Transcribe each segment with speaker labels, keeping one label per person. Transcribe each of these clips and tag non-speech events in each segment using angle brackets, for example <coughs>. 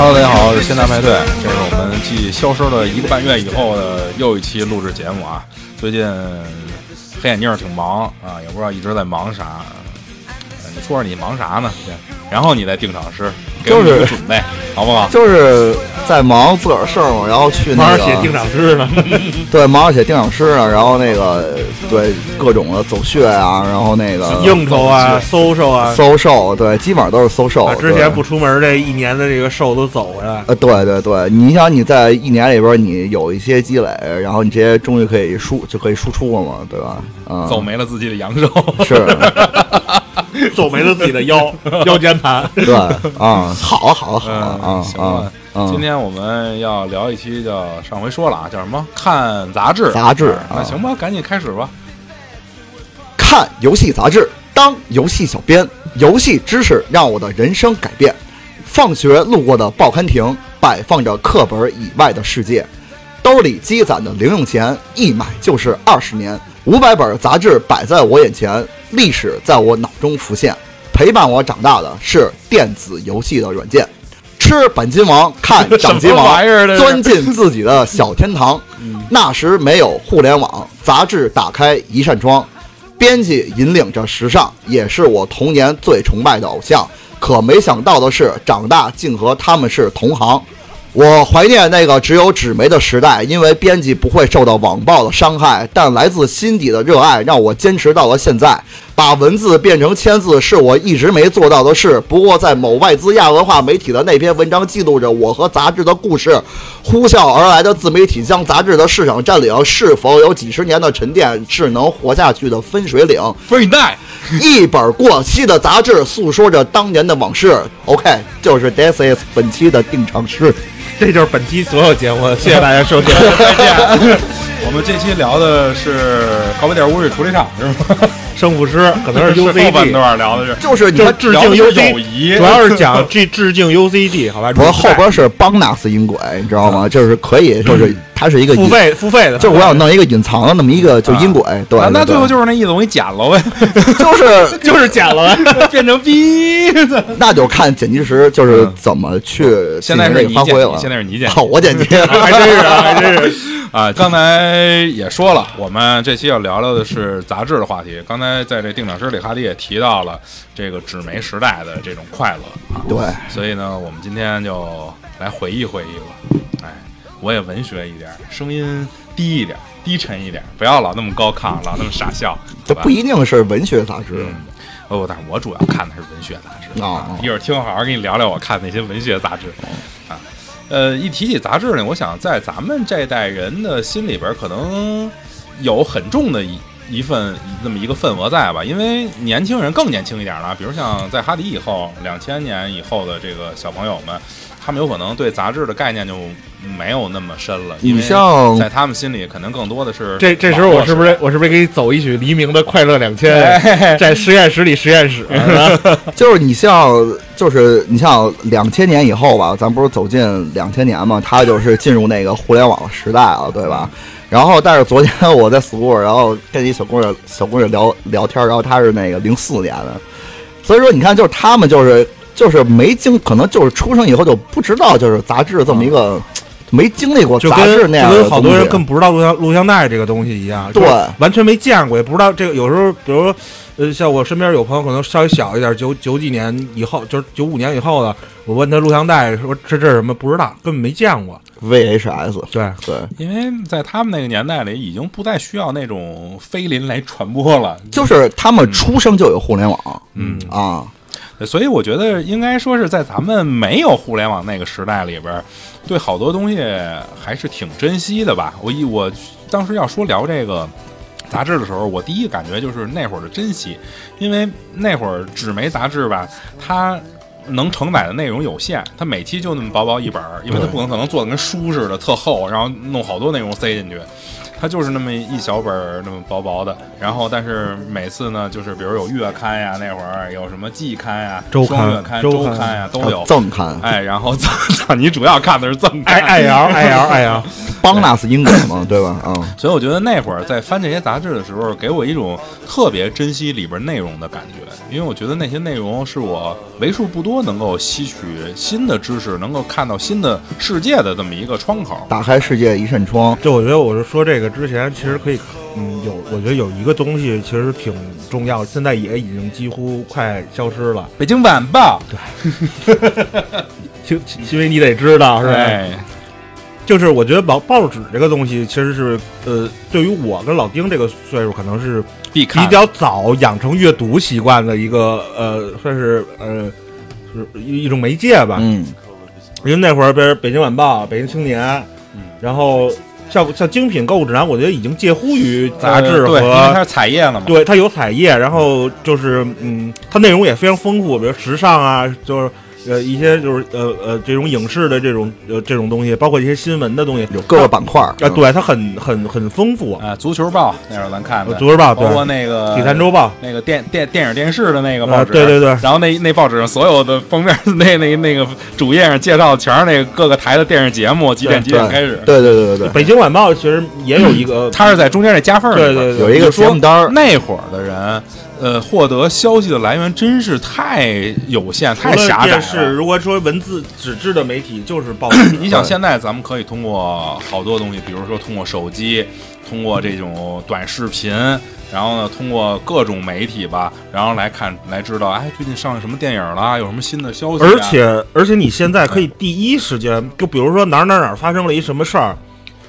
Speaker 1: Oh,
Speaker 2: Hello，大家好，我是仙大派对，这是我们继消失了一个半月以后的又一期录制节目啊。最近黑眼镜挺忙啊，也不知道一直在忙啥。呃你说说你忙啥呢？对然后你再定场诗，给我们
Speaker 3: 就是
Speaker 2: 一个准备，好不好？
Speaker 3: 就是在忙自个儿事儿嘛，然后去
Speaker 4: 忙
Speaker 3: 那
Speaker 4: 着写定
Speaker 3: 个
Speaker 4: 场诗呢，
Speaker 3: 对忙着写定场诗呢，然后那个对各种的走穴啊，然后那
Speaker 4: <laughs>
Speaker 3: 个
Speaker 4: 应酬啊、social 啊，
Speaker 3: 搜售，对，基本上都是搜售
Speaker 4: 把。啊之前不出门这一年的这个瘦都走回来。
Speaker 3: 呃，对对对，你想你在一年里边你有一些积累，然后你这些终于可以输就可以输出了嘛，对吧？啊、
Speaker 2: 走没了自己的阳寿，
Speaker 3: 是，
Speaker 4: 走没了自己的 <laughs> 腰腰间盘。
Speaker 3: 对啊、好好好
Speaker 2: <laughs> 嗯，
Speaker 3: 啊
Speaker 2: 行
Speaker 3: 啊
Speaker 2: 吧。
Speaker 3: 啊！
Speaker 2: 今天我们要聊一期叫上回说了啊，叫什么？看杂志，
Speaker 3: 杂志
Speaker 2: 啊那
Speaker 3: 啊
Speaker 2: 行吧，赶紧开始吧。
Speaker 3: 看游戏杂志，当游戏小编，游戏知识让我的人生改变。放学路过的报刊亭，摆放着课本以外的世界。兜里积攒的零用钱，一买就是二十年。五百本杂志摆在我眼前，历史在我脑中浮现。陪伴我长大的是电子游戏的软件。吃本金王，看掌
Speaker 2: <laughs>
Speaker 3: 金
Speaker 2: 什么
Speaker 3: 王
Speaker 2: 玩意儿这，是嗯
Speaker 3: 钻进自己的小
Speaker 2: <laughs>
Speaker 3: 天堂。那时没有互联网，杂志打开一扇窗，编辑引领着时尚，也是我童年最崇拜的偶像。可没想到的是，长大竟和他们是同行。我怀念那个只有纸媒的时代，因为编辑不会受到网暴的伤害，但来自心底的热爱让我坚持到了现在。把文字变成签字是我一直没做到的事。不过，在某外资亚文化媒体的那篇文章记录着我和杂志的故事，呼啸而来的自媒体将杂志的市场占领，是否有几十年的沉淀是能活下去的分水岭？
Speaker 2: Free night，
Speaker 3: 一本过期的杂志诉说着当年的往事。OK，就是 This is 本期的定场诗。
Speaker 4: 这就是本期所有节目，谢谢大家收听。
Speaker 2: 再见。 <laughs> 我们这期聊的是《高北点乌日处理厂》，是 <laughs> 吗？
Speaker 4: <laughs> 生父师可能是
Speaker 2: 后半
Speaker 4: UCD，
Speaker 2: 段聊的是，
Speaker 3: 就是你
Speaker 4: 就是
Speaker 3: 看，
Speaker 4: 致
Speaker 2: 聊
Speaker 4: 敬
Speaker 2: 的是
Speaker 4: UCD，
Speaker 2: 友谊
Speaker 4: 主要是讲
Speaker 2: <laughs>
Speaker 4: 致致敬 UCD，好吧？
Speaker 3: 我
Speaker 4: 如
Speaker 3: 后边是邦纳斯音轨，你知道吗？
Speaker 2: 啊
Speaker 3: 就是可以，就是它是一个
Speaker 4: 付
Speaker 3: 隐，
Speaker 4: 费付费的，
Speaker 3: 就是我想弄一个隐藏的那么一个就音轨。对，
Speaker 2: 啊那那
Speaker 3: 对
Speaker 2: 最后
Speaker 3: 对
Speaker 2: 就是那意思，我给你剪了呗， <laughs>
Speaker 3: <laughs> 就是
Speaker 4: 就是假了。
Speaker 2: 变成逼。
Speaker 3: 那就看剪辑师就是
Speaker 2: 嗯
Speaker 3: 怎么去
Speaker 2: 现在
Speaker 3: 进行
Speaker 2: 是
Speaker 3: 这
Speaker 2: 你
Speaker 3: 个发
Speaker 2: 剪
Speaker 3: 挥了
Speaker 2: 辑，。嗯现在是你剪辑
Speaker 3: 好，
Speaker 2: <laughs>
Speaker 3: 我剪辑。
Speaker 4: 还真是啊，还真是。
Speaker 2: 啊。刚才也说了，我们这期要聊聊的是杂志的话题。刚才在这定场诗里，哈迪也提到了这个纸媒时代的这种快乐啊。
Speaker 3: 对，
Speaker 2: 所以呢，我们今天就来回忆回忆吧。哎，我也文学一点儿，声音低一点儿，低沉一点儿，不要老那么高亢，老那么傻笑，
Speaker 3: 这
Speaker 2: 对吧
Speaker 3: 不？一定是文学杂志。
Speaker 2: 嗯，哦，但是我主要看的是文学杂志啊
Speaker 3: 哦
Speaker 2: 一会儿听好好跟你聊聊我看那些文学杂志啊。呃，一提起杂志呢，我想在咱们这代人的心里边，可能有很重的一一份那么一个份额在吧，因为年轻人更年轻一点了，比如像在哈迪以后，两千年以后的这个小朋友们，他们有可能对杂志的概念就没有那么深了，因
Speaker 3: 你
Speaker 2: 为
Speaker 3: 像
Speaker 2: 在他们心里，可能更多的是
Speaker 4: 这这时候我是不是我是不是给你走一曲黎明的《快乐两千》？在实验室里实验 <laughs> 室，
Speaker 3: 就是你像，就是你像两千年以后吧，咱不是走进两千年嘛，它就是进入那个互联网时代了，对吧？然后，但是昨天我在 school，然后跟一小姑娘小姑娘聊聊天，然后她是那个零四年的，所以说你看，就是他们就是就是没经，可能就是出生以后就不知道就是杂志这么一个，没经历过
Speaker 4: 就
Speaker 3: 杂
Speaker 4: 跟
Speaker 3: 志那样
Speaker 4: 就
Speaker 3: 的
Speaker 4: 跟好多人
Speaker 3: 东
Speaker 4: 更
Speaker 3: 西
Speaker 4: 不知道录像录像带这个东西一样，
Speaker 3: 对
Speaker 4: 就是完全没见过，也不知道这个。有时候，比如说，呃，像我身边有朋友可能稍微小一点，九九几年以后，就是九五年以后的，我问他录像带，说这这是什么，不知道，根本没见过。
Speaker 3: VHS，
Speaker 4: 对，
Speaker 3: 对，
Speaker 2: 因为在他们那个年代里，已经不再需要那种菲林来传播了，
Speaker 3: 就是他们出生就有互联网，
Speaker 2: 嗯
Speaker 3: 啊，
Speaker 2: 所以我觉得应该说是在咱们没有互联网那个时代里边儿，对好多东西还是挺珍惜的吧。我一我当时要说聊这个杂志的时候，我第一个感觉就是那会儿的珍惜，因为那会儿纸媒杂志吧，它。能承载的内容有限，它每期就那么薄薄一本儿，因为它不可能做的跟书似的特厚，然后弄好多内容塞进去。它就是那么一小本儿，那么薄薄的。然后，但是每次呢，就是比如有月刊呀，那会儿有什么季刊呀、
Speaker 4: 周刊
Speaker 2: 双月刊、
Speaker 4: 周
Speaker 2: 周
Speaker 4: 刊
Speaker 2: 刊呀都
Speaker 3: 还
Speaker 2: 有。 <laughs>
Speaker 3: 赠刊，
Speaker 2: 哎，然后你主要看的是赠
Speaker 4: 爱
Speaker 2: 刊，
Speaker 4: 爱摇爱摇爱摇，
Speaker 3: 邦纳斯英国嘛，对吧？嗯，
Speaker 2: 所以我觉得那会儿在翻这些杂志的时候，给我一种特别珍惜里边内容的感觉，因为我觉得那些内容是我为数不多能够吸取新的知识、能够看到新的世界的这么一个窗口。
Speaker 3: 打开世界一扇窗，
Speaker 4: 就我觉得我是说这个之前，其实可以，嗯，有我觉得有一个东西其实挺重要，现在也已经几乎快消失了。
Speaker 2: 北京晚报，
Speaker 4: 因因为你得知道是吧？
Speaker 2: 哎，
Speaker 4: 就是我觉得报报纸这个东西，其实是呃，对于我跟老丁这个岁数，可能是
Speaker 2: 必
Speaker 4: 比
Speaker 2: 看。
Speaker 4: 较早养成阅读习惯的一个呃，算是呃，是一一种媒介吧。
Speaker 3: 嗯，
Speaker 4: 因为那会儿，比如《北京晚报》《北京青年》，
Speaker 2: 嗯
Speaker 4: 然后像像精品购物指南，我觉得已经介乎于杂志
Speaker 2: 呃
Speaker 4: 和、
Speaker 2: 对，因为它是彩页了嘛。
Speaker 4: 对，它有彩页，然后就是嗯，它内容也非常丰富，比如时尚啊，就是呃一些就是呃呃这种影视的这种呃这种东西，包括一些新闻的东西，
Speaker 3: 有各个板块儿
Speaker 2: 嗯
Speaker 4: 啊，，对，它很很很丰富。
Speaker 2: 啊，足球报那时候咱看的，
Speaker 4: 足球报
Speaker 2: 包括
Speaker 4: 对，
Speaker 2: 那个
Speaker 4: 体坛周报，
Speaker 2: 那个电电电影电视的那个报
Speaker 4: 啊
Speaker 2: 纸，
Speaker 4: 对对对
Speaker 2: 然后那那报纸上所有的封面， <laughs> 那那那个主页上介绍全是那个各个台的电视节目几点几点开始，
Speaker 3: 啊对对对对
Speaker 4: 北京晚报其实也有一个，
Speaker 2: 他是在中间那夹缝里边
Speaker 4: 对对
Speaker 3: 对，有一个
Speaker 2: 就说
Speaker 3: 节目单儿，
Speaker 2: 那会儿的人，呃，获得消息的来源真是太有限、太
Speaker 4: 除了
Speaker 2: 狭窄
Speaker 4: 电视，
Speaker 2: 了。
Speaker 4: 如果说文字纸质的媒体就是
Speaker 2: <clears throat>
Speaker 4: 报
Speaker 2: 你
Speaker 4: 纸，嗯
Speaker 2: 想，现在咱们可以通过好多东西，比如说通过手机，通过这种短视频，然后呢，通过各种媒体吧，然后来看来知道，哎，最近上了什么电影啦，有什么新的消息、啊。
Speaker 4: 而且而且你现在可以第一时间，就比如说哪儿哪儿哪儿发生了一什么事儿，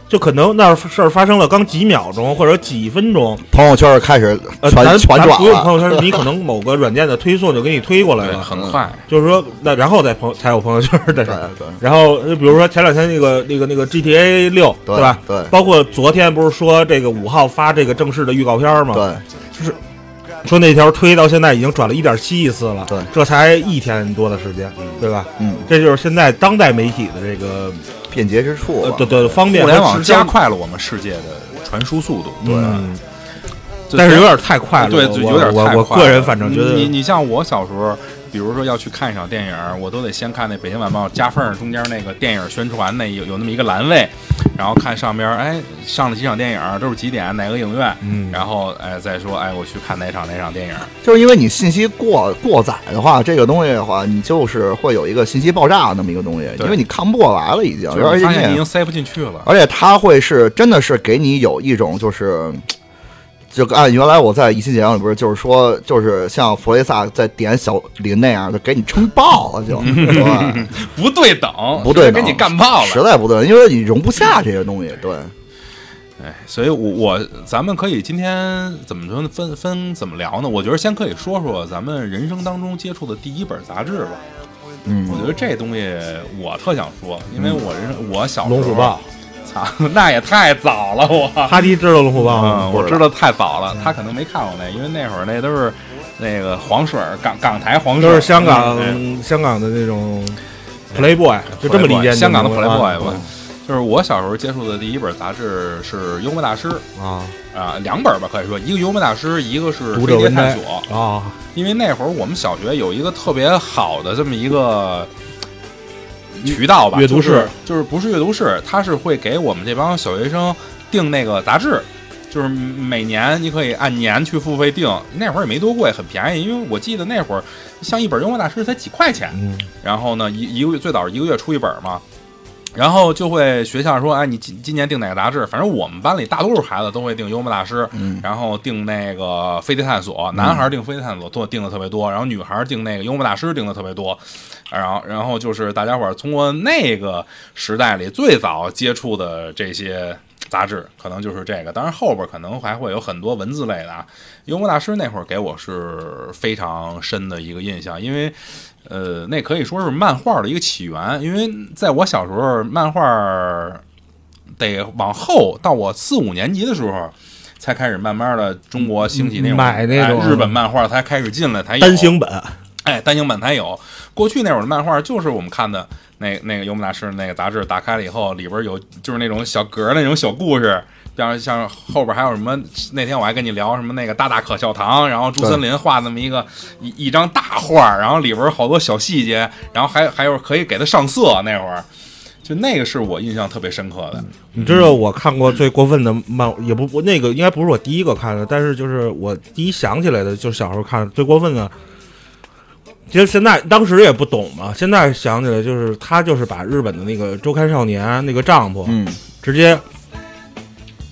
Speaker 4: 就可能那儿事儿发生了刚几秒钟或者几分钟，
Speaker 3: 朋友圈儿开始
Speaker 4: 呃，
Speaker 3: 全
Speaker 4: 咱
Speaker 3: 全
Speaker 4: 咱
Speaker 3: 转
Speaker 4: 不用朋
Speaker 3: 了，
Speaker 4: 友
Speaker 2: <laughs>
Speaker 4: 圈，你可能某个软件的推送就给你推过来
Speaker 2: 对，
Speaker 4: 了，
Speaker 2: 很快。
Speaker 4: 就是说那然后再朋才有朋友圈的
Speaker 3: 对
Speaker 4: 事儿。
Speaker 3: 对
Speaker 4: 然后呃比如说前两天那个那个那个 GTA 六，
Speaker 3: 对
Speaker 4: 对吧？
Speaker 3: 对
Speaker 4: 包括昨天不是说这个五号发这个正式的预告片吗？
Speaker 3: 对，
Speaker 4: 说那条推到现在已经转了一点七亿次了，
Speaker 3: 对
Speaker 4: 这才一天多的时间，对吧？
Speaker 3: 嗯，
Speaker 4: 这就是现在当代媒体的这个
Speaker 3: 便捷之处
Speaker 4: 呃
Speaker 3: 吧，
Speaker 4: 对对方便
Speaker 2: 互
Speaker 4: 和
Speaker 2: 联网
Speaker 4: 时间
Speaker 2: 加，快了我们世界的传输速度，
Speaker 4: 嗯，
Speaker 2: 就
Speaker 4: 但是
Speaker 2: 像
Speaker 4: 有点太快了，
Speaker 2: 啊对，
Speaker 4: 我
Speaker 2: 就有点
Speaker 4: 我
Speaker 2: 太
Speaker 4: 我
Speaker 2: 快
Speaker 4: 个
Speaker 2: 了
Speaker 4: 人反正觉得
Speaker 2: 你你像我小时候，比如说要去看一场电影，我都得先看那《北京晚报》夹缝儿中间那个电影宣传那有有那么一个栏位，然后看上边儿，哎，上了几场电影，都是几点，哪个影院，
Speaker 4: 嗯
Speaker 2: 然后哎再说，哎，我去看哪场哪场电影，
Speaker 3: 就是因为你信息过过载的话，这个东西的话，你就是会有一个信息爆炸那么一个东西，
Speaker 2: 对
Speaker 3: 因为你看不过来了已经，
Speaker 2: 就是
Speaker 3: 而
Speaker 2: 你
Speaker 3: 且
Speaker 2: 发现你
Speaker 3: 你
Speaker 2: 已
Speaker 3: 也
Speaker 2: 经塞不进去了。
Speaker 3: 而且它会是真的是给你有一种就是。就按原来我在一期节目里不是，就是说，就是像弗雷萨在点小林那样，就给你撑爆了，就对，
Speaker 2: 不对等，
Speaker 3: 不对
Speaker 2: 直接
Speaker 3: 等
Speaker 2: 给你干爆
Speaker 3: 实
Speaker 2: 了。
Speaker 3: 在不对，因为你容不下这些东西，对，
Speaker 2: 哎，所以我我咱们可以今天怎么说呢？分分怎么聊呢？我觉得先可以说说咱们人生当中接触的第一本杂志吧。我
Speaker 3: 嗯，
Speaker 2: 觉得这东西我特想说，因为我人生我小时候
Speaker 4: 龙虎豹，，
Speaker 2: 操，那也太早了我。
Speaker 4: 哈迪知道龙虎豹吗？
Speaker 2: 嗯，我知道太早了，他可能没看过那，因为那会儿那都是那个黄水儿港港台黄水
Speaker 4: 都
Speaker 2: 儿，
Speaker 4: 是香港
Speaker 2: 嗯
Speaker 4: 香港的那种 Playboy，就这么理解你啊
Speaker 2: 香港的
Speaker 4: 明白吗
Speaker 2: Playboy 吧。就是我小时候接触的第一本杂志是《幽默大师》
Speaker 4: 啊
Speaker 2: 啊，两本吧，可以说一个《幽默大师》，一个是《
Speaker 4: 读
Speaker 2: 飞
Speaker 4: 者
Speaker 2: 碟
Speaker 4: 文
Speaker 2: 探
Speaker 4: 摘
Speaker 2: 索》。
Speaker 4: 啊，
Speaker 2: 因为那会儿我们小学有一个特别好的这么一个渠道吧，
Speaker 4: 嗯阅读室
Speaker 2: 就是，就是不是阅读室，它是会给我们这帮小学生订那个杂志。就是每年你可以按年去付费订，那会儿也没多贵，很便宜。因为我记得那会儿，像一本《幽默大师》才几块钱，
Speaker 4: 嗯，
Speaker 2: 然后呢，一一个月最早是一个月出一本嘛，然后就会学校说，哎，你今今年订哪个杂志？反正我们班里大多数孩子都会订《幽默大师》，
Speaker 3: 嗯
Speaker 2: 然后订那个《飞碟探索》，男孩儿订《飞碟探索》做订的特别多，然后女孩儿订那个《幽默大师》订的特别多，然后然后就是大家伙儿通过那个时代里最早接触的这些杂志，可能就是这个。当然后边儿可能还会有很多文字类的啊。幽默大师那会儿给我是非常深的一个印象，因为呃，那可以说是漫画的一个起源。因为在我小时候，漫画儿得往后到我四五年级的时候。才开始慢慢的，中国兴起那种
Speaker 4: 买那种
Speaker 2: 哎日本漫画才开始进来，才有
Speaker 4: 单行本，
Speaker 2: 哎，单行本才有。过去那会儿的漫画就是我们看的那那个《幽默大师》那个杂志，打开了以后，里边有就是那种小格儿那种小故事，像像后边还有什么？那天我还跟你聊什么那个大大可笑堂，然后朱森林画那么一个一一张大画儿，然后里边有好多小细节，然后还还有可以给它上色那会儿。就那个是我印象特别深刻的。
Speaker 4: 你知道我看过最过分的漫，也不我那个应该不是我第一个看的，但是就是我第一想起来的，就是小时候看的最过分的。其实现在当时也不懂嘛，现在想起来就是他就是把日本的那个《周刊少年》那个丈夫
Speaker 3: 嗯，
Speaker 4: 直接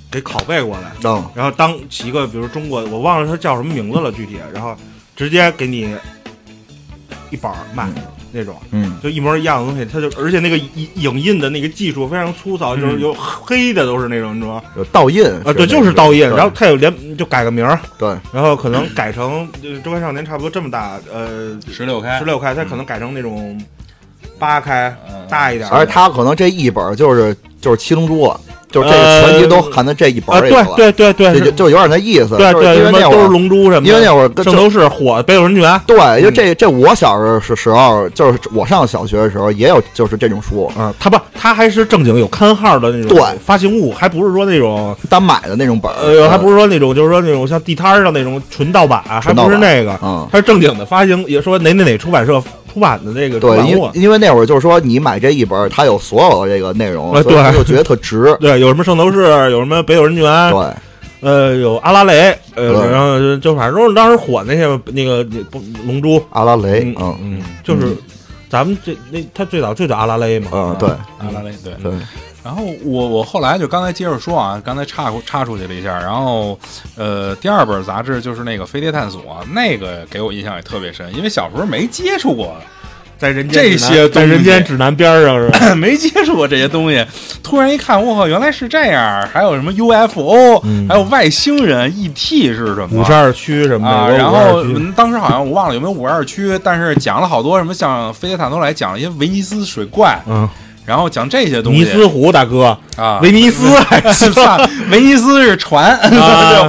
Speaker 4: 给拷贝过来，
Speaker 3: 嗯，
Speaker 4: 然后当起一个比如中国我忘了他叫什么名字了具体，然后直接给你一本儿卖那种。
Speaker 3: 嗯，
Speaker 4: 就一模一样的东西，它就而且那个影影印的那个技术非常粗糙，
Speaker 3: 嗯
Speaker 4: 就是有黑的都是那种，你知道吗？
Speaker 3: 有倒印
Speaker 4: 啊，
Speaker 3: 啊
Speaker 4: 对，就是倒印，然后它有连就改个名儿，
Speaker 3: 对，
Speaker 4: 然后可能改成就是周刊少年差不多这么大，呃，
Speaker 2: 十六开
Speaker 4: 十，
Speaker 3: 哎
Speaker 4: 六开，它可能改成那
Speaker 3: 嗯
Speaker 4: 种八开
Speaker 2: 嗯
Speaker 4: 大一点儿的，
Speaker 3: 而他可能这一本就是就是七龙珠了，就是这个全集都含在这一本
Speaker 4: 呃啊，
Speaker 3: 里了，
Speaker 4: 对对对对
Speaker 3: 这就是就有点那意思，
Speaker 4: 对
Speaker 3: 就是
Speaker 4: 对，
Speaker 3: 因
Speaker 4: 什
Speaker 3: 为
Speaker 4: 么
Speaker 3: 那会
Speaker 4: 都是
Speaker 3: 儿，
Speaker 4: 龙珠什么
Speaker 3: 因为
Speaker 4: 的，
Speaker 3: 那会儿跟
Speaker 4: 圣斗士火北斗神拳，
Speaker 3: 对，就这这我小时候时候，就是我上小学的时候也有就是这种书，
Speaker 4: 啊，他不，他还是正经有刊号的那种
Speaker 3: 对
Speaker 4: 发行物，还不是说那种
Speaker 3: 单买的那种本儿，
Speaker 4: 呃，还不
Speaker 3: 是
Speaker 4: 是说那种，就是说那种像地摊儿上那种纯盗版，还
Speaker 3: 纯盗
Speaker 4: 不是
Speaker 3: 版
Speaker 4: 那个，
Speaker 3: 嗯。
Speaker 4: 它是正经的发行，也说哪哪哪出版社出版的这个出
Speaker 3: 对，
Speaker 4: 版
Speaker 3: 因
Speaker 4: 物啊
Speaker 3: 为。因为那会儿就是说，你买这一本儿，它有所有的这个内容，
Speaker 4: 哎
Speaker 3: 所以
Speaker 4: 对
Speaker 3: 他就觉得特值。
Speaker 4: <laughs> 对，有什么圣斗士，有什么北斗神拳，
Speaker 3: 对，
Speaker 4: 呃，有阿拉蕾，呃，
Speaker 3: 对
Speaker 4: 然后就就反正都是当时火那些那个不龙珠，
Speaker 3: 阿拉蕾
Speaker 4: 嗯，
Speaker 3: 嗯
Speaker 4: 嗯，就是咱们这那他最早就叫阿拉蕾嘛，
Speaker 3: 嗯，对，
Speaker 2: 阿拉蕾对。
Speaker 3: 对，
Speaker 2: 然后我我后来就刚才接着说啊，刚才岔过岔出去了一下，然后呃，第二本杂志就是那个《飞碟探索》，那个给我印象也特别深，因为小时候没接触过， <laughs>
Speaker 4: 在人
Speaker 2: 这
Speaker 4: 指南
Speaker 2: 些
Speaker 4: 在
Speaker 2: 东
Speaker 4: 人
Speaker 2: 西
Speaker 4: 间指南边儿上是吧？
Speaker 2: 没接触过这些东西，突然一看，我靠，原来是这样！还有什么 UFO，、
Speaker 4: 嗯
Speaker 2: 还有外星人 ET 是什
Speaker 3: 嗯
Speaker 2: 么
Speaker 4: 五十？二区什么
Speaker 2: 啊，
Speaker 4: 的，
Speaker 2: 然
Speaker 4: 有五十二
Speaker 2: 后
Speaker 4: 区
Speaker 2: 嗯当时好像我忘了有没有五十二区，但是讲了好多什么像飞碟坦多来讲了一些威尼斯水怪，
Speaker 4: 嗯，
Speaker 2: 然后讲这些东西
Speaker 4: 尼斯湖大哥，
Speaker 2: 啊，
Speaker 4: 威尼斯还
Speaker 2: <laughs> 是吧？威尼斯是船， <laughs> 对，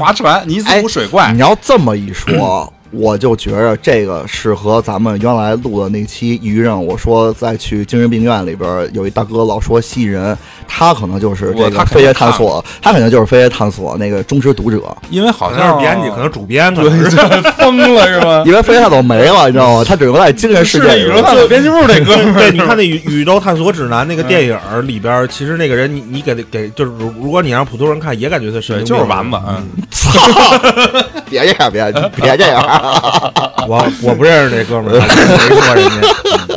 Speaker 2: 划船，尼斯
Speaker 3: 哎
Speaker 2: 湖水怪
Speaker 3: 你，要这么一说，我就觉着这个适合咱们原来录的那期抑郁症。我说再去精神病院里边儿有一大哥老说蜥蜴人，他可能就是
Speaker 2: 我
Speaker 3: 这
Speaker 2: 他肯
Speaker 3: 个
Speaker 2: 定
Speaker 3: 飞跃探索，他肯定就是飞跃探索那个忠实读者，
Speaker 2: 因为好
Speaker 4: 可能
Speaker 2: 像
Speaker 4: 是编辑，可能主编，
Speaker 2: <laughs>
Speaker 4: 可能是
Speaker 2: 能疯了是
Speaker 3: <laughs>
Speaker 2: 吗？
Speaker 3: 因为飞跃探索没了，你知道吗？他只能在精神世界里
Speaker 2: 宇
Speaker 3: 边
Speaker 2: 宙
Speaker 3: 儿。
Speaker 2: 探索编辑部这哥们儿，嗯
Speaker 4: 对，你看那《宇宇宙探索指南》那个电影儿里边儿，其实那个人你你给给就是如如果你让普通人看，也感觉他是
Speaker 2: 对，就是丸子，嗯。
Speaker 3: 操！ <laughs> 别这样，别别这样
Speaker 2: <laughs>
Speaker 3: 啊，
Speaker 4: 我我不认识那哥们儿，没说人家。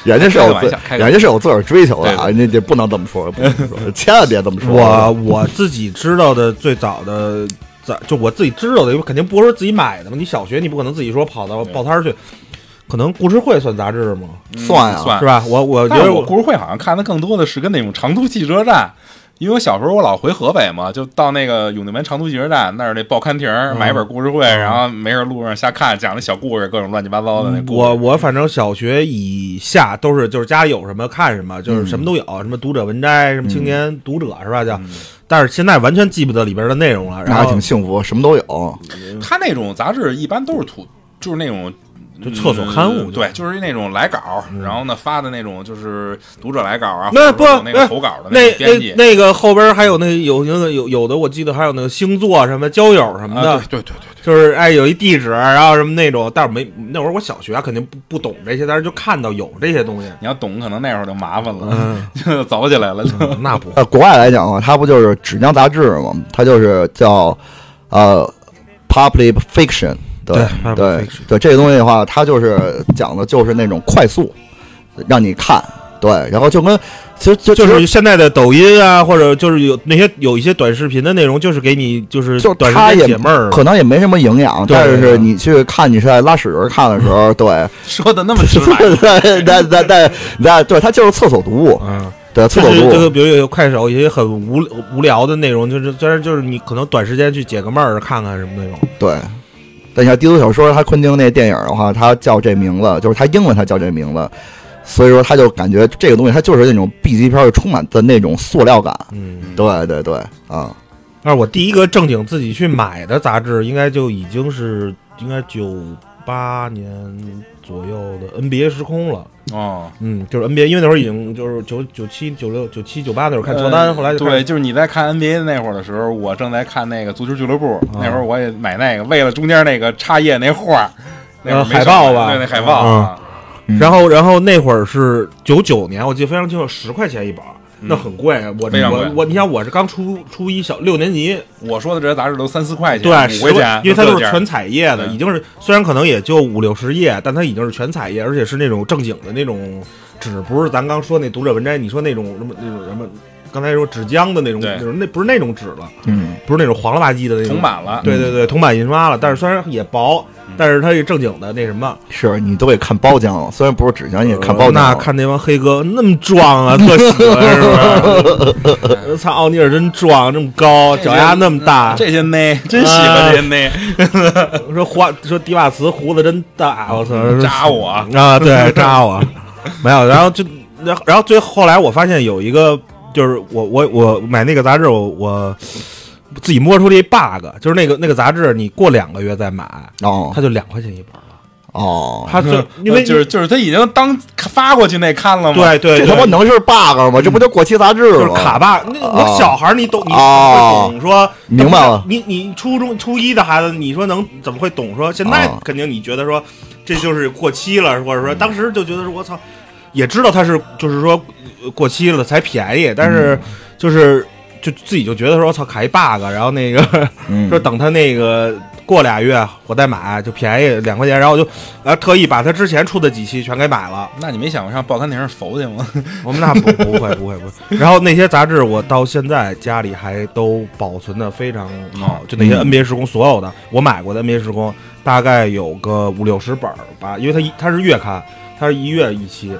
Speaker 2: <laughs>
Speaker 3: 人家是有
Speaker 2: 开个玩
Speaker 3: 自
Speaker 2: 笑，开个玩笑
Speaker 3: 人家是有自个儿追求的啊，你这不能这么说，不能这么说，千万别这么说。
Speaker 4: 我我自己知道的最早的。早就我自己知道的，因为肯定不是说自己买的嘛。你小学你不可能自己说跑到
Speaker 2: 对
Speaker 4: 报摊儿去，可能故事会算杂志吗？
Speaker 3: 算啊
Speaker 2: 嗯算
Speaker 4: 是吧？我我觉
Speaker 2: 但是
Speaker 4: 得
Speaker 2: 我
Speaker 4: 我
Speaker 2: 故事会好像看的更多的是跟那种长途汽车站，因为我小时候我老回河北嘛，就到那个永定门长途汽车站那儿那报刊亭儿买一本故事会，然后没事路上瞎看，讲的小故事，各种乱七八糟的那故事。
Speaker 4: 我我反正小学以下都是就是家里有什么看什么，就是
Speaker 3: 嗯
Speaker 4: 什么都有，什么读者文摘，什么青年读者是吧？叫，但是现在完全记不得里边的内容了。
Speaker 3: 那
Speaker 4: 然
Speaker 3: 还
Speaker 4: 后
Speaker 3: 挺幸福，什么都有。
Speaker 2: 他那种杂志一般都是土，就是那种。
Speaker 4: 就厕所刊
Speaker 2: 嗯
Speaker 4: 物嗯
Speaker 2: 对，就是那种来稿，然后呢发的那种，就是读者来稿啊，
Speaker 4: 那
Speaker 2: 或者有
Speaker 4: 不
Speaker 2: 那个投稿的
Speaker 4: 那
Speaker 2: 种编
Speaker 4: 那
Speaker 2: 辑
Speaker 4: 那个后边还有那有那个有有的我记得还有那个星座什么交友什么的，
Speaker 2: 啊，对对对对
Speaker 4: 就是哎有一地址，然后什么那种，但是没那会儿我小学啊肯定不不懂这些，但是就看到有这些东西，
Speaker 2: 你要懂，可能那会儿就麻烦
Speaker 4: 嗯
Speaker 2: 了， <laughs> 就走起来了，就
Speaker 4: 那不
Speaker 3: 呃，国外来讲的话，它不就是纸浆杂志吗？它就是叫呃 public fiction 对。
Speaker 4: 对
Speaker 3: 对
Speaker 4: public
Speaker 3: 对
Speaker 4: fiction
Speaker 3: 这个东西的话，它就是讲的就是那种快速让你看，对，然后就跟其实就
Speaker 4: 就是现在的抖音啊，或者就是有那些有一些短视频的内容，就是给你就是
Speaker 3: 就
Speaker 4: 短
Speaker 3: 它
Speaker 4: 时
Speaker 3: 也
Speaker 4: 间解闷儿，
Speaker 3: 可能也没什么营养，
Speaker 4: 对
Speaker 3: 但
Speaker 4: 对对
Speaker 3: 是你去看你是在拉屎时候看的时候，对，
Speaker 2: 说的那么直
Speaker 4: <laughs>
Speaker 2: 白，
Speaker 3: 对，那那那那对，它就是厕所读物，
Speaker 4: 嗯，
Speaker 3: 对，厕
Speaker 4: 就
Speaker 3: 所
Speaker 4: 是
Speaker 3: 读
Speaker 4: 这个，
Speaker 3: 物，
Speaker 4: 比如有快手有一些很无无聊的内容，就是虽然就是你可能短时间去解个闷儿，看看什么那种，
Speaker 3: 对。但你像低俗小说，它昆汀那电影的话，它叫这名字，就是它英文它叫这名字，所以说他就感觉这个东西它就是那种 B 级片儿充满的那种塑料感，
Speaker 4: 嗯。
Speaker 3: 对对对，啊，
Speaker 4: 但是我第一个正经自己去买的杂志，应该就已经是应该九八年左右的 NBA 时空了。
Speaker 2: 哦，
Speaker 4: 嗯，就是 NBA，因为那会儿已经就是九九七、九六、九七、九八那会儿看乔丹，
Speaker 2: 呃
Speaker 4: 后来就开
Speaker 2: 对，
Speaker 4: 始
Speaker 2: 就是你在看 NBA 的那会儿的时候，我正在看那个足球俱乐部，
Speaker 4: 啊
Speaker 2: 那会儿我也买那个，为了中间那个插页那画儿，那会儿
Speaker 4: 呃
Speaker 2: 没
Speaker 4: 海报吧
Speaker 2: 对，那海报
Speaker 4: 嗯
Speaker 2: 啊，嗯
Speaker 4: 然后然后那会儿是九九年，我记得非常清楚，十块钱一本儿，那很贵。我
Speaker 2: 嗯非常贵
Speaker 4: 我我，你想我是刚初初一小六年级，
Speaker 2: 我说的这些杂志都三四块钱，
Speaker 4: 对，
Speaker 2: 五
Speaker 4: 十
Speaker 2: 块
Speaker 4: 块
Speaker 2: 钱，
Speaker 4: 因为它
Speaker 2: 六
Speaker 4: 都
Speaker 2: 件儿
Speaker 4: 是全彩页的，
Speaker 2: 嗯
Speaker 4: 已经是虽然可能也就五六十页，但它已经是全彩页，而且是那种正经的那种纸，不是咱刚说那读者文摘，你说那种什么那种什么，刚才说纸浆的那种
Speaker 2: 对
Speaker 4: 那种，那不是那种纸了，
Speaker 3: 嗯，
Speaker 4: 不是那种黄了吧唧的那种
Speaker 2: 铜。嗯版了。
Speaker 4: 对对对，铜版印刷了，但是虽然也薄，但是它是正经的那什么，
Speaker 3: 是你都给看包浆了，虽然不是纸浆，你也看包
Speaker 4: 呃
Speaker 3: 浆啊了。
Speaker 4: 那看那帮黑哥那么
Speaker 3: <laughs>
Speaker 4: 壮啊，特喜欢是不是？ <laughs> 操，奥尼尔真壮，这么高，
Speaker 2: 这
Speaker 4: 脚丫那么大，
Speaker 2: 这些呢，真喜欢这些呢，
Speaker 4: 说胡说迪瓦茨胡子真大，我操，
Speaker 2: 嗯扎我
Speaker 4: 啊！对，扎我， <laughs> 没有。然后就，然后然后最后来我发现有一个，就是我我我买那个杂志，我我自己摸出了一 bug，就是那个那个杂志，你过两个月再买，
Speaker 3: 哦
Speaker 4: 它就两块钱一本了。
Speaker 3: 哦，
Speaker 4: <laughs> 它就因
Speaker 2: 嗯
Speaker 4: 为
Speaker 2: 呃就是就是他已经当发过去那看了嘛，
Speaker 4: 对对，
Speaker 3: 这
Speaker 4: 对
Speaker 3: 他妈能是 bug 吗？这不就过期杂志
Speaker 4: 就是
Speaker 3: 吗？啊
Speaker 4: 卡 bug。那我小孩儿你懂，你
Speaker 3: 哦
Speaker 4: 会懂说
Speaker 3: 明白了
Speaker 4: 你你初中初一的孩子，你说能怎么会懂说？现在
Speaker 3: 哦
Speaker 4: 肯定你觉得说这就是过期了，或者说当时就觉得说我操，也知道它是就是说呃过期了才便宜，但
Speaker 3: 嗯
Speaker 4: 是就是就自己就觉得说我操卡一 bug，然后那 <laughs> 个
Speaker 3: 嗯
Speaker 4: 说等它那个。过俩月我再买就便宜两块钱，然后我就，呃，特意把它之前出的几期全给买了，
Speaker 2: 那你没想过上报刊亭上否去吗？ <laughs> 哎
Speaker 4: 我们那不不会不会不会。然后那些杂志，我到现在家里还都保存的非常
Speaker 2: 哦
Speaker 4: 好，就那些
Speaker 3: 嗯
Speaker 4: NBA 时空所有的，我买过的 NBA 时空大概有个五六十本儿吧，因为它一它是月刊，它是一月一期，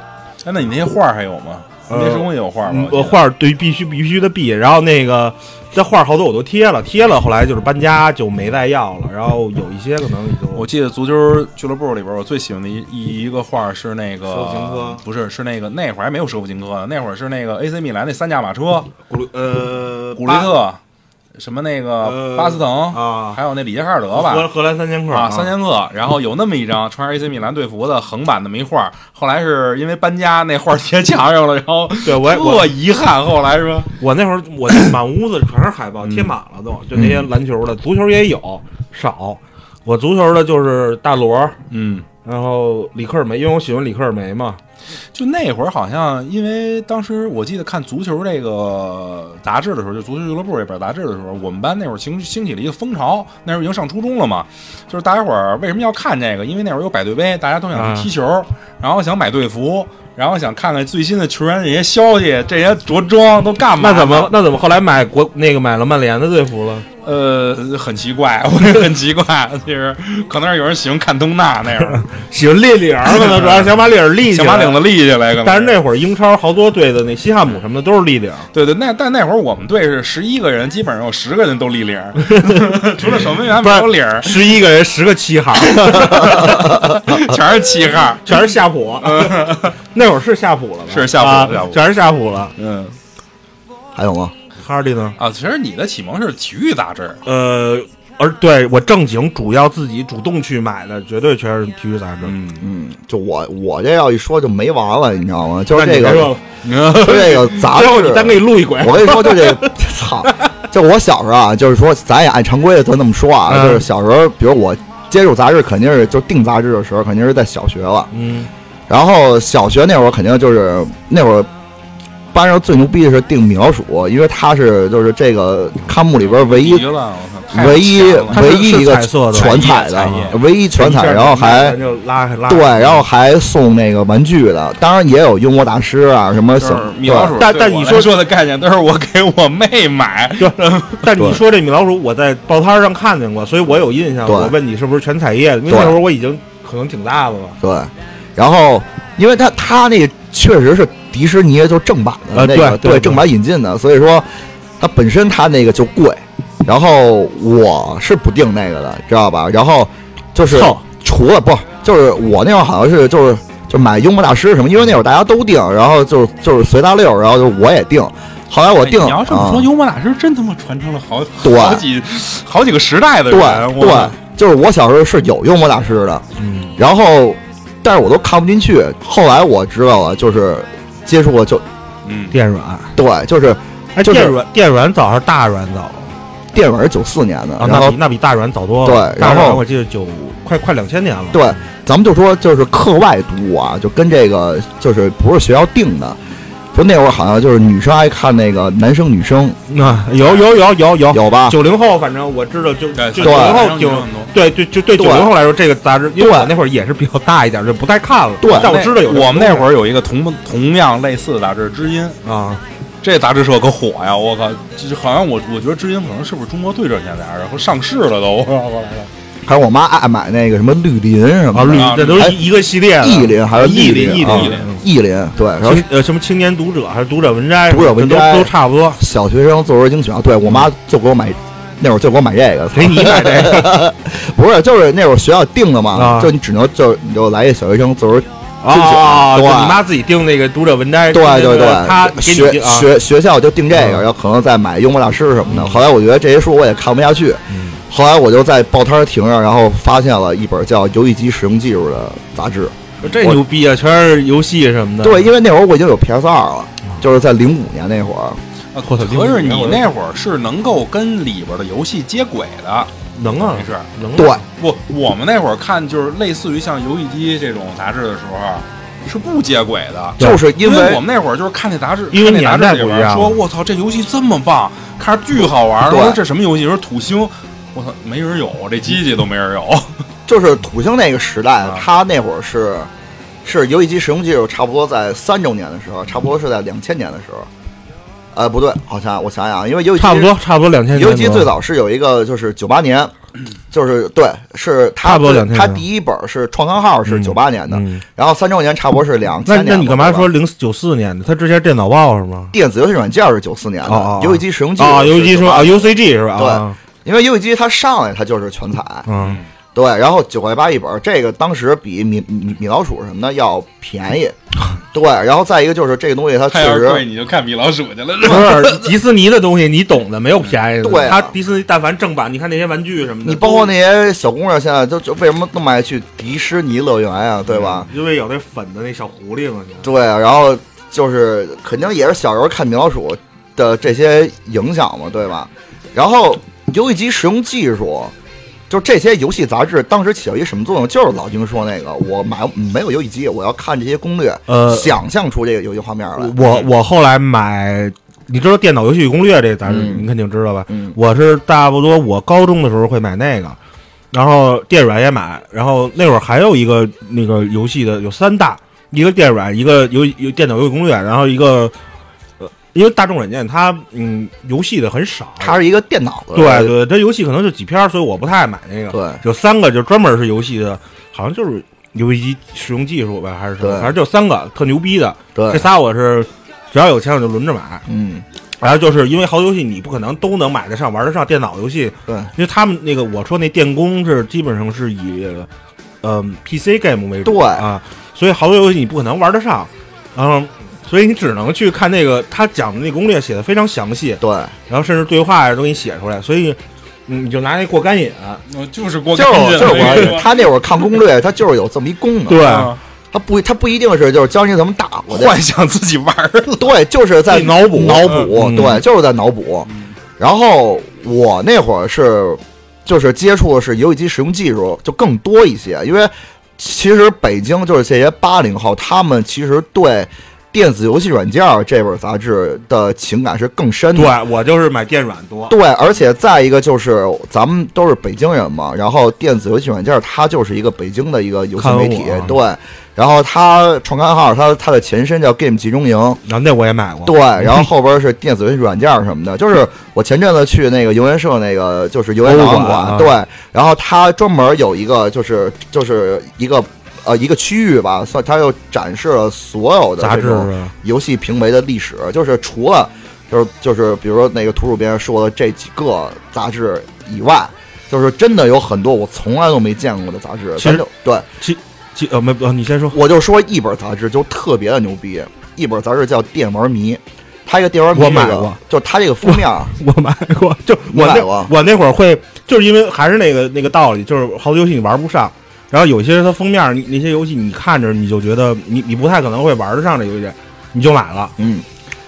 Speaker 2: 哎，那你那些画儿还有吗？
Speaker 4: 呃
Speaker 2: 那时候也有画儿吗
Speaker 4: 嗯？呃，画儿对必须必须的必。然后那个这画儿好多我都贴了，贴了后来就是搬家就没再要了，然后有一些可能也就
Speaker 2: 我记得足球俱乐部里边，我最喜欢的一一个画儿是那
Speaker 4: 舍甫琴
Speaker 2: 个
Speaker 4: 科，
Speaker 2: 不是是那个那会儿还没有舍甫琴科啊呢，那会儿是那个 AC 米兰那三驾马车，
Speaker 4: 古鲁呃
Speaker 2: 古雷特，什么那个
Speaker 4: 呃
Speaker 2: 巴斯
Speaker 4: 巴
Speaker 2: 滕，
Speaker 4: 啊，
Speaker 2: 还有那里杰卡尔德吧，
Speaker 4: 荷荷兰三剑客
Speaker 2: 啊，三剑客，然后有那么一张穿着 AC 米兰队服的横版那么一画儿，后来是因为搬家那画儿贴墙上了，然后
Speaker 4: 对我也我
Speaker 2: 特遗憾，后来说
Speaker 4: 我那会儿 <coughs> 我满屋子全是海报，贴满了都，就那些篮球的，足球也有少。我足球的就是大罗，
Speaker 2: 嗯。
Speaker 4: 然后里克尔梅，因为我喜欢里克尔梅嘛。
Speaker 2: 就那会儿，好像因为当时我记得看足球这个杂志的时候，就足球俱乐部这本杂志的时候，我们班那会儿兴兴起了一个风潮，那时候已经上初中了嘛，就是大家伙儿为什么要看这个？因为那会儿有百对杯，大家都想去踢球，然后想买队服，然后想看看最新的球员这些消息，这些着装都干嘛？
Speaker 4: 那怎么？那怎么后来买国那个买了曼联的队服了？
Speaker 2: 呃，很奇怪，我也很奇怪，其实可能是有人喜欢看东纳那会
Speaker 4: <laughs>
Speaker 2: 儿，
Speaker 4: 喜欢立领儿可能主要想把领儿立
Speaker 2: 想把领子立起来，可能
Speaker 4: 哎但是那会儿英超好多队的那西汉姆什么的都是立领儿，
Speaker 2: 对对，那但那会儿我们队是十一个人，基本上有十个人都立领
Speaker 3: <laughs>
Speaker 2: 儿，除了守门员没有领儿，
Speaker 4: 十一个人十个七号，
Speaker 2: 全是七号。
Speaker 4: 全是夏普。 <laughs> 那会儿嗯是夏普了吧？
Speaker 2: 是夏普
Speaker 4: 啊
Speaker 2: 夏普
Speaker 4: 全是夏普了。
Speaker 2: 嗯
Speaker 3: 还有吗？
Speaker 4: 哈利呢？
Speaker 2: 啊，其实你的启蒙是体育杂
Speaker 3: <laughs>
Speaker 2: 志，
Speaker 4: 呃，而对我正经主要自己主动去买的，绝对全是体育杂志。
Speaker 2: 嗯，
Speaker 3: 嗯，就我我这要一说就没完了，你知道吗？就是
Speaker 4: 那
Speaker 3: 这
Speaker 4: 你
Speaker 3: 个
Speaker 4: 别说了，
Speaker 3: 就这个杂
Speaker 4: <laughs> 最后
Speaker 3: 志
Speaker 4: 你，单给你录一轨。
Speaker 3: 我跟你说，就这个， <laughs> 操！就我小时候啊，就是说咱也按常规的咱那么说啊，
Speaker 4: 嗯
Speaker 3: 就是小时候，比如我接触杂志，肯定是就订杂志的时候，肯定是在小学了。
Speaker 4: 嗯，
Speaker 3: 然后小学那会儿肯定就是那会儿班上最牛逼的是定米老鼠，因为他是就是这个刊物里边唯一
Speaker 2: 急了，我操，太
Speaker 3: 唯一
Speaker 2: 有钱了
Speaker 4: 它是
Speaker 3: 唯一一个
Speaker 4: 是彩色的
Speaker 3: 全彩
Speaker 2: 彩
Speaker 3: 的
Speaker 2: 页，
Speaker 3: 唯一全彩，然后还
Speaker 4: 咱就拉
Speaker 2: 啊
Speaker 4: 开拉开
Speaker 3: 对，然
Speaker 4: <laughs>
Speaker 3: 后还送那个玩具的，当然也有幽默大师啊什么
Speaker 2: 就是
Speaker 3: 小
Speaker 2: 米老鼠对。
Speaker 3: 对
Speaker 4: 但但
Speaker 2: 我
Speaker 4: 你
Speaker 2: 来
Speaker 4: 说
Speaker 2: 说的概念都是我给我妹买，
Speaker 4: 但你
Speaker 3: 对
Speaker 4: 说这米老鼠，我在报摊上看见过，所以我有印象。
Speaker 3: 对
Speaker 4: 我问你是不是全彩页的，因为
Speaker 3: 对
Speaker 4: 那会儿我已经可能挺大了吧。
Speaker 3: 对，然后因为他他那确实是迪士尼就正版的
Speaker 4: 呃
Speaker 2: 啊
Speaker 3: 那个
Speaker 4: 对对对
Speaker 3: 正版引进的，所以说它本身它那个就贵，然后我是不定那个的，知道吧？然后就是
Speaker 4: 凑
Speaker 3: 除了不就是我那会儿好像是就是就买幽默大师什么，因为那会儿大家都定，然后就是就是随大溜，然后就我也定。后来 <laughs> 我定，
Speaker 2: 哎你要这么说，
Speaker 3: 啊
Speaker 2: 幽默大师真他妈传承了好
Speaker 3: 对
Speaker 2: 好几好几个时代的人，
Speaker 3: 对
Speaker 2: 我
Speaker 3: 对，就是我小时候是有幽默大师的，
Speaker 4: 嗯，
Speaker 3: 然后，但是我都看不进去。后来我知道了，就是接触了就
Speaker 2: 嗯，
Speaker 4: 电软，
Speaker 3: 对，就是
Speaker 4: 哎，
Speaker 3: 就是
Speaker 4: 电软电软早还是大软早？
Speaker 3: 电影九四年的，
Speaker 4: 啊，
Speaker 3: 然
Speaker 4: 那
Speaker 3: 后
Speaker 4: 比那比大软早多了。
Speaker 3: 对
Speaker 4: 大
Speaker 3: 然后
Speaker 4: 软我记得九快快两千年了。
Speaker 3: 对，咱们就说就是课外读物啊，就跟这个就是不是学校定的，就那会儿好像就是女生爱看那个男生女生
Speaker 4: 那 <laughs> 有有有有有
Speaker 3: 有啊吧？
Speaker 4: 九零后，反正我知道就
Speaker 2: 对，
Speaker 4: 就九
Speaker 3: 对
Speaker 4: 零
Speaker 2: 然
Speaker 4: 后
Speaker 2: 后
Speaker 4: 挺
Speaker 2: 很多。
Speaker 4: 对对，就对九
Speaker 3: 对
Speaker 4: 零后来说，这个杂志，因
Speaker 3: 对
Speaker 4: 为我那会儿也是比较大一点，就不太看了。
Speaker 3: 对
Speaker 4: 但我知道有这个
Speaker 2: 我们
Speaker 4: 东
Speaker 2: 那
Speaker 4: 西
Speaker 2: 会儿有一个同同样类似的杂志《知音》，
Speaker 4: 啊，
Speaker 2: 这杂志社可火呀！我靠，就是好像我我觉得《知音》可能是不是中国最赚钱的杂志，或上市了都。
Speaker 3: 还有我妈爱买那个什么绿林什么
Speaker 4: 绿
Speaker 3: 的，
Speaker 2: 啊
Speaker 4: 这都
Speaker 3: 哎
Speaker 4: 是一一个系列的。
Speaker 3: 意林还是
Speaker 4: 意
Speaker 3: 林
Speaker 4: 林意
Speaker 3: 啊
Speaker 2: 林意
Speaker 4: 林
Speaker 3: 意林对，然后
Speaker 4: 青呃什么青年读者还是读者文摘什
Speaker 3: 读
Speaker 4: 么的，
Speaker 3: 者文
Speaker 4: 这
Speaker 3: 摘
Speaker 4: 都都差不多。
Speaker 3: 小学生作文精选，对我妈就给我买，那会儿就给我买这个，
Speaker 4: 给
Speaker 3: <laughs>
Speaker 4: 你买这个
Speaker 3: 不是就是那会儿学校定的嘛，
Speaker 4: 啊
Speaker 3: 就你只能就你就来一小学生作文，
Speaker 4: 啊，就
Speaker 3: 对
Speaker 4: 你妈自己定那个读者文摘，
Speaker 3: 对
Speaker 4: 就
Speaker 3: 对
Speaker 4: 是
Speaker 3: 对，
Speaker 4: 她给
Speaker 3: 学
Speaker 4: 你啊，
Speaker 3: 学学校就定这个，
Speaker 4: 嗯
Speaker 3: 然后可能再买幽默大师什么的。
Speaker 4: 嗯
Speaker 3: 后来我觉得这些书我也看不下去，
Speaker 4: 嗯
Speaker 3: 后来我就在报摊儿停着，然后发现了一本叫《游戏机使用技术》的杂志。
Speaker 4: 这牛逼啊，全是游戏什么的。
Speaker 3: 对，因为那会儿我已经有 PS 二了，就是在零五年那会儿，
Speaker 2: 啊
Speaker 4: 我操
Speaker 2: 可是你那会儿是能够跟里边的游戏接轨的，
Speaker 4: 能啊
Speaker 2: 没，事。
Speaker 4: 能啊
Speaker 3: 对，
Speaker 2: 不，我们那会儿看就是类似于像游戏机这种杂志的时候，啊是不接轨的。
Speaker 4: 对
Speaker 3: 就是
Speaker 2: 因
Speaker 3: 因为
Speaker 2: 我们那会儿就是看那杂志，
Speaker 4: 因为
Speaker 2: 看那杂志
Speaker 4: 年代
Speaker 2: 里边
Speaker 4: 不一样
Speaker 2: 说我操，这游戏这么棒，看着巨好玩儿。
Speaker 3: 对
Speaker 2: 我说这什么游戏？说土星，我操，没人有，这机器都没人有。
Speaker 3: 就是土星那个时代
Speaker 2: 啊，
Speaker 3: 它那会儿是是游戏机使用技术差不多在三周年的时候，差不多是在两千年的时候。呃，不对，好像我想想啊，因为游戏机
Speaker 4: 差不多差不多两千。
Speaker 3: 游戏机最早是有一个，就是九八
Speaker 4: <clears throat>
Speaker 3: 年，就是对，是它
Speaker 4: 差不多2000
Speaker 3: 它第一本是创刊号是
Speaker 4: 嗯
Speaker 3: 九八年的，
Speaker 4: 嗯，
Speaker 3: 然后三周年差不多是两千
Speaker 4: 那
Speaker 3: 年的。
Speaker 4: 那你干嘛
Speaker 3: 对吧
Speaker 4: 说零九四年的？他之前电脑报是吗？
Speaker 3: 电子游戏软件是九四年
Speaker 4: 哦哦
Speaker 3: 的
Speaker 4: 哦，
Speaker 3: 游戏机使用技术
Speaker 4: 啊，游戏机
Speaker 3: 是
Speaker 4: 说
Speaker 3: 98
Speaker 4: 啊，UCG 是吧？啊，
Speaker 3: 因为游戏机它上来它就是全彩，
Speaker 4: <laughs> 嗯，
Speaker 3: 对，然后九块八一本，这个当时比米米米老鼠什么的要便宜，对，然后再一个就是这个东西它
Speaker 2: 太
Speaker 3: 确
Speaker 2: 要是贵，
Speaker 3: 实
Speaker 2: 你就看米老鼠去了，是
Speaker 4: 不
Speaker 2: 吧？
Speaker 4: 是迪士尼的东西，你懂的，没有便宜的。
Speaker 3: 对啊
Speaker 4: 他迪士尼但凡正版，你看那些玩具什么的，
Speaker 3: 你包括那些小姑娘现在就就为什么那么爱去迪士尼乐园啊，对吧？？
Speaker 4: 嗯因为有那粉的那小狐狸嘛，你看
Speaker 3: 对，然后就是肯定也是小时候看米老鼠的这些影响嘛，对吧？然后游戏机使用技术，就这些游戏杂志当时起到一个什么作用？就是老丁说那个，我买没有游戏机，我要看这些攻略，
Speaker 4: 呃，
Speaker 3: 想象出这个游戏画面来。
Speaker 4: 我我后来买，你知道《电脑游戏攻略》这咱
Speaker 3: 嗯
Speaker 4: 你肯定知道吧？
Speaker 3: 嗯，
Speaker 4: 我是差不多我高中的时候会买那个，然后电软也买，然后那会儿还有一个那个游戏的有三大，一个电软，一个游有电脑游戏攻略，然后一个呃，因为大众软件它嗯游戏的很少，
Speaker 3: 它是一个电脑的，
Speaker 4: 对对，这游戏可能就几篇儿，所以我不太爱买那个。
Speaker 3: 对
Speaker 4: 有三个就专门是游戏的，好像就是游戏机使用技术吧，还是什么，
Speaker 3: 对
Speaker 4: 反正就三个特牛逼的。这
Speaker 3: 对，
Speaker 4: 仨我是只要有钱我就轮着买。
Speaker 3: 嗯
Speaker 4: 然后就是因为好多游戏你不可能都能买得上、玩得上，电脑游戏，
Speaker 3: 对
Speaker 4: 因为他们那个我说那电工是基本上是以嗯、PC game 为主
Speaker 3: 对
Speaker 4: 啊，所以好多游戏你不可能玩得上，然后所以你只能去看那个他讲的那攻略写的非常详细，
Speaker 3: 对，
Speaker 4: 然后甚至对话呀都给你写出来，所以嗯你就拿那过干瘾，啊
Speaker 2: 我就是过
Speaker 3: 就
Speaker 2: 干瘾
Speaker 3: 是就是
Speaker 2: 那个
Speaker 3: 我他那会儿看攻略，它就是有这么一功能，
Speaker 2: 啊
Speaker 3: 它不它不一定是就是教你怎么打过去，
Speaker 2: 幻想自己玩儿了。
Speaker 3: 对，就是在
Speaker 4: 自己脑补
Speaker 3: 脑补，
Speaker 4: 嗯
Speaker 3: 对，就是在脑补。然后我那会儿是，就是接触的是游戏机使用技术就更多一些，因为其实北京就是这些八零后，他们其实对电子游戏软件儿这本杂志的情感是更深的。
Speaker 4: 对我就是买电软多，
Speaker 3: 对，而且再一个就是咱们都是北京人嘛，然后电子游戏软件儿它就是一个北京的一个游戏
Speaker 4: 刊物
Speaker 3: 媒体
Speaker 4: 啊，
Speaker 3: 对。然后它创刊号，它它的前身叫 Game 集中营，
Speaker 4: 然后啊那我也买过，
Speaker 3: 对，然后后边是电子游戏软件什么的，就是我前阵子去那个游研社那个就是游研
Speaker 4: 博
Speaker 3: 档
Speaker 4: 物
Speaker 3: 案
Speaker 4: 馆
Speaker 3: 馆，
Speaker 4: 啊
Speaker 3: 对，然后它专门有一个就是就是一个呃一个区域吧，算它又展示了所有的
Speaker 4: 杂
Speaker 3: 这
Speaker 4: 志
Speaker 3: 种
Speaker 4: 啊
Speaker 3: 游戏评为的历史，就是除了就是就是比如说那个图书边说的这几个杂志以外。就是真的有很多我从来都没见过的杂志，
Speaker 4: 其
Speaker 3: 咱
Speaker 4: 实
Speaker 3: 就对
Speaker 4: 记呃没不你先说，
Speaker 3: 我就说一本杂志就特别的牛逼，一本杂志叫《电玩迷》，它这个电玩迷、
Speaker 4: 我
Speaker 3: 这个、
Speaker 4: 买过，
Speaker 3: 就它这个封面儿，
Speaker 4: 我买过，就我
Speaker 3: 你买
Speaker 4: 那
Speaker 3: 过
Speaker 4: 我那会儿会，就是因为还是那个那个道理，就是好多游戏你玩不上，然后有些它封面儿你那些游戏你看着你就觉得你你不太可能会玩得上这游戏，你就买了。
Speaker 3: 嗯，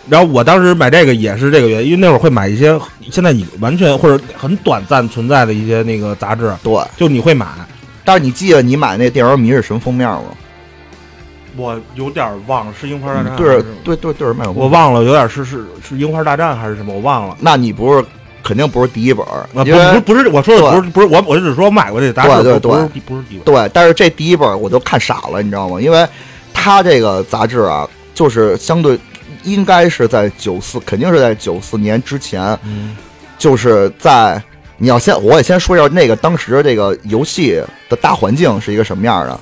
Speaker 4: 然后我当时买这个也是这个原因，因为那会儿会买一些现在已完全或者很短暂存在的一些那个杂志，
Speaker 3: 对，
Speaker 4: 就你会买。
Speaker 3: 但是你记得你买那电影迷是什么封面吗？
Speaker 4: 我有点忘了是樱花大战，
Speaker 3: 对着对对对着麦克风，
Speaker 4: 我。忘了，有点是是是樱花大战还是什么，我忘了。
Speaker 3: 那你不是肯定不是第一本
Speaker 4: 啊，，不
Speaker 3: 因为
Speaker 4: 不不是我说的，
Speaker 3: 对
Speaker 4: 不是不是我，我只是说买过这杂志，
Speaker 3: 对对
Speaker 4: 不是
Speaker 3: 对
Speaker 4: 不是低本。
Speaker 3: 对，但是这第一本我就看傻了，你知道吗？因为它这个杂志啊，就是相对应该是在九四，肯定是在九四年之前，
Speaker 4: 嗯，
Speaker 3: 就是在你要先，我也先说一下那个当时这个游戏的大环境是一个什么样的。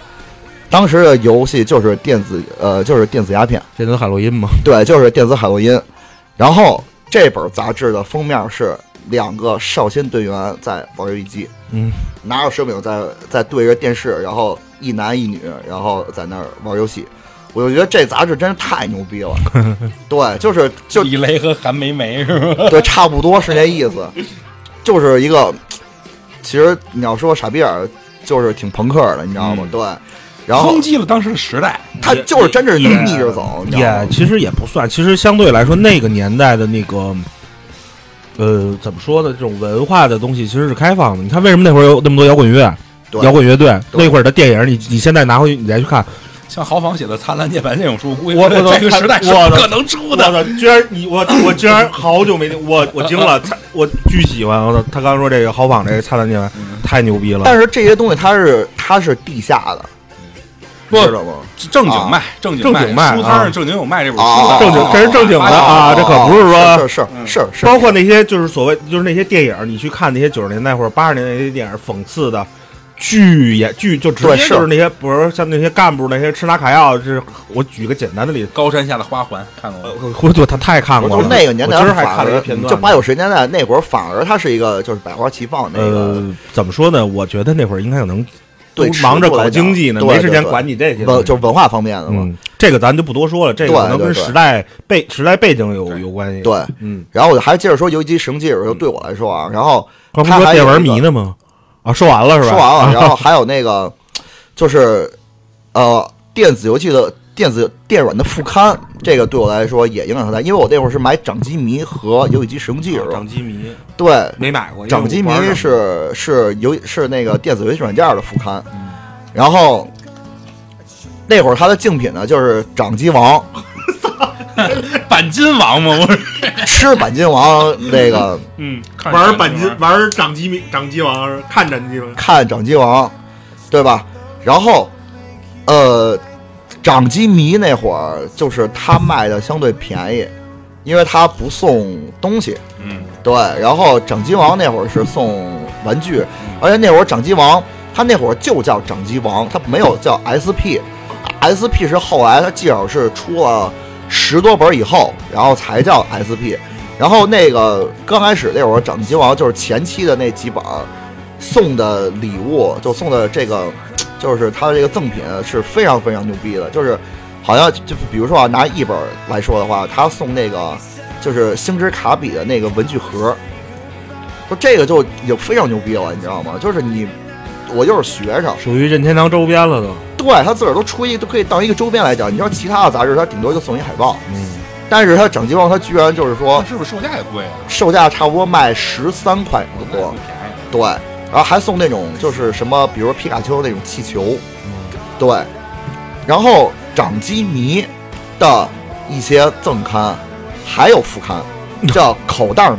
Speaker 3: 当时的游戏就是电子，呃，就是电子鸦片，
Speaker 4: 这能海洛因吗？
Speaker 3: 对，就是电子海洛因。然后这本杂志的封面是两个少先队员在玩游戏机，
Speaker 4: 嗯，
Speaker 3: 拿着手柄在在对着电视，然后一男一女，然后在那儿玩游戏。我就觉得这杂志真是太牛逼
Speaker 4: <laughs>
Speaker 3: 了，对，就是就
Speaker 2: 李雷和韩梅梅是吧？
Speaker 3: 对，差不多是那意思，就是一个，其实你要说傻逼眼儿，就是挺朋克的，你知道吗？
Speaker 2: 嗯
Speaker 3: 对，然 <laughs> 后
Speaker 2: 抨击了当时的时代，
Speaker 3: 他
Speaker 4: 也
Speaker 3: 就是真是
Speaker 4: 也
Speaker 3: 逆着走，你知道
Speaker 4: 也
Speaker 3: 吗？
Speaker 4: 其实也不算，其实相对来说那个年代的那个，呃，怎么说呢？这种文化的东西其实是开放的。你看为什么那会儿有那么多摇滚乐、
Speaker 3: 对
Speaker 4: 摇滚乐队？
Speaker 3: 对
Speaker 4: 那会儿的电影，你你现在拿回去你再去看，
Speaker 2: 像豪房写的《灿烂涅槃》这种书，估计
Speaker 4: 我
Speaker 2: 在
Speaker 4: 我
Speaker 2: 这个时代是
Speaker 4: 我
Speaker 2: 不可能出
Speaker 4: 我
Speaker 2: 的。
Speaker 4: 操！居然你我我居然好久没听我我惊
Speaker 2: <laughs>
Speaker 4: 了，他我巨喜欢！我操，他刚说这个豪仿这个灿烂涅槃太牛逼了。
Speaker 3: 嗯但是这些东西它是它是地下的，
Speaker 2: 不
Speaker 3: 知道吗？
Speaker 2: 正经卖，正经卖，
Speaker 4: 正经卖
Speaker 2: 书摊上正经有卖这本书
Speaker 3: 啊
Speaker 2: 的，
Speaker 4: 正经这是正经的啊这可不是说
Speaker 3: 是是是是是
Speaker 4: 包括那些就是所谓就是那些电影，你去看那些九十年代或者八十年代那些电影，讽刺的巨也巨就直
Speaker 3: 对
Speaker 4: 接
Speaker 3: 是
Speaker 4: 就是那些，比如说像那些干部那些吃拿卡要，这是我举个简单的例子。呃
Speaker 2: 高山下的花环，看过吗？
Speaker 4: 我我他太看
Speaker 3: 我
Speaker 4: 过
Speaker 3: 就
Speaker 4: 了，
Speaker 3: 是那个年代
Speaker 4: 我今儿还
Speaker 3: 反
Speaker 4: 看了一
Speaker 3: 而
Speaker 4: 个片段，
Speaker 3: 就八九十年代那会儿，反而它是一个就是百花齐放那个
Speaker 4: 呃，怎么说呢？我觉得那会儿应该有能
Speaker 3: 对
Speaker 4: 都忙着
Speaker 3: 尺度来
Speaker 4: 搞
Speaker 3: 讲
Speaker 4: 经济呢，
Speaker 3: 对
Speaker 4: 没
Speaker 3: 对
Speaker 4: 时间
Speaker 3: 对
Speaker 4: 管你这些东
Speaker 3: 文
Speaker 4: 西。
Speaker 3: 就是文化方面的嘛。
Speaker 4: 嗯，这个咱就不多说了，这个
Speaker 3: 对
Speaker 4: 可能跟
Speaker 3: 对对
Speaker 4: 时代背时代背景有
Speaker 2: 对
Speaker 4: 有关系。，
Speaker 3: 对，
Speaker 4: 嗯，
Speaker 3: 然后我还接着说游戏机使用技术，就对我来说啊，然后
Speaker 4: 刚不
Speaker 3: 他
Speaker 4: 是说
Speaker 3: 还
Speaker 4: 电
Speaker 3: 有
Speaker 4: 玩
Speaker 3: 一个
Speaker 4: 迷呢吗？啊，说完了是吧？
Speaker 3: 说完了，
Speaker 4: <laughs>
Speaker 3: 然后还有那个就是呃电子游戏的电子电软的副刊，这个对我来说也影响很大，因为我那会儿是买掌机迷和游戏机使用技术，
Speaker 4: 啊掌机迷
Speaker 3: 对。
Speaker 4: 没买过，因为
Speaker 3: 掌机
Speaker 4: 我
Speaker 3: 迷
Speaker 4: 不玩掌
Speaker 3: 是是游是那个电子游戏软件的副刊
Speaker 2: 嗯，
Speaker 3: 然后那会儿它的竞品呢就是掌机王、
Speaker 2: 板金王吗？我是
Speaker 3: 吃板筋
Speaker 4: <laughs>
Speaker 3: 王那个
Speaker 2: 嗯，看
Speaker 5: 玩
Speaker 2: 着
Speaker 5: 儿板机
Speaker 2: 玩，
Speaker 5: 玩儿掌机迷掌机王，看掌机王。
Speaker 3: 看掌机王，对吧？然后，呃，掌机迷那会儿就是他卖的相对便宜，因为他不送东西。
Speaker 2: 嗯，
Speaker 3: 对，然后掌机王那会儿是送玩具，
Speaker 4: 嗯
Speaker 3: 而且那会儿掌机王他那会儿就叫掌机王，他没有叫 SP。SP 是后来他至少是出了十多本以后，然后才叫 SP。然后那个刚开始那会儿掌机王就是前期的那几本儿送的礼物，就送的这个就是他的这个赠品是非常非常牛逼的，就是好像就比如说啊，拿一本儿来说的话，他送那个就是星之卡比的那个文具盒，说这个就已经非常牛逼了，你知道吗？就是你，我就是学生，
Speaker 4: 属于任天堂周边了都。
Speaker 3: 对他自个儿都出一都可以当一个周边来讲。你知道其他的杂志，他顶多就送一海报，
Speaker 4: 嗯，
Speaker 3: 但是他整机王他居然就是说
Speaker 2: 那是不是售价也贵啊？
Speaker 3: 售价差不多卖十三块多
Speaker 2: 不，便宜。
Speaker 3: 对，然后还送那种就是什么，比如说皮卡丘那种气球，
Speaker 4: 嗯
Speaker 3: 对，然后掌机迷的一些赠刊，还有副
Speaker 4: <laughs>
Speaker 3: 刊叫口袋迷，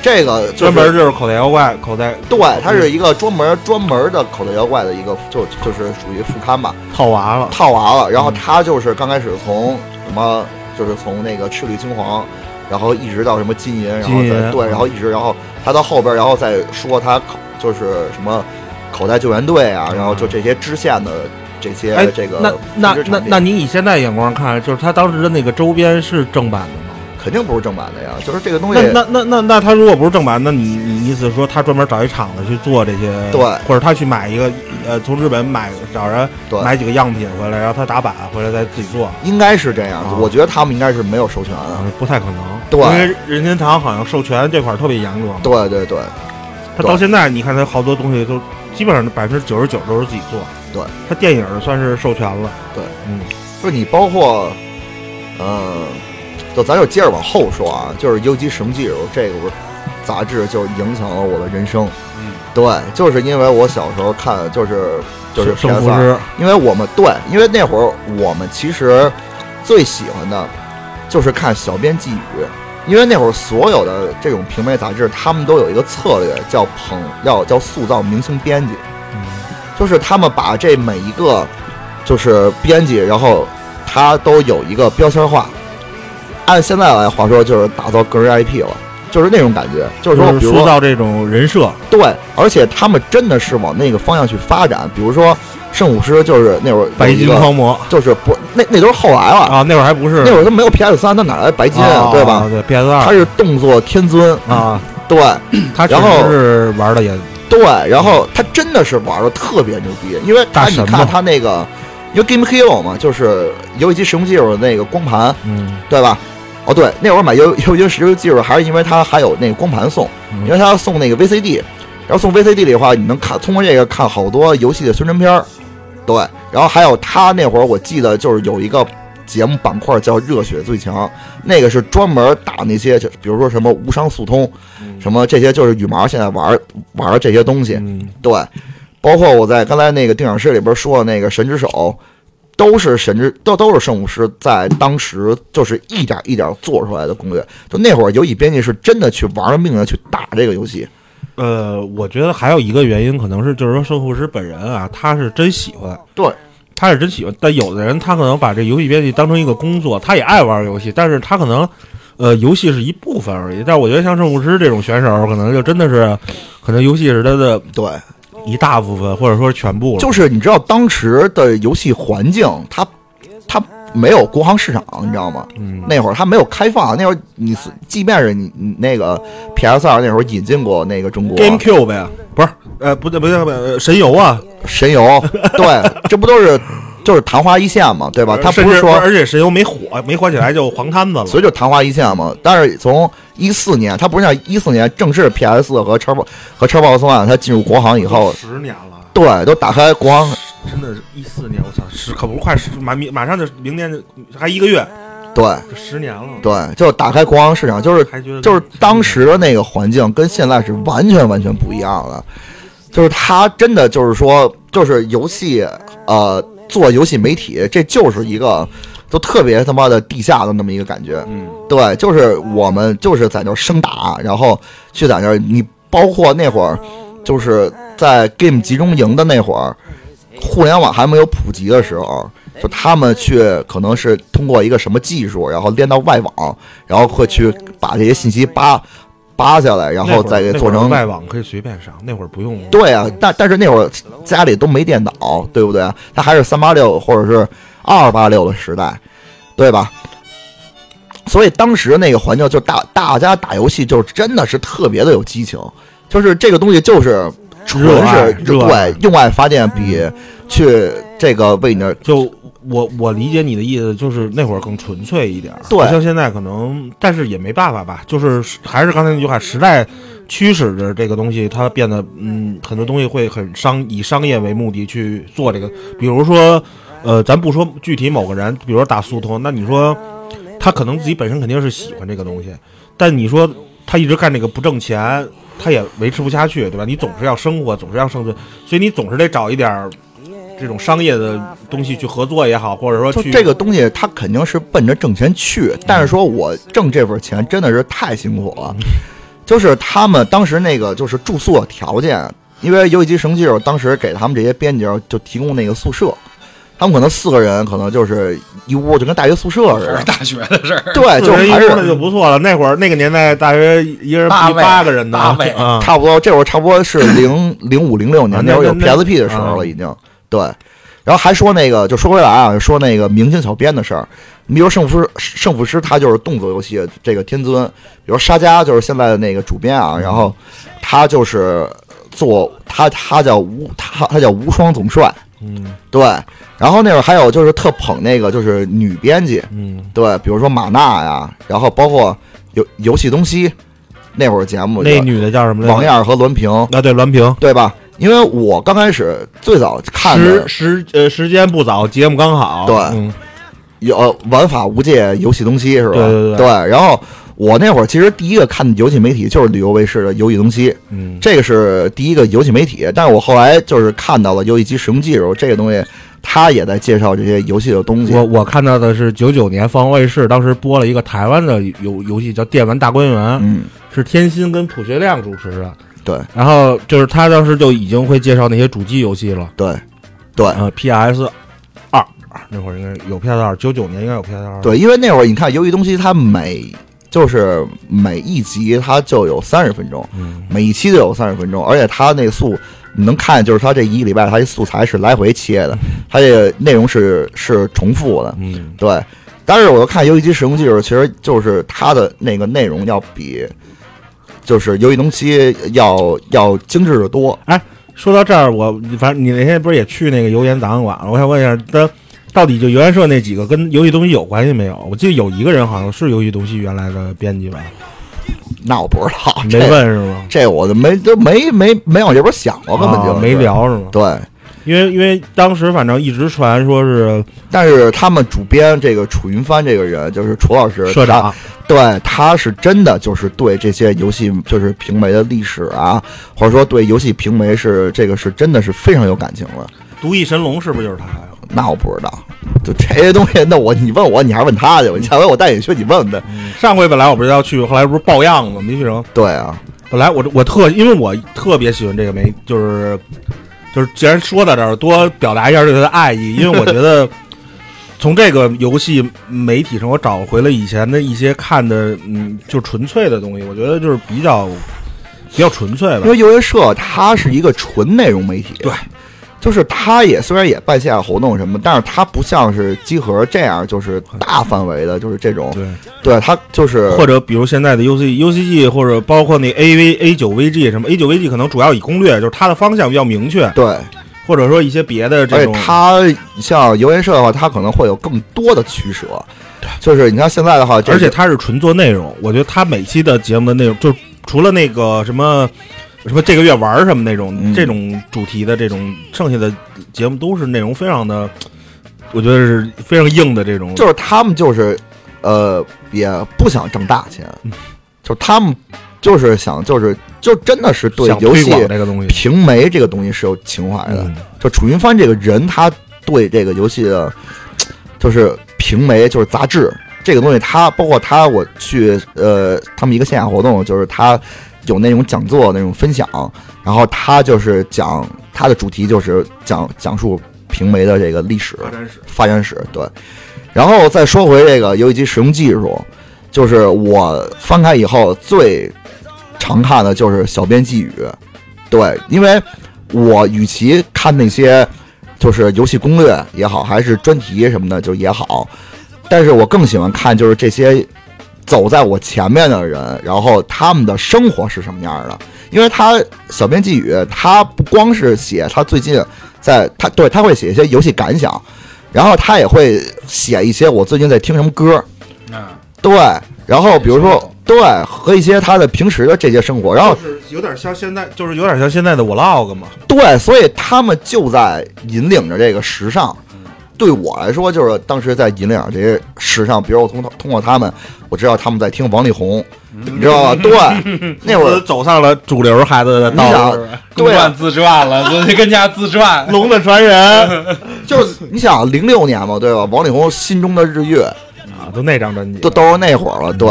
Speaker 3: 这个就
Speaker 4: 专门嗯
Speaker 3: 是
Speaker 4: 就是口袋妖怪，口袋
Speaker 3: 对，它是一个专门专门的口袋妖怪的一个，就就是属于副刊吧，
Speaker 4: 套娃了。
Speaker 3: 套娃了。然后它就是刚开始从什么，就是从那个赤绿金黄。然后一直到什么金银，然后
Speaker 4: 金
Speaker 3: 再
Speaker 4: 银嗯
Speaker 3: 对，然后一直，然后他到后边，然后再说他口就是什么口袋救援队啊，然后就这些支线的这些、
Speaker 4: 哎，
Speaker 3: 这个
Speaker 4: 那那
Speaker 3: 扶持
Speaker 4: 那
Speaker 3: 产品
Speaker 4: 那你以现在眼光看，就是他当时的那个周边是正版的吗？
Speaker 3: 肯定不是正版的呀，就是这个东西
Speaker 4: 那那那那那他如果不是正版，那你你你意思是说他专门找一厂子去做这些，
Speaker 3: 对
Speaker 4: 或者他去买一个呃从日本买找人
Speaker 3: 对
Speaker 4: 买几个样品回来，然后他打版回来再自己做，
Speaker 3: 应该是这样子，
Speaker 4: 啊
Speaker 3: 我觉得他们应该是没有授权的。
Speaker 4: 不太可能。
Speaker 3: 嗯对
Speaker 4: 因为任天堂好像授权这块儿特别严格嘛，
Speaker 3: 对对对，
Speaker 4: 他到现在你看他好多东西都基本上百分之九十九都是自己做，
Speaker 3: 对，
Speaker 4: 他电影算是授权了，
Speaker 3: 对，
Speaker 4: 嗯。
Speaker 3: 就是你包括，呃，就咱就接着往后说啊，就是尤其什么记住这个杂志，就影响了我的人生。
Speaker 2: 嗯，
Speaker 3: 对，就是因为我小时候看，就是就是啊
Speaker 4: 圣
Speaker 3: PS
Speaker 4: 服
Speaker 3: 二，
Speaker 4: 师，
Speaker 3: 因为我们对，因为那会儿我们其实最喜欢的就是看小编寄语，因为那会儿所有的这种平面杂志，他们都有一个策略叫捧，要叫塑造明星编辑，就是他们把这每一个就是编辑，然后他都有一个标签化，按现在来话说就是打造个人 IP 了，就是那种感觉，就
Speaker 4: 就是
Speaker 3: 说
Speaker 4: 是
Speaker 3: 比如
Speaker 4: 塑
Speaker 3: 说
Speaker 4: 造这种人设，
Speaker 3: 对，而且他们真的是往那个方向去发展，比如说圣武师就是那会儿
Speaker 4: 白
Speaker 3: 有一
Speaker 4: 金
Speaker 3: 个
Speaker 4: 狂魔
Speaker 3: 就是不，那那都是后来了，
Speaker 4: 啊，那会儿还不是
Speaker 3: 那会儿都没有 PS 三，那哪来的白金
Speaker 4: 啊，
Speaker 3: 对吧？
Speaker 4: 对 PS 二
Speaker 3: 他是动作天尊，
Speaker 4: 啊，
Speaker 3: 对
Speaker 4: 他确
Speaker 3: 然后
Speaker 4: 实是玩的也
Speaker 3: 对，然后他真的是玩的特别牛逼，因为他
Speaker 4: 大
Speaker 3: 你
Speaker 4: 神嘛
Speaker 3: 看他那个，因为 Game Hero 嘛，就是游戏机使用技术的那个光盘，
Speaker 4: 嗯，
Speaker 3: 对吧？哦，对，那会儿买游游戏机使用技术还是因为它还有那个光盘送，
Speaker 4: 嗯
Speaker 3: 因为它要送那个 VCD，然后送 VCD 里的话，你能看通过这个看好多游戏的宣传片儿，对。然后还有他那会儿，我记得就是有一个节目板块叫《热血最强》，那个是专门打那些，就比如说什么无伤速通，什么这些就是羽毛现在玩儿玩儿这些东西，
Speaker 4: 嗯
Speaker 3: 对，包括我在刚才那个电影室里边说的那个神之手，都是神之都都是圣武师在当时就是一点一点做出来的攻略。就那会儿游戏编辑是真的去玩了命的去打这个游戏，
Speaker 4: 呃，我觉得还有一个原因可能是，就是说圣护师本人啊，他是真喜欢，
Speaker 3: 对，
Speaker 4: 他是真喜欢。但有的人他可能把这游戏编辑当成一个工作，他也爱玩游戏，但是他可能，呃，游戏是一部分而已。但是我觉得像圣护师这种选手，可能就真的是， <laughs> 可能游戏是他的
Speaker 3: 对，
Speaker 4: 一大部分，或者说全部了。
Speaker 3: 就是你知道当时的游戏环境，它它没有国行市场，你知道吗？
Speaker 4: 嗯，
Speaker 3: 那会儿它没有开放，那会儿你是即便是你你那个 PS 二那会儿引进过那个中国
Speaker 4: Game Q 呗，不是，呃，不对，不对，不对呃神游啊，
Speaker 3: 神游，对，这不都是就是昙花一现嘛，对吧？它
Speaker 4: 甚
Speaker 3: 啊不是
Speaker 4: 至
Speaker 3: 说
Speaker 4: 而且神游没火，没火起来就黄摊子了。
Speaker 3: 所以就昙花一现嘛。但是从一四年，它不是像一四年正式 PS 和叉 box 和叉 box One 它进入国行以后，
Speaker 5: 十年了，
Speaker 3: 对，都打开国行，
Speaker 4: 真的是一四年，我操，十可不是快十，马明马上就明年就还一个月，
Speaker 3: 对
Speaker 4: 就十年了，
Speaker 3: 对，就打开国行市场，就是
Speaker 4: 还觉得
Speaker 3: 就是当时的那个环境跟现在是完全完全不一样的，就是它真的就是说，就是游戏，呃，做游戏媒体，这就是一个。都特别他妈的地下的那么一个感觉，
Speaker 2: 嗯，
Speaker 3: 对，就是我们就是在那儿生打，然后去在那儿，你包括那会儿，就是在 Game 集中营的那会儿，互联网还没有普及的时候，就他们去可能是通过一个什么技术，然后连到外网，然后会去把这些信息扒扒下来，然后再给做
Speaker 4: 那会儿
Speaker 3: 成。
Speaker 4: 外网可以随便上，那会儿不用。
Speaker 3: 对啊，但但是那会儿家里都没电脑，对不对？啊他还是三八六或者是二八六的时代，对吧？所以当时那个环境就大，大家打游戏就真的是特别的有激情，就是这个东西就是纯
Speaker 4: 热爱
Speaker 3: 是
Speaker 4: 热爱
Speaker 3: 对用爱发电比去这个为你的
Speaker 4: 就我我理解你的意思，就是那会儿更纯粹一点儿，
Speaker 3: 对
Speaker 4: 不像现在可能，但是也没办法吧，就是还是刚才那句话，时代驱使着这个东西，它变得嗯，很多东西会很商以商业为目的去做这个，比如说呃，咱不说具体某个人，比如说打速通，那你说他可能自己本身肯定是喜欢这个东西，但你说他一直干这个不挣钱。他也维持不下去，对吧？你总是要生活，总是要生存，所以你总是得找一点儿这种商业的东西去合作也好，或者说
Speaker 3: 就
Speaker 4: 去
Speaker 3: 这个东西，它肯定是奔着挣钱去，但是说我挣这份钱真的是太辛苦了。
Speaker 4: 嗯
Speaker 3: <laughs> 就是他们当时那个就是住宿的条件，因为游戏机神技手当时给他们这些编辑啊就提供那个宿舍，他们可能四个人可能就是一屋，就跟大学宿舍似
Speaker 2: 还是
Speaker 3: 的。
Speaker 2: 大学的事儿，
Speaker 3: 对，就
Speaker 4: 四人一
Speaker 3: 还
Speaker 4: 屋的
Speaker 3: 是
Speaker 4: 就不错了。那会儿那个年代，大约一个人
Speaker 2: 八
Speaker 4: 一
Speaker 2: 位
Speaker 4: 八个人呢，
Speaker 2: 八位
Speaker 4: 啊，
Speaker 3: 差不多，这会儿差不多
Speaker 4: <coughs>
Speaker 3: 是零零五零六
Speaker 4: 啊
Speaker 3: 年
Speaker 4: 那
Speaker 3: 那会儿有
Speaker 4: 那那
Speaker 3: PSP 的时候
Speaker 4: 啊
Speaker 3: 了，已经对。然后还说那个，就说回来啊，说那个明星小编的事儿。你比如圣父师，圣父师他就是动作游戏这个天尊，比如沙加就是现在的那个主编啊，然后他就是做他他叫无他他叫无双总帅，
Speaker 4: 嗯
Speaker 3: 对。然后那会儿还有就是特捧那个就是女编辑，
Speaker 4: 嗯，
Speaker 3: 对，比如说马娜呀，然后包括游游戏东西那会儿节目，
Speaker 4: 那女的叫什么来着？
Speaker 3: 王燕儿和栾平，
Speaker 4: 啊，对，栾平。
Speaker 3: 对吧？因为我刚开始最早看的
Speaker 4: 时时呃时间不早，节目刚好。
Speaker 3: 对
Speaker 4: 嗯
Speaker 3: 有呃玩法无界游戏东西是吧？
Speaker 4: 对对对
Speaker 3: 然后我那会儿其实第一个看的游戏媒体就是旅游卫视的游戏东西，
Speaker 4: 嗯，
Speaker 3: 这个是第一个游戏媒体。但是我后来就是看到了《游戏机使用技术》这个东西，它也在介绍这些游戏的东西。
Speaker 4: 我我看到的是九九年凤凰卫视当时播了一个台湾的游游戏叫《电玩大观园》，
Speaker 3: 嗯，
Speaker 4: 是天心跟朴学亮主持的。
Speaker 3: 对，
Speaker 4: 然后就是他当时就已经会介绍那些主机游戏了，
Speaker 3: 对，对，
Speaker 4: 呃，PS 二那会儿应该有 PS 二，九九年应该有 PS 二。，
Speaker 3: 对，因为那会儿你看《鱿鱼东西》，它每就是每一集它就有三十分钟，
Speaker 4: 嗯，
Speaker 3: 每一期都有三十分钟，而且它那素你能看，就是它这一个礼拜它这素材是来回切的，它这个内容是是重复的，
Speaker 4: 嗯，
Speaker 3: 对。但是我又看《鱿鱼机使用技术》，其实就是它的那个内容要比就是《鱿鱼东西要》要精致的多。
Speaker 4: 说到这儿，我反正你那天不是也去那个油盐档案馆了？我想问一下，他到底就游研社那几个跟游戏东西有关系没有？我记得有一个人好像是游戏东西原来的编辑吧，
Speaker 3: 那我不知道，
Speaker 4: 没
Speaker 3: 啊这
Speaker 4: 问是吗？
Speaker 3: 这我就没都没没没往这边想过，根本就
Speaker 4: 啊
Speaker 3: 是
Speaker 4: 没。聊是吗？
Speaker 3: 对，
Speaker 4: 因为因为当时反正一直传说是
Speaker 3: 但是他们主编这个楚云帆这个人，就是楚老师
Speaker 4: 社，长，
Speaker 3: 对，他是真的就是对这些游戏就是评媒的历史啊，或者说对游戏评媒是这个是真的是非常有感情的。
Speaker 4: 独翼神龙是不是就是他呀？
Speaker 3: 那我不知道， <laughs> 就这些东西，那我你问我，你还是问他 <laughs> 去吧。下回我带你去，你问问他。
Speaker 4: 上回本来我不是要去，后来不是抱恙吗？没去成。
Speaker 3: 对啊，
Speaker 4: 本来我我特因为我特别喜欢这个媒，就是就是，既然说到这儿，多表达一下对他的爱意，因为我觉得从这个游戏媒体上，我找回了以前的一些看的，嗯，就纯粹的东西，我觉得就是比较比较纯粹吧
Speaker 3: 因。为游戏社它是一个纯内容媒体，
Speaker 4: 对，
Speaker 3: 就是它也虽然也办线下活动什么，但是它不像是集合这样，就是大范围的，就是这种，
Speaker 4: 对，
Speaker 3: 对，它就是
Speaker 4: 或者比如现在的 U C U C G，或者包括那 A V A 九 V G 什么 A 九 V G，可能主要以攻略，就是它的方向比较明确，
Speaker 3: 对，
Speaker 4: 或者说一些别的这
Speaker 3: 而且
Speaker 4: 种。
Speaker 3: 它像游研社的话，它可能会有更多的取舍。就是你看现在的话，这
Speaker 4: 而且
Speaker 3: 个
Speaker 4: 它是纯做内容，我觉得它每期的节目的内容，就是除了那个什么什么这个月玩儿什么那种、
Speaker 3: 嗯
Speaker 4: 这种主题的这种，剩下的节目都是内容非常的，我觉得是非常硬的这种。
Speaker 3: 就是他们就是呃也不想挣大钱，
Speaker 4: 嗯
Speaker 3: 就是他们就是想就是就真的是对
Speaker 4: 想
Speaker 3: 游
Speaker 4: 推
Speaker 3: 戏
Speaker 4: 广这个东西，
Speaker 3: 评媒这个东西是有情怀的。
Speaker 4: 嗯，
Speaker 3: 就楚云帆这个人，他对这个游戏的，就是评媒，就是杂志这个东西，他包括他，我去呃他们一个线下活动，就是他有那种讲座那种分享，然后他就是讲他的主题就是讲讲述评媒的这个历史
Speaker 5: 发展史，
Speaker 3: 发展史，对。然后再说回这个游戏机使用技术，就是我翻开以后最常看的就是小编寄语，对，因为我与其看那些就是游戏攻略也好，还是专题什么的就也好，但是我更喜欢看就是这些走在我前面的人，然后他们的生活是什么样的。因为他小编寄语，他不光是写他最近在他对他会写一些游戏感想，然后他也会写一些我最近在听什么歌，
Speaker 2: 啊，
Speaker 3: 对，然后比如说对和一些他的平时的这些生活，然后
Speaker 4: 就是有点像现在，就是有点像现在的 vlog 嘛。
Speaker 3: 对，所以他们就在引领着这个时尚。对我来说，就是当时在引领着这些时尚，比如我通通过他们，我知道他们在听王力宏，你知道吧？对，
Speaker 4: <laughs>
Speaker 3: 那会儿
Speaker 4: 走上了主流孩嗯子的
Speaker 3: 你
Speaker 4: 道
Speaker 3: 想
Speaker 4: 路，，
Speaker 2: 公
Speaker 3: 对啊
Speaker 2: 转自转了，我就 <laughs> 跟家自转。
Speaker 4: 龙的传人
Speaker 3: 就是你想零六年嘛，对吧？王力宏《心中的日月》
Speaker 4: 啊，都那张专辑，
Speaker 3: 都都是那会儿了，对。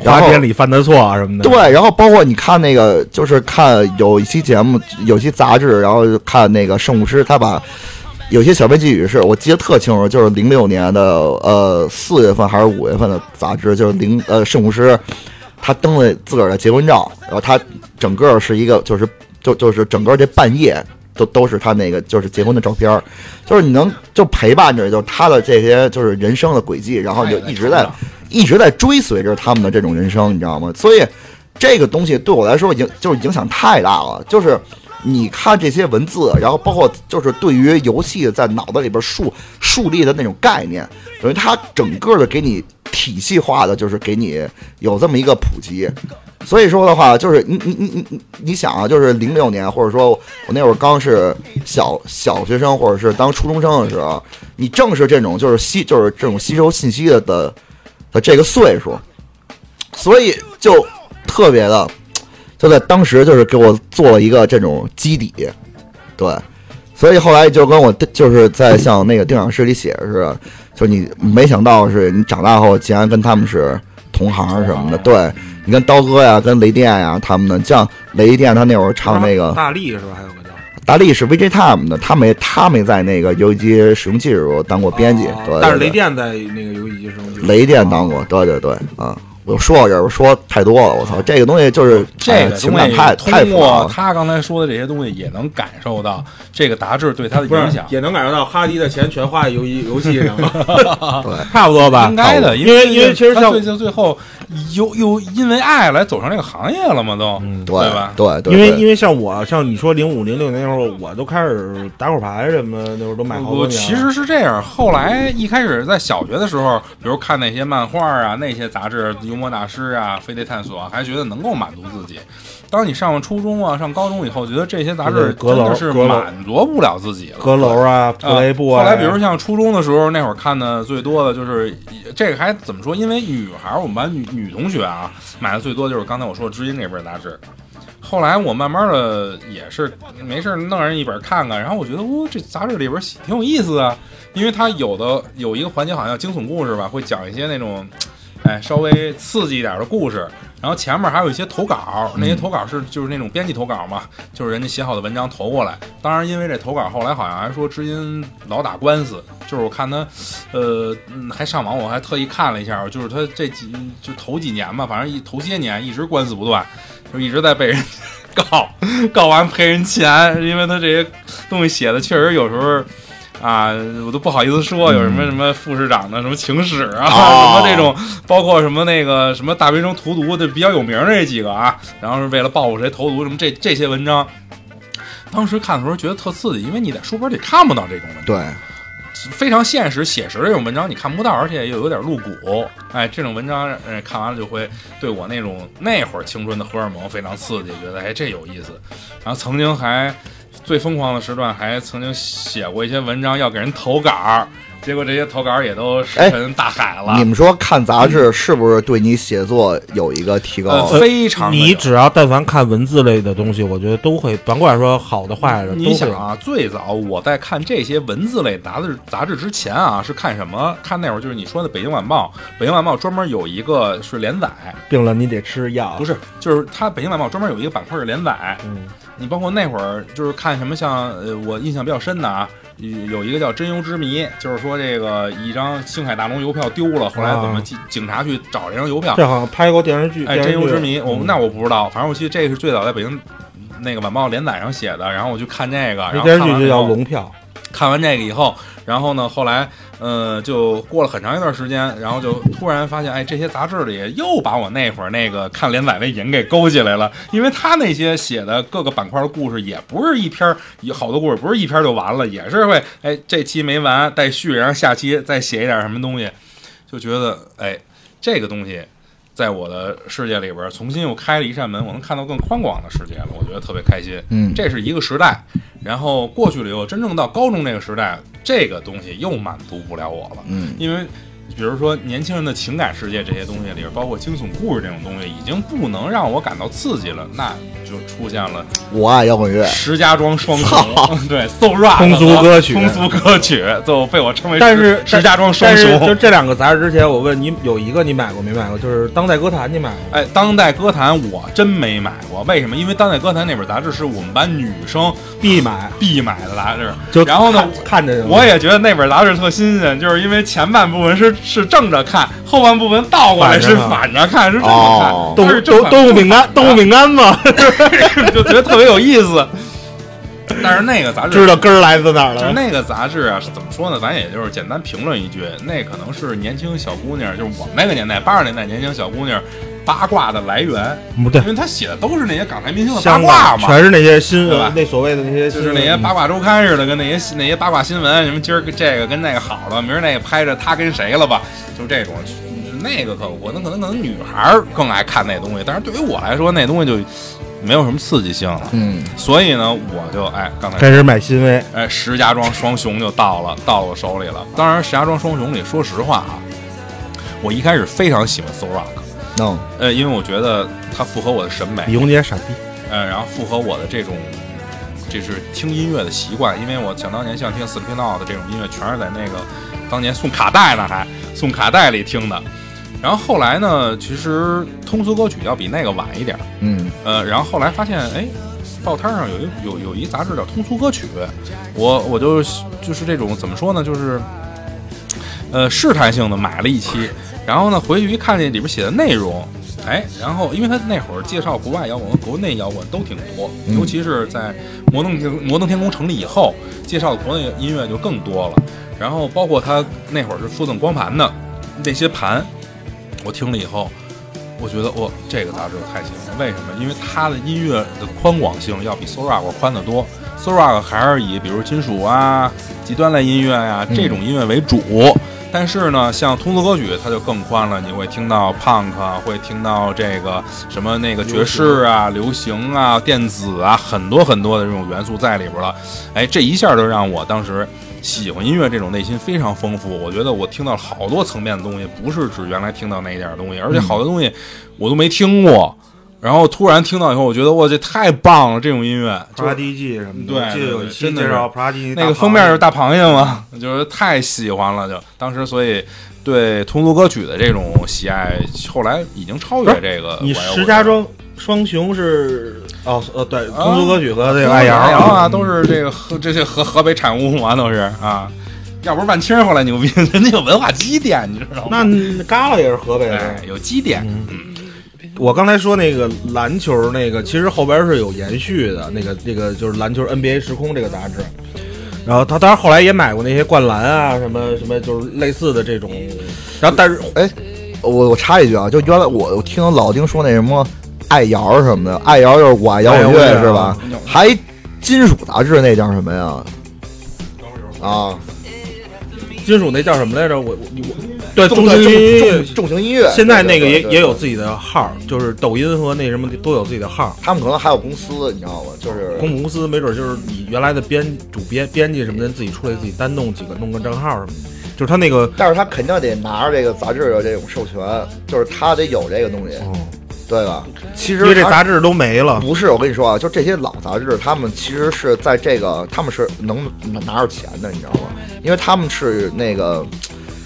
Speaker 3: 然
Speaker 4: 花
Speaker 3: 后
Speaker 4: 边里犯的错啊什么的。
Speaker 3: 对，然后包括你看那个，就是看有一期节目，有一期杂志，然后就看那个圣牧师，他把有些小编寄语是我记得特清楚，就是零六年的呃四月份还是五月份的杂志，就是零呃圣牧师他登了自个儿的结婚照，然后他整个是一个就是就就是整个这半夜。都都是他那个就是结婚的照片儿，就是你能就陪伴着，就是他的这些就是人生的轨迹，然后你就一直在一直在追随着他们的这种人生，你知道吗？所以这个东西对我来说已经就是影响太大了，就是你看这些文字，然后包括就是对于游戏在脑子里边树树立的那种概念，等于它整个的给你体系化的，就是给你有这么一个普及。所以说的话，就是你你你你你你想啊，就是零六年，或者说我那会儿刚是小小学生，或者是当初中生的时候，你正是这种就是吸就是这种吸收信息的的的这个岁数，所以就特别的，就在当时就是给我做了一个这种基底，对，所以后来就跟我就是在像那个定场诗里写的似的，就你没想到是你长大后竟然跟他们是同行什么的，对你跟刀哥呀、跟雷电呀他们的，像雷电他那会儿唱啊那个
Speaker 4: 大力是吧？还有个叫
Speaker 3: 达利是 VJ Time 的，他没他没在那个游戏机使用技术当过编辑，
Speaker 4: 啊
Speaker 3: 对，
Speaker 4: 但是
Speaker 3: 对对
Speaker 4: 雷电在那个游戏机上就
Speaker 3: 雷电当过，对对对，啊，我说到这儿，我说太多了，我操，这个东西就是哎
Speaker 2: 这个
Speaker 3: 情
Speaker 2: 东
Speaker 3: 感
Speaker 2: 西
Speaker 3: 太太
Speaker 2: 通
Speaker 3: 复杂
Speaker 2: 过
Speaker 3: 了，
Speaker 2: 他刚才说的这些东西，也能感受到这个杂志对他的
Speaker 5: 不
Speaker 2: 影
Speaker 5: 是
Speaker 2: 响，
Speaker 5: 也能感受到哈迪的钱全花在游戏游戏上了。
Speaker 4: 差不多吧
Speaker 2: 应？该的，
Speaker 4: 因
Speaker 2: 啊为
Speaker 4: 因为其实
Speaker 2: 他
Speaker 4: 像
Speaker 2: 最最最后又又因为爱来走上这个行业了嘛，都
Speaker 4: 嗯
Speaker 3: 对
Speaker 2: 吧？
Speaker 3: 对对，
Speaker 4: 因为
Speaker 3: 对
Speaker 4: 因为像我像你说零五零六那会儿，我都开始打火牌什么的，那会儿都买好多
Speaker 2: 我
Speaker 4: 年了。
Speaker 2: 其实是这样，后来一开始在小学的时候，比如看那些漫画啊、那些杂志，《幽默大师》啊、《飞碟探索》啊，还觉得能够满足自己。当你上了初中啊、上高中以后，觉得这些杂志
Speaker 4: 阁
Speaker 2: 真
Speaker 4: 楼
Speaker 2: 的是
Speaker 4: 阁楼
Speaker 2: 满足不了自己了。
Speaker 4: 阁楼啊，
Speaker 2: 啊
Speaker 4: 布雷布啊。
Speaker 2: 后来，比如像初中的时候，那会儿看的最多的就是这个，还怎么说？因为女孩儿，我们班女女同学啊，买的最多就是刚才我说的《知音》那本杂志。后来我慢慢的也是没事儿弄人一本看看，然后我觉得，哦，这杂志里边写挺有意思啊，因为它有的有一个环节好像惊悚故事吧，会讲一些那种，哎，稍微刺激一点的故事。然后前面还有一些投稿，那些
Speaker 4: 嗯
Speaker 2: 投稿是就是那种编辑投稿嘛，就是人家写好的文章投过来。当然，因为这投稿后来好像还说知音老打官司，就是我看他，呃，嗯还上网我还特意看了一下，就是他这几就头几年吧，反正一头些年一直官司不断，就一直在被人 <laughs> 告，告完赔人钱，因为他这些东西写的确实有时候。啊， <laughs> 我都不好意思说，有什么什么副市长的什么情史啊， <laughs> 什
Speaker 3: 哦
Speaker 2: 么这种，包括什么那个什么大学生投毒的比较有名的这几个啊，然后是为了报复谁投毒什么这这些文章，当时看的时候觉得特刺激，因为你在书本里看不到这种文章。
Speaker 3: 对
Speaker 2: 非常现实写实的这种文章你看不到，而且又有点露骨。哎，这种文章呃看完了就会对我那种那会儿青春的荷尔蒙非常刺激，觉得哎这有意思。然后曾经还最疯狂的时段还曾经写过一些文章要给人投稿儿，结果这些投稿儿也都石沉大海了。
Speaker 3: 哎你们说看杂志是不是对你写作有一个提高？
Speaker 2: 呃非常的
Speaker 4: 你
Speaker 2: 有
Speaker 4: 只要但凡看文字类的东西，我觉得都会，甭管说好的坏的，
Speaker 2: 你
Speaker 4: 都
Speaker 2: 想
Speaker 4: 会。
Speaker 2: 啊，最早我在看这些文字类杂志杂志之前啊，是看什么？看那会儿就是你说的《北京晚报》，《北京晚报》专门有一个是连载，
Speaker 4: 病了你得吃药，
Speaker 2: 不是，就是它《北京晚报》专门有一个板块是连载。
Speaker 4: 嗯，
Speaker 2: 你包括那会儿就是看什么像呃，我印象比较深的啊，有有一个叫“真油之谜”，就是说这个一张星海大龙邮票丢了，后来怎么
Speaker 4: 啊
Speaker 2: 警警察去找这张邮票？
Speaker 4: 这好像拍过电视剧。
Speaker 2: 啊哎，
Speaker 4: 电视
Speaker 2: 真
Speaker 4: 剧
Speaker 2: 油之谜，我
Speaker 4: 嗯
Speaker 2: 那我不知道，反正我记得这个是最早在北京那个晚报连载上写的，然后我去看这个，然
Speaker 4: 这
Speaker 2: 后
Speaker 4: 嗯电视
Speaker 2: 看完
Speaker 4: 剧就
Speaker 2: 以
Speaker 4: 叫
Speaker 2: 后
Speaker 4: 《龙票
Speaker 2: 看完这个以后，然后呢，后来，呃，就过了很长一段时间，然后就突然发现，哎，这些杂志里又把我那会儿那个看连载的瘾给勾起来了，因为他那些写的各个板块的故事，也不是一篇儿，有好多故事不是一篇儿就完了，也是会，哎，这期没完待续，然后下期再写一点什么东西，就觉得，哎，这个东西。在我的世界里边儿，重新又开了一扇门，我能看到更宽广的世界了，我觉得特别开心。
Speaker 3: 嗯
Speaker 2: 这是一个时代，然后过去了以后，真正到高中这个时代，这个东西又满足不了我了，
Speaker 3: 嗯，
Speaker 2: 因为比如说年轻人的情感世界这些东西里边，包括惊悚故事这种东西，已经不能让我感到刺激了，那就出现了
Speaker 3: 我爱摇滚乐，
Speaker 2: 石家庄双雄， <laughs> 对，so rap
Speaker 4: 通俗歌曲
Speaker 2: 通俗歌曲就被我称为
Speaker 4: 但
Speaker 2: 石
Speaker 4: 是
Speaker 2: 石家庄》， <laughs> 双
Speaker 4: 但是就
Speaker 2: 雄。
Speaker 4: 这两个杂志之前，我问你有一个你买过没买过？就是《当代歌坛》，你买过吗？
Speaker 2: 哎，当代歌坛我真没买过，为什么？因为当代歌坛那本杂志是我们班女生
Speaker 4: 必买，
Speaker 2: 必买的杂志，
Speaker 4: 就
Speaker 2: 然后呢
Speaker 4: 看看着
Speaker 2: 我也觉得那本杂志特新鲜，就是因为前半部分是是正着看，后半部分倒过来是反着看，是这么看，
Speaker 3: 哦
Speaker 4: 动
Speaker 2: 但是正
Speaker 4: 动
Speaker 2: 反 <laughs>
Speaker 4: 动物饼干，动物饼干嘛？
Speaker 2: 就觉得特别有意思。但是那个杂志
Speaker 6: 知道根儿来自哪儿
Speaker 2: 就是
Speaker 6: 了。
Speaker 2: 那个杂志啊，是怎么说呢？咱也就是简单评论一句，那可能是年轻小姑娘，就是我们那个年代八十年代年轻小姑娘八卦的来源，
Speaker 4: 不对
Speaker 2: 因，为她写的都是那些港台明星的八
Speaker 4: 香
Speaker 2: 卦
Speaker 4: 港
Speaker 2: 嘛，
Speaker 4: 全是那些新
Speaker 2: 对吧
Speaker 4: 那所谓的那些
Speaker 2: 就
Speaker 4: 新
Speaker 2: 是那
Speaker 4: 闻
Speaker 2: 些八卦周刊似的，跟那些那些八卦新闻，什么今儿这个跟那个好了，明儿那个拍着他跟谁了吧，就这种。那个可我能可能可能女孩儿更爱看那东西，但是对于我来说，那东西就没有什么刺激性了。
Speaker 3: 嗯，
Speaker 2: 所以呢，我就哎，刚才
Speaker 4: 开始买新闻，
Speaker 2: 哎，石家庄双雄就到了，到我手里了。当然，石家庄双雄里，说实话啊，我一开始非常喜欢 s o Rock，
Speaker 3: 能、
Speaker 2: 呃，因为我觉得它符合我的审美，
Speaker 4: 李永杰傻逼，
Speaker 2: 呃，然后符合我的这种，这是听音乐的习惯，因为我想当年像听 Sleeping Now 的这种音乐，全是在那个当年送卡带呢，还送卡带里听的。然后后来呢，其实通俗歌曲要比那个晚一点，
Speaker 3: 嗯，
Speaker 2: 呃，然后后来发现，哎，报摊上有一有有一杂志叫《通俗歌曲》，我我就就是这种怎么说呢，就是呃试探性的买了一期，然后呢回去一看见里边写的内容，哎，然后因为他那会儿介绍国外摇滚和国内摇滚都挺多，尤其是在摩登天摩登天空成立以后，介绍的国内音乐就更多了，然后包括他那会儿是附赠光盘的那些盘，我听了以后。我觉得我这个杂志太行了，为什么？因为它的音乐的宽广性要比 s o r a k 宽得多。s o r a k 还是以比如金属啊、极端类音乐呀、这种音乐为主，但是呢，像通俗歌曲它就更宽了，你会听到 punk 啊，会听到这个什么那个爵士啊、流行啊、电子啊，很多很多的这种元素在里边了。哎，这一下就让我当时喜欢音乐这种内心非常丰富。我觉得我听到了好多层面的东西，不是指原来听到那一点儿东西，而且好多东西我都没听过。然后突然听到以后，我觉得哇，这太棒了！这种音乐，
Speaker 4: 普
Speaker 2: 就是
Speaker 4: 拉蒂季什么的，
Speaker 2: 对
Speaker 4: 我记得有
Speaker 2: 对
Speaker 4: 一
Speaker 2: 对
Speaker 4: 期
Speaker 2: 真的
Speaker 4: 介
Speaker 2: 是
Speaker 4: 绍普拉蒂
Speaker 2: 那个封面是大螃蟹嘛， <laughs> 就是太喜欢了，就当时所以对通俗歌曲的这种喜爱，后来已经超越这个。
Speaker 4: 你石家庄双雄是哦呃对，
Speaker 2: 啊
Speaker 4: 通俗歌曲和这个
Speaker 2: 爱
Speaker 4: 爱
Speaker 2: 瑶
Speaker 4: 瑶
Speaker 2: 啊，都是这个河这些河河北产物嘛，都是啊。要不是万青儿后来牛逼， <laughs> 人家有文化积淀，你知道吗？
Speaker 4: 那旮旯也是河北的
Speaker 2: 哎。，有积淀，
Speaker 4: 嗯我刚才说那个篮球那个，其实后边是有延续的，那个那个就是篮球 NBA 时空这个杂志。然后他当然后来也买过那些灌篮啊，什么什么，就是类似的这种。然后但是
Speaker 3: 哎，我我插一句啊，就原来我我听老丁说那什么爱摇什么的，爱摇就是我爱摇滚
Speaker 4: 爱摇
Speaker 3: 乐
Speaker 4: 滚乐
Speaker 3: 是吧？还金属杂志那叫什么呀？啊，
Speaker 4: 金属那叫什么来着？我我我对
Speaker 3: 重
Speaker 4: 呃中心
Speaker 3: 重重重型音乐。
Speaker 4: 现在那个
Speaker 3: 对
Speaker 4: 也
Speaker 3: 对对
Speaker 4: 也有自己的号，就是抖音和那什么都有自己的号。
Speaker 3: 他们可能还有公司，你知道吗？就是
Speaker 4: 公募公司没准就是你原来的编主编编辑什么的自己出来自己单弄几个弄个账号什么的，就是他那个
Speaker 3: 但是他肯定得拿着这个杂志的这种授权，就是他得有这个东西，对吧？哦其
Speaker 4: 因为
Speaker 3: 实
Speaker 4: 这
Speaker 3: 他
Speaker 4: 杂志都没了，
Speaker 3: 不是，我跟你说啊，就这些老杂志，他们其实是在这个，他们是能拿拿着钱的，你知道吗？因为他们是那个，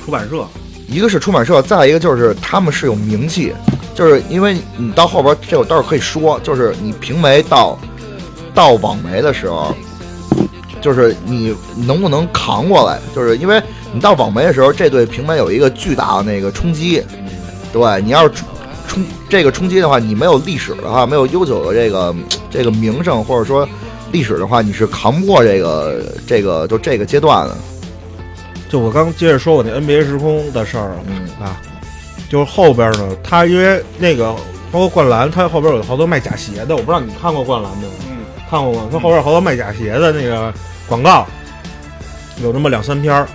Speaker 4: 出版社
Speaker 3: 一个是出版社，再一个就是他们是有名气，就是因为你到后边这我待会儿可以说，就是你平媒到到网媒的时候，就是你能不能扛过来，就是因为你到网媒的时候，这对平媒有一个巨大的那个冲击，对你要是冲冲这个冲击的话，你没有历史的话，没有悠久的这个这个名声或者说历史的话，你是扛不过这个这个就这个阶段的，
Speaker 4: 就我刚接着说我那 NBA 时空的事儿
Speaker 3: 嗯
Speaker 4: 啊，就是后边呢，他因为那个包括灌篮，他后边有好多卖假鞋的，我不知道你看过灌篮没有？
Speaker 2: 嗯，
Speaker 4: 看过吗？他后边有好多卖假鞋的那个广告，有这么两三篇儿。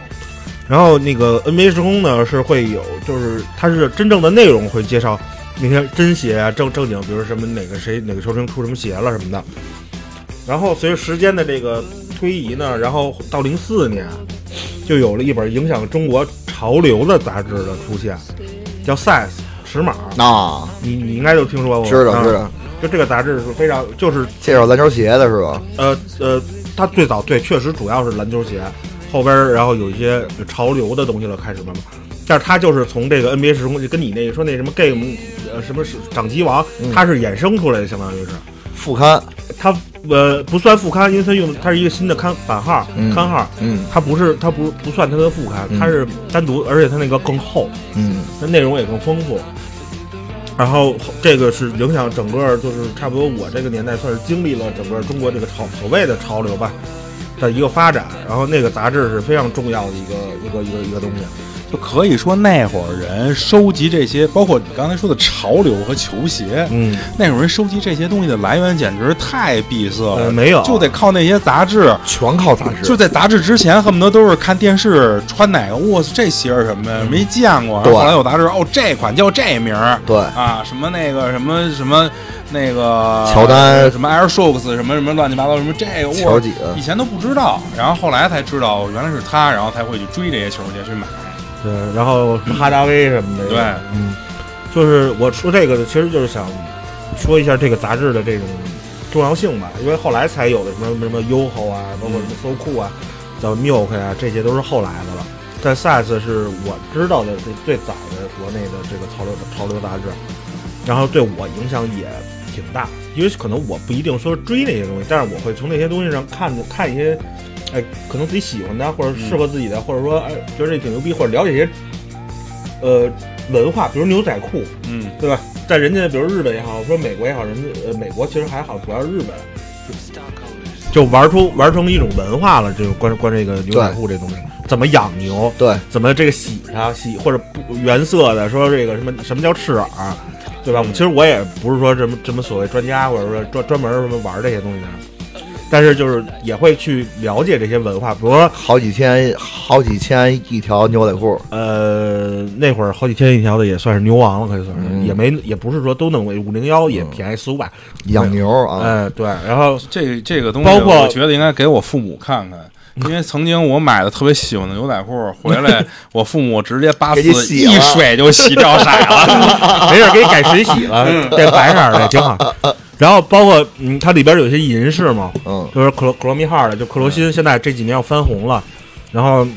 Speaker 4: 然后那个 NBA 时空呢是会有，就是它是真正的内容会介绍那些真鞋啊，正正经，比如什么哪个谁哪个球星出什么鞋了什么的。然后随着时间的这个推移呢，然后到零四年，就有了一本影响中国潮流的杂志的出现，叫《Size》尺码。
Speaker 3: 那、
Speaker 4: 你你应该就听说过，
Speaker 3: 知道
Speaker 4: 啊
Speaker 3: 知道。
Speaker 4: 就这个杂志是非常，就是
Speaker 3: 介绍篮球鞋的是吧？
Speaker 4: 呃呃，它最早对确实主要是篮球鞋，后边儿然后有一些潮流的东西了，开始慢慢。但是它就是从这个 NBA 时空，就跟你那说那什么 game 呃什么是掌机王，它是衍生出来的，相当于是
Speaker 3: 副刊，
Speaker 4: 它呃不算副刊，因为它用的它是一个新的刊版号、
Speaker 3: 嗯
Speaker 4: 刊号，
Speaker 3: 嗯
Speaker 4: 它不是它不不算它的副刊，它是单独，而且它那个更厚，
Speaker 3: 嗯
Speaker 4: 它内容也更丰富。然后这个是影响整个，就是差不多我这个年代算是经历了整个中国这个潮所谓的潮流吧的一个发展。然后那个杂志是非常重要的一个一个一个一个东西。
Speaker 2: 就可以说那会儿人收集这些，包括你刚才说的潮流和球鞋，
Speaker 4: 嗯，
Speaker 2: 那会儿人收集这些东西的来源简直太闭塞了，
Speaker 4: 呃没有
Speaker 2: 就得靠那些杂志。
Speaker 3: 全靠杂志。
Speaker 2: 就在杂志之前，恨不得都是看电视穿哪个，我操，这鞋是什么呀？没见过。
Speaker 3: 嗯对
Speaker 2: 后来有杂志，哦，这款叫这名儿，
Speaker 3: 对
Speaker 2: 啊，什么那个什么什么那个
Speaker 3: 乔丹
Speaker 2: 什么 Air Shox，什么什么乱七八糟，什么这个
Speaker 3: 乔
Speaker 2: 我
Speaker 3: 几个
Speaker 2: 以前都不知道，然后后来才知道原来是他，然后才会去追这些球鞋去买。
Speaker 4: 对，然后什么哈达威什么的，
Speaker 2: 对，
Speaker 4: 嗯，就是我说这个，其实就是想说一下这个杂志的这种重要性吧，因为后来才有的什么什么 YOHO 啊，包括什么搜酷啊，叫 Milk 啊，这些都是后来的了。但 Size 是我知道的最最早的国内的这个潮流潮流杂志，然后对我影响也挺大，因为可能我不一定说追那些东西，但是我会从那些东西上看看一些，哎，可能自己喜欢的，或者适合自己的，或者说哎觉得这挺牛逼，或者了解一些呃文化，比如牛仔裤，
Speaker 2: 嗯，
Speaker 4: 对吧？在人家比如日本也好，说美国也好，人家呃美国其实还好，主要是日本，就玩出玩成一种文化了，这个关关这个牛仔裤这东西，怎么养牛，
Speaker 3: 对，
Speaker 4: 怎么这个洗它洗或者不原色的，说这个什么什么叫赤耳，对吧？其实我也不是说什么什么所谓专家，或者说专专门什么玩这些东西的，但是就是也会去了解这些文化，比如说
Speaker 3: 好几千，好几千一条牛仔裤，
Speaker 4: 呃，那会儿好几千一条的也算是牛王了，可以算是，
Speaker 3: 嗯
Speaker 4: 也没也不是说都能为五零幺也便宜四五百，
Speaker 3: 养牛
Speaker 4: 哎、
Speaker 3: 啊，
Speaker 4: 对，然后
Speaker 2: 这这个东西，
Speaker 4: 包括
Speaker 2: 我觉得应该给我父母看看。
Speaker 3: 嗯
Speaker 2: 因为曾经我买的特别喜欢的牛仔裤回
Speaker 3: <laughs>
Speaker 2: 来，我父母直接八四
Speaker 3: 给你洗了
Speaker 2: 一甩就洗
Speaker 3: <laughs>
Speaker 2: 掉色了。
Speaker 4: 没事儿给你改水洗了，这白色儿的挺好。然后包括嗯，它里边有些银饰嘛，
Speaker 3: 嗯，
Speaker 4: 就是克罗克罗密号的，就克罗心，现在这几年要翻红了，然后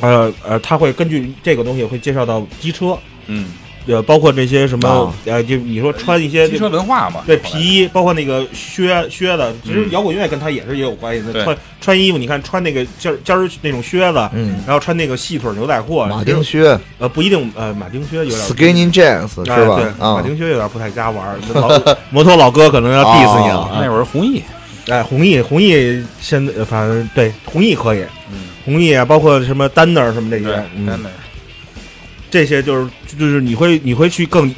Speaker 4: 呃呃，他会根据这个东西会介绍到机车，
Speaker 2: 嗯，
Speaker 4: 呃，包括这些什么、
Speaker 3: 啊
Speaker 4: 呃，就你说穿一些
Speaker 2: 机车文化嘛，
Speaker 4: 对
Speaker 2: 后来
Speaker 4: 皮衣，包括那个靴靴子，其
Speaker 3: 嗯
Speaker 4: 实摇滚乐跟它也是也有关系的。
Speaker 2: 对
Speaker 4: 穿穿衣服，你看穿那个尖儿尖儿那种靴子，
Speaker 3: 嗯
Speaker 4: 然后穿那个细腿牛仔裤，
Speaker 3: 马
Speaker 4: 其实
Speaker 3: 丁靴
Speaker 4: 呃不一定呃马丁靴有点。
Speaker 3: ，skinny jeans
Speaker 4: 哎
Speaker 3: 是吧
Speaker 4: 对，？马
Speaker 3: 啊，
Speaker 4: 丁靴有点不太加
Speaker 3: <laughs>
Speaker 4: 玩儿，老摩托老哥可能要 diss 你了。
Speaker 3: 啊
Speaker 2: 那会儿红毅，
Speaker 4: 哎，弘毅，弘毅现在呃反正对弘毅可以，
Speaker 2: 嗯
Speaker 4: 弘毅啊，包括什么丹 a 什么这
Speaker 2: 对
Speaker 4: 些，，嗯
Speaker 2: 真的。
Speaker 4: 这些就是就是你会你会去更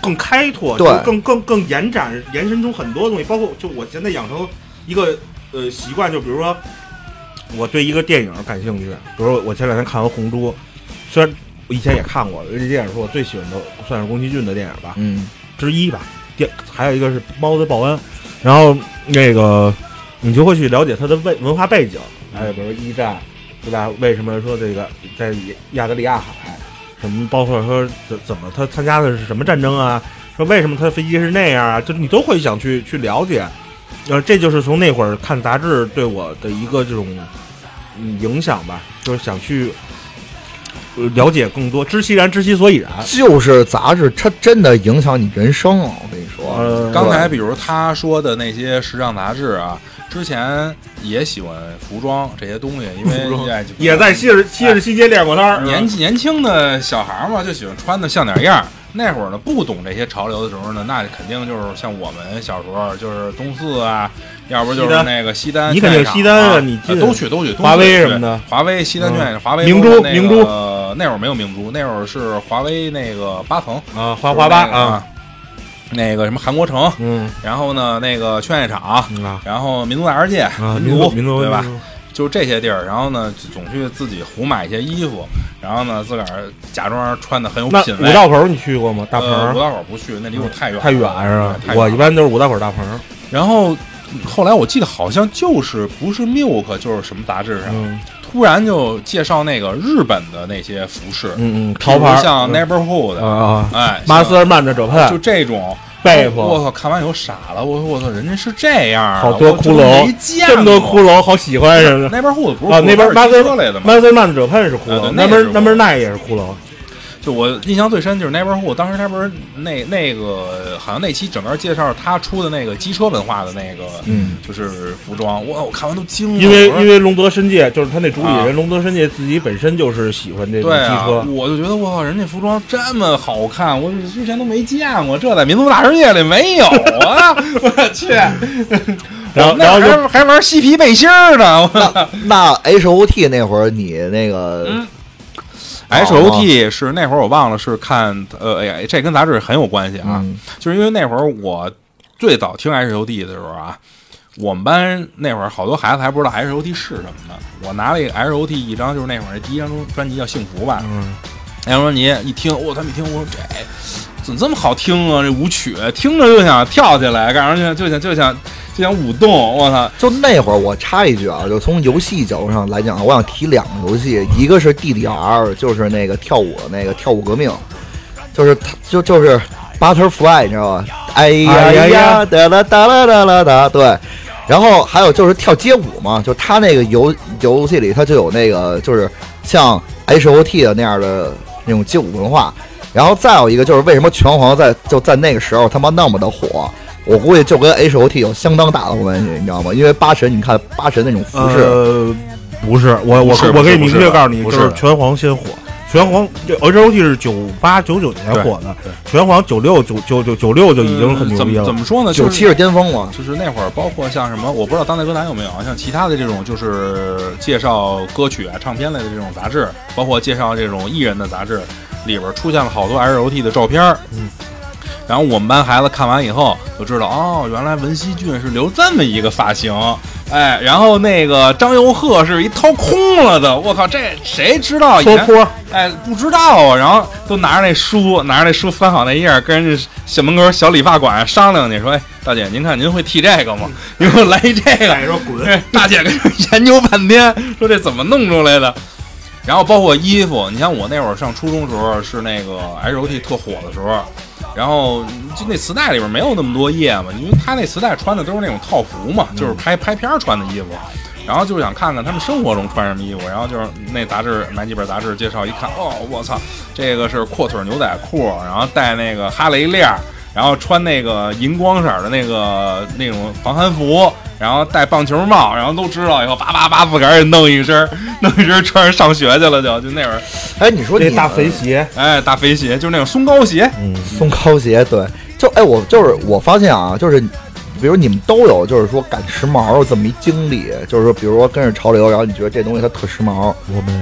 Speaker 4: 更开拓，
Speaker 3: 对
Speaker 4: 就更更更延展延伸出很多东西，包括就我现在养成一个呃习惯，就比如说我对一个电影感兴趣，比如我前两天看完《红猪》，虽然我以前也看过，这电影是我最喜欢的，算是宫崎骏的电影吧
Speaker 3: 嗯，
Speaker 4: 之一吧。电还有一个是《猫的报恩》，然后那个你就会去了解它的文文化背景，哎，比如一战，对吧？为什么说这个在亚得里亚海，什么包括说怎怎么他参加的是什么战争啊？说为什么他的飞机是那样啊？就是你都会想去去了解，呃，这就是从那会儿看杂志对我的一个这种嗯影响吧，就是想去呃了解更多，知其然，知其所以然。
Speaker 3: 就是杂志，它真的影响你人生啊！我跟你说，
Speaker 4: 呃，
Speaker 2: 刚才比如他说的那些时尚杂志啊，之前也喜欢服装这些东西，因
Speaker 4: 服装
Speaker 2: 为哎就
Speaker 4: 也在七十七十七街练过摊儿，
Speaker 2: 年年轻的小孩儿嘛，就喜欢穿的像点样儿。那会儿呢，不懂这些潮流的时候呢，那肯定就是像我们小时候，就是东四啊，要不就
Speaker 4: 西
Speaker 2: 是
Speaker 4: 单
Speaker 2: 那个西单
Speaker 4: 你
Speaker 2: 劝
Speaker 4: 肯定
Speaker 2: 业场啊，
Speaker 4: 西单啊你
Speaker 2: 呃
Speaker 4: 进
Speaker 2: 都去都去，都
Speaker 4: 华
Speaker 2: 去
Speaker 4: 威
Speaker 2: 对
Speaker 4: 什么的
Speaker 2: 华威西单
Speaker 4: 嗯
Speaker 2: 劝业场，华威
Speaker 4: 明
Speaker 2: 都是
Speaker 4: 珠
Speaker 2: 那
Speaker 4: 明
Speaker 2: 个
Speaker 4: 珠
Speaker 2: 那会儿没有明珠，那会儿是华威那个八层
Speaker 4: 啊，花花吧啊，，
Speaker 2: 就是那个那个什么韩国城，
Speaker 4: 嗯
Speaker 2: 然后呢那个劝业场，
Speaker 4: 嗯啊
Speaker 2: 然后民族大世界、
Speaker 4: 啊，
Speaker 2: 民
Speaker 4: 民族民族
Speaker 2: 对吧？
Speaker 4: 民族
Speaker 2: 就这些地儿，然后呢，就总去自己胡买一些衣服，然后呢，自个儿假装穿的很有
Speaker 4: 那
Speaker 2: 品位。
Speaker 4: 五道口你去过吗？大棚
Speaker 2: 呃，
Speaker 4: 儿
Speaker 2: 五道口不去，那离我太远
Speaker 4: 太
Speaker 2: 远
Speaker 4: 远是吧
Speaker 2: 太？远
Speaker 4: 我一般都是五道口大棚儿，
Speaker 2: 然后后来我记得好像就是不是 Milk 就是啊什么杂志上，
Speaker 4: 嗯
Speaker 2: 突然就介绍那个日本的那些服饰，
Speaker 4: 嗯嗯，
Speaker 2: 比如
Speaker 4: 潮牌儿
Speaker 2: 像
Speaker 4: 嗯
Speaker 2: Neighborhood，、
Speaker 4: 啊啊，
Speaker 2: 哎，
Speaker 4: 马斯
Speaker 2: 像
Speaker 4: 尔曼的肘
Speaker 2: 就
Speaker 4: 喷，
Speaker 2: 这种。
Speaker 4: 贝
Speaker 2: 我
Speaker 4: 弗，
Speaker 2: 操！看完以后傻了，我说我操，人家是这样啊，
Speaker 4: 好多
Speaker 2: 我真
Speaker 4: 骷髅
Speaker 2: 没见
Speaker 4: 这么多
Speaker 2: 过
Speaker 4: 骷髅，好喜欢什么的。
Speaker 2: 那边护不是
Speaker 4: 啊，
Speaker 2: 骷髅
Speaker 4: 那边
Speaker 2: 是
Speaker 4: 马斯
Speaker 2: 汽
Speaker 4: 尔
Speaker 2: 车类的嘛，
Speaker 4: 马斯尔曼的肘喷是骷
Speaker 2: 啊
Speaker 4: 髅，
Speaker 2: 对
Speaker 4: 那
Speaker 2: 那也是
Speaker 4: 边
Speaker 2: 骷髅
Speaker 4: 那边奈也是骷髅，
Speaker 2: 就我印象最深就是 Neighborhood，当时他不是那那个好像那期整个介绍他出的那个机车文化的那个，
Speaker 4: 嗯，
Speaker 2: 就是服装，哇，我看完都惊了，
Speaker 4: 因为
Speaker 2: 我说
Speaker 4: 因为龙德申介就是他那主理
Speaker 2: 啊
Speaker 4: 人龙德申介自己本身就是喜欢这种
Speaker 2: 对
Speaker 4: 机
Speaker 2: 啊，
Speaker 4: 车，
Speaker 2: 我就觉得我靠，人家服装这么好看，我之前都没见过，这在民族大世界里没有啊！我去，
Speaker 4: 然后
Speaker 2: 我们那
Speaker 4: <laughs> 然后
Speaker 2: 会
Speaker 4: 就
Speaker 2: 儿还还玩嬉皮背心儿呢。我
Speaker 3: 那那 H O T 那会儿你那个、
Speaker 2: 嗯
Speaker 4: 哦
Speaker 2: H O T 是那会儿我忘了是看呃，哎呀，这跟杂志很有关系啊，
Speaker 3: 嗯
Speaker 2: 就是因为那会儿我最早听 H O T 的时候啊。我们班那会儿好多孩子还不知道 H O T 是什么呢。我拿了一个 H O T 一张，就是那会儿第一张专辑叫《幸福》吧，
Speaker 4: 嗯，
Speaker 2: 梁文杰一听，我他一听，我说这怎么这么好听啊？这舞曲听着就想跳起来，赶上去就想就想就想舞动，我操！
Speaker 3: 就那会儿我插一句啊，就从游戏角度上来讲，我想提两个游戏，一个是 DDR，就是那个跳舞那个跳舞革命，就是它就就是 Butterfly，你知道吧？哎呀
Speaker 4: 哎呀
Speaker 3: 呀，哒啦哒啦哒啦哒，对。然后还有就是跳街舞嘛，就它那个游游戏里它就有那个就是像 H O T 的那样的那种街舞文化。然后再有一个就是为什么拳皇在就在那个时候他妈那么的火，我估计就跟 H O T 有相当大的关系，你知道吗？因为八神，你看八神那种服饰，
Speaker 4: 呃，不是，我
Speaker 2: 不
Speaker 4: 我
Speaker 2: 是不是
Speaker 4: 我可以明
Speaker 2: 不是
Speaker 4: 确
Speaker 2: 的
Speaker 4: 告诉你，
Speaker 2: 不
Speaker 4: 就是是
Speaker 2: 的
Speaker 4: 拳皇先火，拳皇这 H O T 是九八九九年火的，拳皇九六九九九九六就已经
Speaker 2: 嗯
Speaker 4: 很牛
Speaker 2: 怎
Speaker 4: 逼
Speaker 2: 么怎
Speaker 4: 了。
Speaker 2: 么说呢？
Speaker 3: 九
Speaker 2: 就是
Speaker 3: 七是巅峰嘛。
Speaker 2: 就是那会儿，包括像什么，我不知道当代歌坛有没有，像其他的这种就是介绍歌曲啊、唱片类的这种杂志，包括介绍这种艺人的杂志，里边出现了好多 H O T 的照片儿。
Speaker 4: 嗯。
Speaker 2: 然后我们班孩子看完以后就知道，哦，原来文熙俊是留这么一个发型，哎，然后那个张佑赫是一掏空了的，我靠，这谁知道？以
Speaker 4: 脱
Speaker 2: 前
Speaker 4: 坡，
Speaker 2: 哎，不知道啊，然后都拿着那书，拿着那书翻好那页儿，跟人家小门口小理发馆商量去，说：“哎，大姐，您看您会剃这个 <laughs> 吗？您给我来一这个。”
Speaker 4: 说滚，
Speaker 2: 对， <laughs> 大姐跟这儿研究半天，说这怎么弄出来的。然后包括衣服，你像我那会儿上初中时候是那个 H O T 特火的时候，然后就那磁带里边没有那么多页嘛，因为他那磁带穿的都是那种套服嘛，就是拍拍片儿穿的衣服。然后就是想看看他们生活中穿什么衣服，然后就是那杂志买几本杂志介绍，一看，哦，我操，这个是阔腿牛仔裤，然后带那个哈雷链儿，然后穿那个荧光色儿的那个那种防寒服，然后戴棒球帽，然后都知道以后，叭叭叭自个儿也弄一身儿，弄一身儿穿着上学去了就，就那会儿，
Speaker 3: 哎，你说你
Speaker 4: 那大肥鞋，
Speaker 2: 哎，大飞鞋就是那种松糕鞋，
Speaker 4: 嗯，
Speaker 3: 松糕鞋，对，就哎，我就是我发现啊，就是比如你们都有，就是说赶时髦这么一经历，就是说比如说跟着潮流，然后你觉得这东西它特时髦，
Speaker 4: 我没有。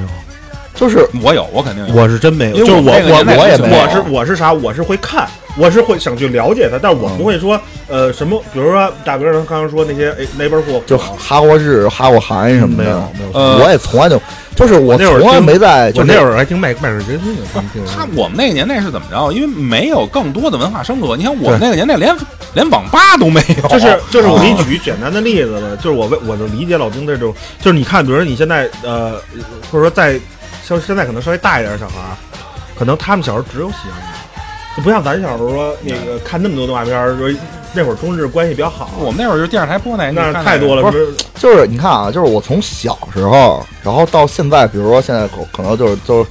Speaker 3: 就是
Speaker 2: 我有，我肯定有，
Speaker 4: 我是真没有，
Speaker 2: 因为
Speaker 4: 就是
Speaker 2: 我
Speaker 4: 我
Speaker 2: 那个
Speaker 4: 我
Speaker 2: 年代
Speaker 3: 我也
Speaker 4: 是
Speaker 3: 没有
Speaker 4: 我是我是啥？我是会看，我是会想去了解它，但是我
Speaker 3: 嗯
Speaker 4: 不会说呃什么，比如说打比方说刚刚说那些哎 neighborhood，
Speaker 3: 就哈国日、哈国韩什么
Speaker 4: 没
Speaker 3: 的，
Speaker 4: 有没有。
Speaker 2: 呃
Speaker 3: 我也从来就就是我
Speaker 4: 我那会儿
Speaker 3: 从来
Speaker 4: 真
Speaker 3: 没在就
Speaker 4: 我
Speaker 3: 是
Speaker 4: 那会儿还听迈迈克尔·杰克逊的，他们 <laughs> 听
Speaker 2: 他我们那个年代是怎么着？因为没有更多的文化生活，你看我们那个年代连连网吧都没有，
Speaker 4: 哦就是就是我给你举一简单的例子吧，就是我为我能理解老丁这种，就是你看，比如说你现在呃，或者说在像现在可能稍微大一点的小孩儿，可能他们小时候只有喜羊羊，就不像咱小时候说那个看那么多动画片儿，说那会儿中日关系比较好，
Speaker 2: 我们那会儿就是电视台播那，
Speaker 4: 那
Speaker 2: 你看
Speaker 4: 太多了，
Speaker 3: 不
Speaker 4: 不是
Speaker 3: 就是你看啊，就是我从小时候，然后到现在，比如说现在可可能就是就是。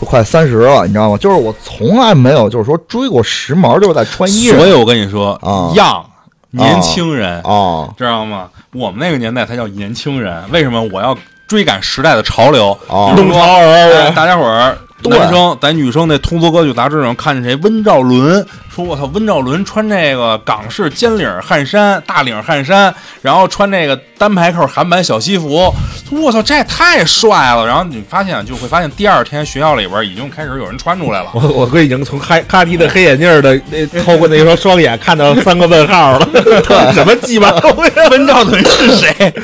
Speaker 3: 就快三十了，你知道吗？就是我从来没有，就是说追过时髦，就是在穿衣
Speaker 2: 所
Speaker 3: 上
Speaker 2: 以我跟你说
Speaker 3: 啊，
Speaker 2: 样年轻人，
Speaker 3: 啊。
Speaker 2: 知道吗？我们那个年代才叫年轻人。为什么我要追赶时代的潮流？
Speaker 3: 哦
Speaker 2: 比如
Speaker 4: 弄
Speaker 2: 说
Speaker 4: 潮
Speaker 2: 哎
Speaker 4: 儿，啊
Speaker 2: 大家伙儿，
Speaker 3: 对
Speaker 2: 男生在女生那通俗歌曲杂志上看见谁温兆伦，说我操，温兆伦穿这个港式尖领汗衫、大领汗衫，然后穿这个单排扣韩版小西服，我操，这也太帅了！然后你发现啊就会发现，第二天学校里边已经开始有人穿出来了。
Speaker 4: 我我哥已经从哈哈迪的黑眼镜儿的那透过那双双眼看到三个问号了，什么鸡巴东西？啊
Speaker 2: 温兆伦是谁？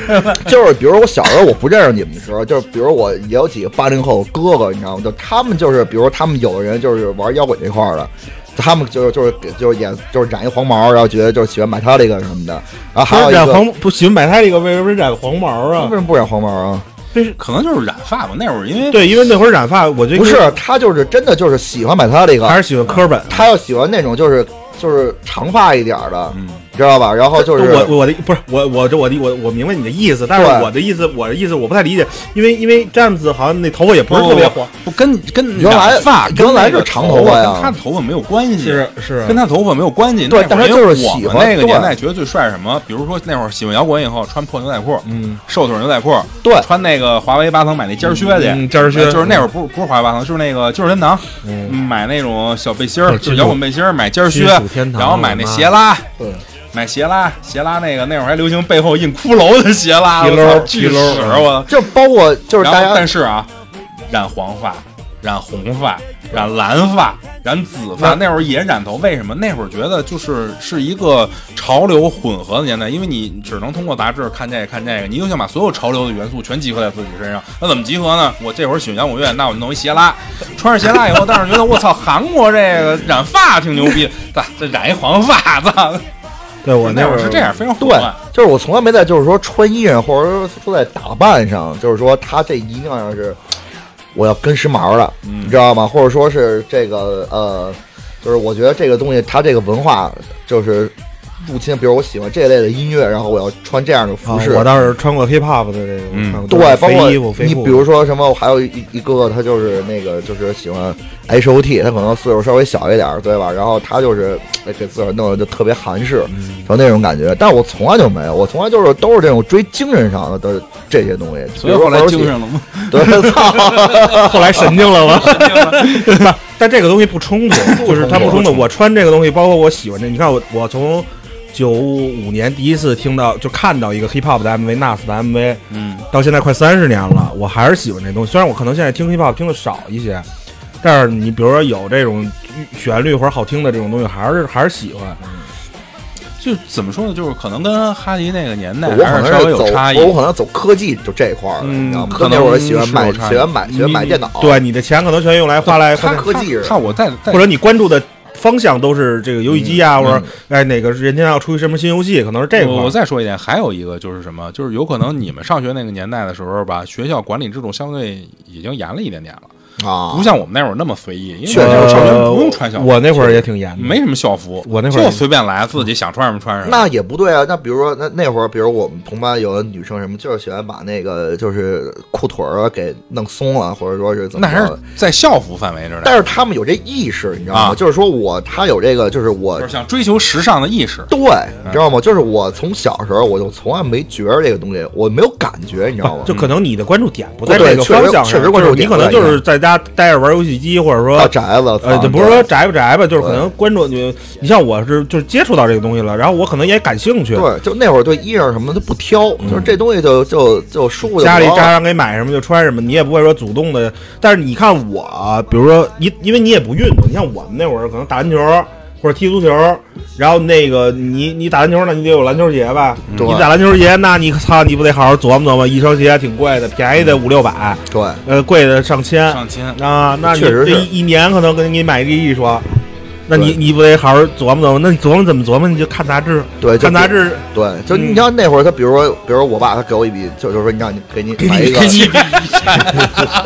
Speaker 3: 就是比如我小时候我不认识你们的时候，就是比如我也有几个八零后哥哥，你知道吗？就他们就是，比如他们有的人就是玩摇滚这块儿的，他们就是就是就是也就是染一黄毛，然后觉得就是喜欢买他这个什么的，然后还有一
Speaker 4: 染
Speaker 3: 个
Speaker 4: 黄不喜欢买他这个为什么染黄毛啊
Speaker 3: 为？什么不染黄毛啊？
Speaker 2: 可能就是染发吧。那会儿因为
Speaker 4: <laughs> 对，因为那会儿染发，我觉得
Speaker 3: 不是，啊他就是真的就是喜欢买他这个，
Speaker 4: 还是喜欢科本。
Speaker 3: 他要喜欢那种就是就是长发一点儿的，
Speaker 2: 嗯，
Speaker 3: 知道吧？然后就是
Speaker 4: 我我的不是我我这我的我我明白你的意思，但
Speaker 3: 对
Speaker 4: 是我的意思我的意思我不太理解，因为因为詹姆斯好像那头发也不是特别黄，
Speaker 2: 哦不跟跟
Speaker 3: 原来
Speaker 2: 染发跟
Speaker 3: 原来
Speaker 2: 那个
Speaker 3: 是长
Speaker 2: 头
Speaker 3: 头发呀
Speaker 2: 跟他的头发没有关系，
Speaker 4: 是是
Speaker 2: 跟他头发没有关系。
Speaker 3: 对
Speaker 2: 那会儿
Speaker 3: 但是
Speaker 2: 因为
Speaker 3: 就是
Speaker 2: 我
Speaker 3: 喜
Speaker 2: 们
Speaker 3: 欢
Speaker 2: 那个年
Speaker 3: 对
Speaker 2: 代觉得最帅是什么？比如说那会儿喜欢摇滚以后，穿破牛仔裤，
Speaker 4: 嗯，
Speaker 2: 瘦腿牛仔裤，
Speaker 3: 对
Speaker 2: 穿那个华为八层买那尖儿靴去，呃
Speaker 4: 嗯尖儿靴嗯
Speaker 2: 就是那会儿不是不是华为八层，就是那个就是人堂，买那种小背心儿，
Speaker 4: 对
Speaker 2: 就是摇滚背心儿，买尖儿靴
Speaker 4: 哦金属天，堂
Speaker 2: 然后买那
Speaker 4: 我的妈
Speaker 2: 鞋拉，
Speaker 3: 对，
Speaker 2: 买鞋拉，鞋拉那个那会儿还流行背后印骷髅的鞋拉，
Speaker 4: 皮
Speaker 2: 我
Speaker 4: 褛
Speaker 2: 操
Speaker 4: 儿
Speaker 2: 巨
Speaker 4: 皮
Speaker 2: 屎
Speaker 4: 褛儿
Speaker 2: 我。
Speaker 3: 就包括就是
Speaker 2: 然
Speaker 3: 大
Speaker 2: 后
Speaker 3: 家
Speaker 2: 但是啊，染黄发、染红发、染蓝发、染紫发，那会儿也染头，为什么？那会儿觉得就是是一个潮流混合的年代，因为你只能通过杂志看这个看这个，你又想把所有潮流的元素全集合在自己身上，那怎么集合呢？我这会儿喜欢摇滚乐，那我就弄一斜拉，穿上斜拉以后，但是觉得我操，韩国这个染发挺牛逼， <laughs> 咋这染一黄发，操，
Speaker 4: 对我
Speaker 2: 那
Speaker 4: 会
Speaker 2: 会儿
Speaker 4: 儿
Speaker 2: 是这样，非常混
Speaker 3: 对
Speaker 2: 乱。，
Speaker 3: 就是我从来没在就是说穿衣裳或者说说在打扮上，就是说他这一定要是我要跟时髦了，
Speaker 2: 嗯
Speaker 3: 你知道吗？或者说是这个呃，就是我觉得这个东西它这个文化就是入侵，比如我喜欢这类的音乐，然后我要穿这样的服
Speaker 4: 啊
Speaker 3: 饰。
Speaker 4: 我倒是穿过 hip hop 的这个，
Speaker 2: 嗯
Speaker 4: 我穿过
Speaker 3: 对，包
Speaker 4: 肥衣
Speaker 3: 括
Speaker 4: 服、肥
Speaker 3: 你
Speaker 4: 裤
Speaker 3: 比如说什么，我还有一一哥哥，他就是那个就是喜欢 H O T，他可能岁数稍微小一点儿，对吧？然后他就是哎给自个儿弄得就特别韩式，
Speaker 2: 嗯
Speaker 3: 就那种感觉。但我从来就没有，我从来就是都是这种追精神上的的这些东西。
Speaker 2: 嗯所以后来
Speaker 3: 比如说玩游戏
Speaker 2: 精神了吗？ <laughs>
Speaker 3: 对，操，
Speaker 4: <laughs> 后来神经了吗？但但这个东西不冲突，就是它不冲突。我穿这个东西，包括我喜欢这，你看我我从九五年第一次听到就看到一个 hip hop 的 MV、Nas 的 MV，
Speaker 2: 嗯，
Speaker 4: 到现在快三十年了，我还是喜欢这东西。虽然我可能现在听 hip hop 听的少一些，但是你比如说有这种旋律或者好听的这种东西，还是还是喜欢。
Speaker 2: 就怎么说呢？就是可能跟哈迪那个年代
Speaker 3: 我可
Speaker 2: 还
Speaker 3: 能
Speaker 2: 是稍微
Speaker 3: 是走，
Speaker 2: 有差异。
Speaker 3: 我可能走科技就这一块儿的，
Speaker 2: 嗯
Speaker 3: 你知道吗？
Speaker 2: 可能
Speaker 3: 那会儿喜欢
Speaker 2: 是
Speaker 3: 买
Speaker 2: 有差异
Speaker 3: 喜欢买喜欢买
Speaker 4: 你
Speaker 3: 电脑，，
Speaker 4: 对你的钱可能全用来花来花
Speaker 3: 哦他
Speaker 4: 来
Speaker 3: 科技是
Speaker 2: 看我在在
Speaker 4: 或者你关注的方向都是这个游戏机啊，
Speaker 3: 嗯
Speaker 4: 或者哎哪个是人家要出什么新游戏，可能是这个。
Speaker 2: 我我再说一点，还有一个就是什么，就是有可能你们上学那个年代的时候吧，学校管理制度相对已经严了一点点了，
Speaker 3: 啊
Speaker 2: 不，像我们那会儿那么随意，因为
Speaker 3: 确
Speaker 2: 那
Speaker 3: 实
Speaker 2: 会儿上
Speaker 4: 呃
Speaker 2: 学不用穿校服，
Speaker 4: 我那会儿也挺严的，
Speaker 2: 没什么校服，
Speaker 4: 我那会儿也
Speaker 2: 就随便来，自己想穿什么穿什么。
Speaker 3: 那也不对啊。那比如说，那那会儿，比如我们同班有的女生什么，就是喜欢把那个就是裤腿儿啊给弄松了，或者说是怎么
Speaker 2: 那还
Speaker 3: 着
Speaker 2: 是
Speaker 3: 的。
Speaker 2: 在校服范围之内，
Speaker 3: 但是他们有这意识，你知道吗？
Speaker 2: 啊
Speaker 3: 就是说我他有这个，就是我
Speaker 2: 就是想追求时尚的意识。
Speaker 3: 对，你知道吗？就是我从小时候我就从来没觉着这个东西，我没有感觉，你知道吗？
Speaker 4: 啊 <laughs> 就可能你的关注点不在
Speaker 3: 对
Speaker 4: 这个
Speaker 3: 确实
Speaker 4: 方向上，
Speaker 3: 确实关注
Speaker 4: 就是
Speaker 3: 点
Speaker 4: 你可能
Speaker 3: 不在
Speaker 4: 就是在家待着玩游戏机，或者
Speaker 3: 大
Speaker 4: 说。
Speaker 3: 宅子，
Speaker 4: 呃，
Speaker 3: 操
Speaker 4: 就不是说
Speaker 3: 对
Speaker 4: 宅不宅吧，就是可能关注你。你像我是就是接触到这个东西了，然后我可能也感兴趣，
Speaker 3: 对，就那会儿对衣裳什么的都不挑，就是这东西就就就舒服就
Speaker 4: 嗯家里
Speaker 3: 得了
Speaker 4: 家长给买什么就穿什么，你也不会说主动的。但是你看我，比如说你，因为你也不运动，你像我们那会儿可能打篮球或者踢足球，然后那个你你打篮球呢，你得有篮球鞋吧？
Speaker 3: 对
Speaker 4: 你打篮球鞋，那你操你不得好好琢磨琢磨，一双鞋挺贵的，便宜的五六百，
Speaker 3: 对。
Speaker 4: 呃，贵的上千。
Speaker 2: 上亲，
Speaker 4: 啊，那你
Speaker 3: 确实
Speaker 4: 这
Speaker 3: 是
Speaker 4: 一一年可能给你买这一双，那你
Speaker 3: 对
Speaker 4: 你不得好好琢磨琢磨？那你琢磨怎么琢磨？你就看杂志，
Speaker 3: 对就
Speaker 4: 看杂志，
Speaker 3: 对，就
Speaker 4: 嗯
Speaker 3: 你像那会儿，他比如说，比如说我爸他给我一笔，就就是说你让你给你买一个， <laughs>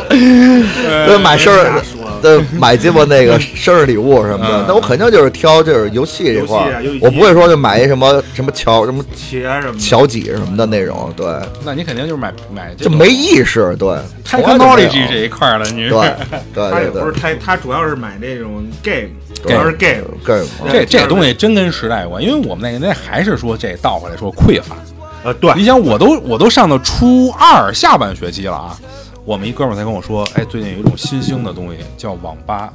Speaker 3: 对，买生
Speaker 4: 哎
Speaker 3: 日，对，买鸡巴那个生日礼物什么
Speaker 2: 嗯
Speaker 3: 的，那我肯定就是挑就是游戏这块
Speaker 4: 游戏啊游戏
Speaker 3: 儿
Speaker 4: 机，
Speaker 3: 我不会说就买一什么什么乔什么
Speaker 4: 鞋什么
Speaker 3: 乔几什么的那种，对，
Speaker 2: 那你肯定就是买买这
Speaker 3: 就
Speaker 2: 种
Speaker 3: 没意识，对，从来就没有
Speaker 2: technology 这一块儿的，你
Speaker 3: 对
Speaker 2: 是
Speaker 3: 啊对对对，
Speaker 4: 太，他主要是买这种 game，
Speaker 3: 主要是
Speaker 4: game。
Speaker 3: 更
Speaker 2: 这这东西真跟时代有关，因为我们那个年代还是说这倒回来说匮乏。
Speaker 4: 呃，对，
Speaker 2: 你想，我都我都上到初二下半学期了啊，我们一哥们儿才跟我说，哎，最近有一种新兴的东西叫网吧，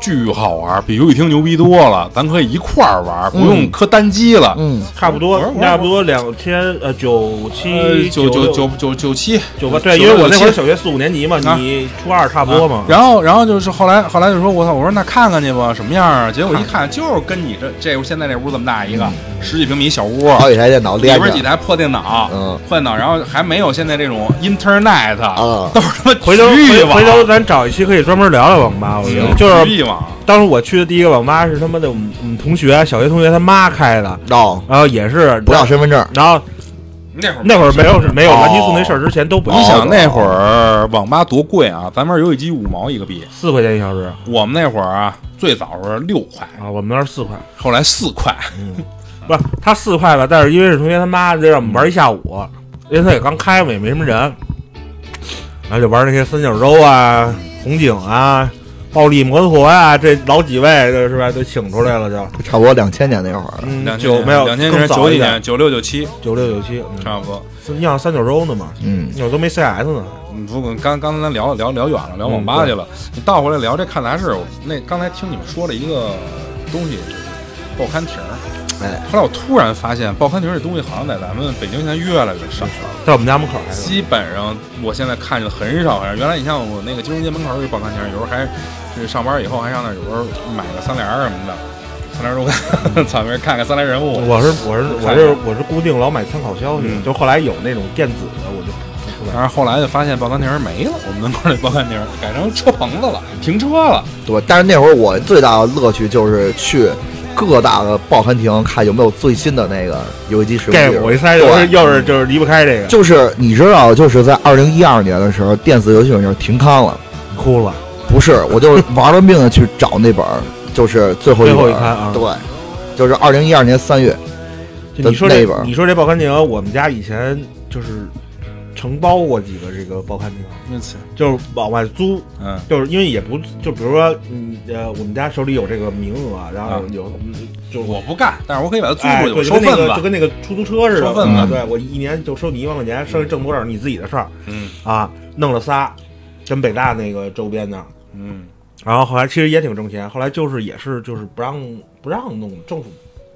Speaker 2: 巨好玩，比游戏厅牛逼多了，咱可以一块儿玩，不用磕单机了。
Speaker 3: 嗯，
Speaker 4: 差不
Speaker 2: 我说
Speaker 4: 多，
Speaker 2: 我说
Speaker 4: 差不多两千呃九
Speaker 2: 呃
Speaker 4: 七
Speaker 2: 九九
Speaker 4: 九
Speaker 2: 九九九七
Speaker 4: 九八，对，因为我那会儿小学四五年级嘛，
Speaker 2: 啊
Speaker 4: 你初二差不多嘛。
Speaker 2: 然后，然后就是后来，后来就说，我操，我说那看看去吧，什么样啊？结果一看，就是跟你这这现在这屋这么大一个十几平米小屋，
Speaker 3: 好几台电脑
Speaker 2: 里
Speaker 3: 连
Speaker 2: 边几
Speaker 3: 着，
Speaker 2: 台破电脑，
Speaker 3: 嗯
Speaker 2: 破电脑，然后还没有现在这种 Internet，、
Speaker 3: 啊
Speaker 2: 都是他妈
Speaker 4: 回头
Speaker 2: 局域
Speaker 4: 回
Speaker 2: 网
Speaker 4: 回头咱找一期可以专门聊聊网吧，我觉得
Speaker 2: 嗯
Speaker 4: 就是
Speaker 2: 局域网，
Speaker 4: 当时我去的第一个网吧是他妈的我们我们同学小学同学他妈开的，
Speaker 3: 哦，
Speaker 4: 然后也是
Speaker 3: 不要，身份证，
Speaker 4: 然后
Speaker 2: 那会儿
Speaker 4: 那会儿没有没有
Speaker 3: 哦
Speaker 4: 垃圾送那事儿之前都不
Speaker 2: 你
Speaker 4: 要
Speaker 2: 想那会儿网吧多贵啊？咱们这儿游戏机五毛一个币，
Speaker 4: 四块钱一小时
Speaker 2: 我们那会儿啊，最早是六块，
Speaker 4: 啊，我们那儿四块，
Speaker 2: 后来四块，
Speaker 4: 不是他四块吧？但是因为是同学他妈就让我们玩一下午，因为他也刚开嘛，也没什么人，然后就玩那些三角洲啊、红警啊、暴力摩托呀、这老几位这是吧？都请出来了就，
Speaker 3: 差不多两千年那会儿，
Speaker 4: 嗯，
Speaker 2: 两
Speaker 4: 九没有
Speaker 2: 两千
Speaker 4: 更
Speaker 2: 年
Speaker 4: 早
Speaker 2: 九
Speaker 4: 一
Speaker 2: 几
Speaker 4: 点
Speaker 2: 年，，九六九七
Speaker 4: 九六九七，
Speaker 2: 差不多。
Speaker 4: 你想三角洲呢嘛？
Speaker 3: 嗯，
Speaker 4: 那会儿都没 CS 呢，
Speaker 2: 你不，刚刚才咱聊聊聊远了，聊网吧去了。你倒回来聊这看杂志，我那刚才听你们说了一个东西，就是报刊亭儿。
Speaker 3: 哎，
Speaker 2: 后来我突然发现，报刊亭这东西好像在咱们北京现在越来越少了。
Speaker 4: 在我们家门口还有。
Speaker 2: 基本上我现在看见的很少，很少。原来你像我那个金融街门口有一报刊亭，有时候还是嗯上班以后还上那儿，有时候买个三联儿什么的，三联儿周刊，草莓看看 <laughs> 三联人物。
Speaker 4: 我是我是我是我是固定老买参考消息，
Speaker 2: 嗯
Speaker 4: 就后来有那种电子的我就不不买。
Speaker 2: 但是后来就发现报刊亭没了，我们门口那报刊亭改成车棚子了，停车了。
Speaker 3: 对。但是那会儿我最大的乐趣就是去各大的报刊亭看有没有最新的那个游戏机使用
Speaker 4: 这
Speaker 3: 技术
Speaker 4: 我一猜就是
Speaker 3: 对
Speaker 4: 又是就是离不开这个，
Speaker 3: 就是你知道，就是在二零一二年的时候，电子游戏软件停刊了。
Speaker 4: 哭了。
Speaker 3: 不是，我就玩了命的去找那本儿，就是最后一本
Speaker 4: 最
Speaker 3: 儿
Speaker 4: 后一刊啊
Speaker 3: 对，就是二零一二年三月，
Speaker 4: 就你说
Speaker 3: 那
Speaker 4: 这
Speaker 3: 一本儿
Speaker 4: 你说这报刊亭，我们家以前就是承包过几个这个报刊亭，
Speaker 2: 那次，
Speaker 4: 就是往外租，
Speaker 2: 嗯，
Speaker 4: 就是因为也不就比如说，嗯呃，我们家手里有这个名额，然后
Speaker 2: 嗯
Speaker 4: 有就
Speaker 2: 我不干，但是我可以把它租
Speaker 4: 哎，
Speaker 2: 出去，我
Speaker 4: 对，
Speaker 2: 收份
Speaker 4: 就跟那个就
Speaker 2: 子。
Speaker 4: 跟那个出租车似的，
Speaker 2: 收份
Speaker 3: 子
Speaker 4: 嗯对我一年就收你一万块钱，剩下挣多少你自己的事儿
Speaker 2: 嗯
Speaker 4: 啊，弄了仨，跟北大那个周边那儿。
Speaker 2: 嗯，
Speaker 4: 然后后来其实也挺挣钱，后来就是也是就是不让不让弄，政府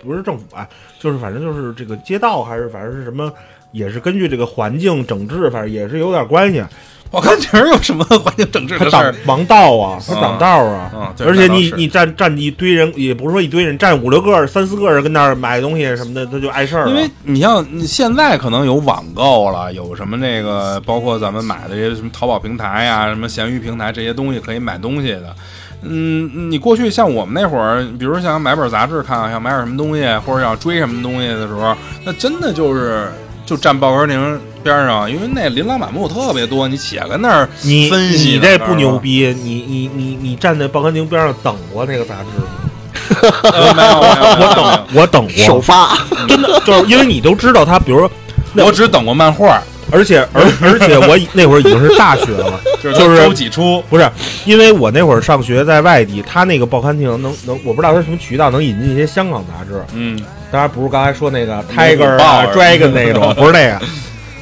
Speaker 4: 不是政府啊，就是反正就是这个街道还是反正是什么，也是根据这个环境整治，反正也是有点关系。
Speaker 2: 报刊亭有什么环境整治
Speaker 4: 它
Speaker 2: 的事
Speaker 4: 挡
Speaker 2: 儿？
Speaker 4: 盲道啊，它挡道啊，
Speaker 2: 嗯，对
Speaker 4: 而且
Speaker 2: 那倒
Speaker 4: 你
Speaker 2: 是
Speaker 4: 你站站一堆人，也不是说一堆人，站五六个、三四个人跟那儿买东西什么的，他就碍事儿啊了。
Speaker 2: 因为你像你现在可能有网购了，有什么那个，包括咱们买的这些什么淘宝平台呀、什么闲鱼平台这些东西可以买东西的。嗯，你过去像我们那会儿，比如想买本杂志看，想买点什么东西，或者想追什么东西的时候，那真的就是就站报刊亭边上，因为那琳琅满目特别多，你且跟那
Speaker 4: <laughs>
Speaker 2: 儿
Speaker 4: 你
Speaker 2: 分析
Speaker 4: 你
Speaker 2: 呢
Speaker 4: 这
Speaker 2: 是
Speaker 4: 不
Speaker 2: 吧
Speaker 4: 牛逼，你你你你站在报刊亭边上等过那个杂志吗？
Speaker 2: 呃没有没有没有没有
Speaker 4: 我等，我等
Speaker 3: 首
Speaker 4: 过，
Speaker 3: 发。
Speaker 4: 真的就是因为你都知道他，比如说，那
Speaker 2: 我只等过漫画，
Speaker 4: 而且而而且我已那会儿已经是大学了，
Speaker 2: 就是
Speaker 4: <laughs> 就
Speaker 2: 它
Speaker 4: 是
Speaker 2: 周几出，
Speaker 4: 不是因为我那会儿上学在外地，他那个报刊亭能能，我不知道他什么渠道能引进一些香港杂志，
Speaker 2: 嗯
Speaker 4: 当然不是刚才说那个 Tiger
Speaker 2: 报
Speaker 4: 啊
Speaker 2: 啊
Speaker 4: Dragon 那 <laughs> 种，不是那个，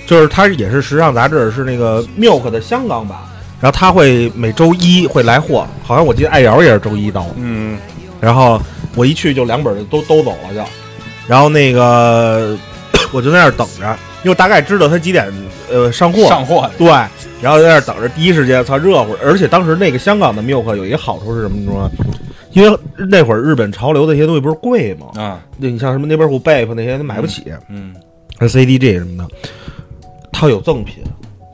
Speaker 4: 就是它也是时尚杂志，是那个 Milk 的香港版。然后他会每周一会来货，好像我记得爱瑶也是周一到的。
Speaker 2: 嗯，
Speaker 4: 然后我一去就两本儿都都走了就，然后那个 <coughs> 我就在那儿等着，因为大概知道他几点呃上货，
Speaker 2: 上货
Speaker 4: 对，然后在那儿等着，第一时间操热乎，而且当时那个香港的 Milk 有一个好处是什么？你知道吗？因为那会儿日本潮流的一些东西不是贵吗？
Speaker 2: 啊，
Speaker 4: 那你像什么 Neighborhood Bape 那些他买不起，
Speaker 2: 嗯，
Speaker 4: CDG 什么的，它有赠品，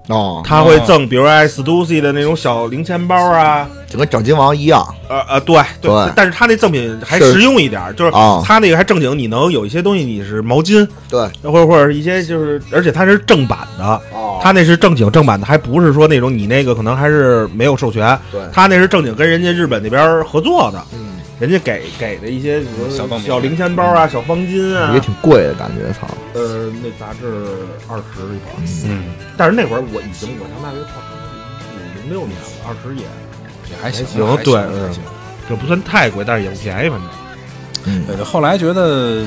Speaker 3: 哦，
Speaker 4: 它会赠，比如说 Stussy 的那种小零钱包啊，
Speaker 3: 就跟掌金王一样，
Speaker 4: 呃呃，对
Speaker 3: 对
Speaker 4: 但是它那赠品还
Speaker 3: 是
Speaker 4: 实用一点儿，就是
Speaker 3: 啊
Speaker 4: 它那个还正经，你能有一些东西你是毛巾，
Speaker 3: 对，
Speaker 4: 或者或者是一些就是，而且它是正版的，
Speaker 3: 哦
Speaker 4: 它那是正经正版的，还不是说那种你那个可能还是没有授权，
Speaker 3: 对
Speaker 4: 它那是正经跟人家日本那边儿合作的，
Speaker 3: 嗯，
Speaker 4: 人家给给的一些比如
Speaker 2: 小赠
Speaker 4: 说
Speaker 2: 品
Speaker 4: 小零钱包啊、小方巾啊
Speaker 3: 也，挺贵的感觉，操，
Speaker 4: 呃，那杂志二十一本。
Speaker 2: 嗯，
Speaker 4: 但是那会儿我已经我上大学上零六年了，二十也
Speaker 2: 也嗯还行，
Speaker 4: 行
Speaker 2: 还
Speaker 4: 对
Speaker 2: 还
Speaker 4: 嗯
Speaker 2: 行
Speaker 4: 就不算太贵，但是也不便宜，反正。
Speaker 3: 嗯，
Speaker 2: 对，后来觉得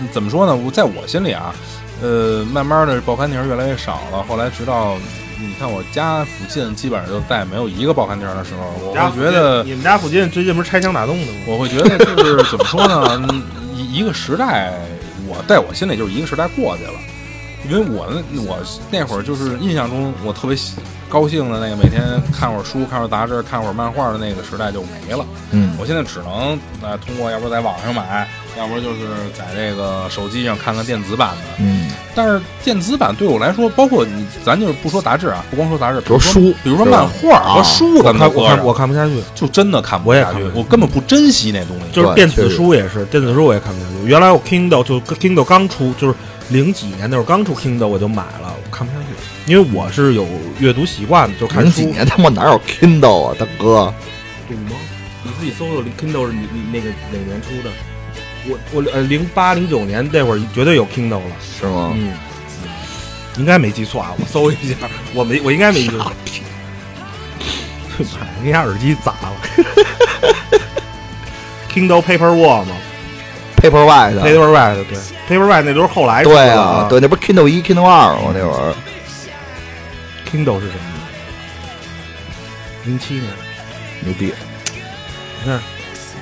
Speaker 2: 嗯怎么说呢？我在我心里啊，呃，慢慢的报刊亭越来越少了。后来直到你看我家附近，基本上就再没有一个报刊亭的时候，我
Speaker 4: 家
Speaker 2: 会
Speaker 4: 附
Speaker 2: 觉
Speaker 4: 近
Speaker 2: 得，
Speaker 4: 你们家附近最近不是拆墙打洞的吗？
Speaker 2: 我会觉得就是怎么说呢？ <laughs> 嗯一一个时代，我在我心里就是一个时代过去了。因为我那我那会儿就是印象中我特别喜高兴的那个，每天看会儿书、看会儿杂志、看会儿漫画的那个时代就没了。
Speaker 3: 嗯，
Speaker 2: 我现在只能呃通过，要不在网上买，要不就是在这个手机上看看电子版的。
Speaker 3: 嗯，
Speaker 2: 但是电子版对我来说，包括你，咱就是不说杂志啊，不光说杂志，比
Speaker 3: 比
Speaker 2: 如
Speaker 3: 如
Speaker 2: 说
Speaker 3: 书，
Speaker 2: 比如说
Speaker 3: 是吧
Speaker 2: 漫画和
Speaker 3: 啊
Speaker 2: 书，咱
Speaker 4: 我
Speaker 2: 们
Speaker 4: 看我看我看不下去，
Speaker 2: 就真的看不
Speaker 4: 我也
Speaker 2: 下
Speaker 4: 看
Speaker 2: 去
Speaker 4: 不，下
Speaker 2: 我根本不珍惜那东西。
Speaker 4: 就是
Speaker 3: 对
Speaker 4: 电
Speaker 3: 确
Speaker 4: 子
Speaker 3: 实
Speaker 4: 书也是，电子书我也看不下去。原来我 Kindle 就 Kindle 刚出，就是零几年那会儿刚出 Kindle 我就买了，我看不下去，因为我是有阅读习惯的，就看
Speaker 3: 零
Speaker 4: 书
Speaker 3: 几。年他妈哪有 Kindle 啊，大哥，
Speaker 4: 有吗？你自己搜搜 Kindle 是你你那个哪年出的？我我呃零八零九年那会儿绝对有 Kindle 了，
Speaker 3: 是吗？
Speaker 4: 嗯，应该没记错啊，我搜一下，我没我应该没记错。 <laughs> 对吧？人家耳机砸了 <laughs> ，Kindle Paperwhale 嘛
Speaker 3: Paper White 的，
Speaker 4: ，Paperwhile 的对，Paperwhile 那都是后来出
Speaker 3: 啊对
Speaker 4: 的
Speaker 3: 啊，对，那不是 Kindle 一、Kindle 二吗？那会儿
Speaker 4: ，Kindle 是什么？零七年，
Speaker 3: 牛逼，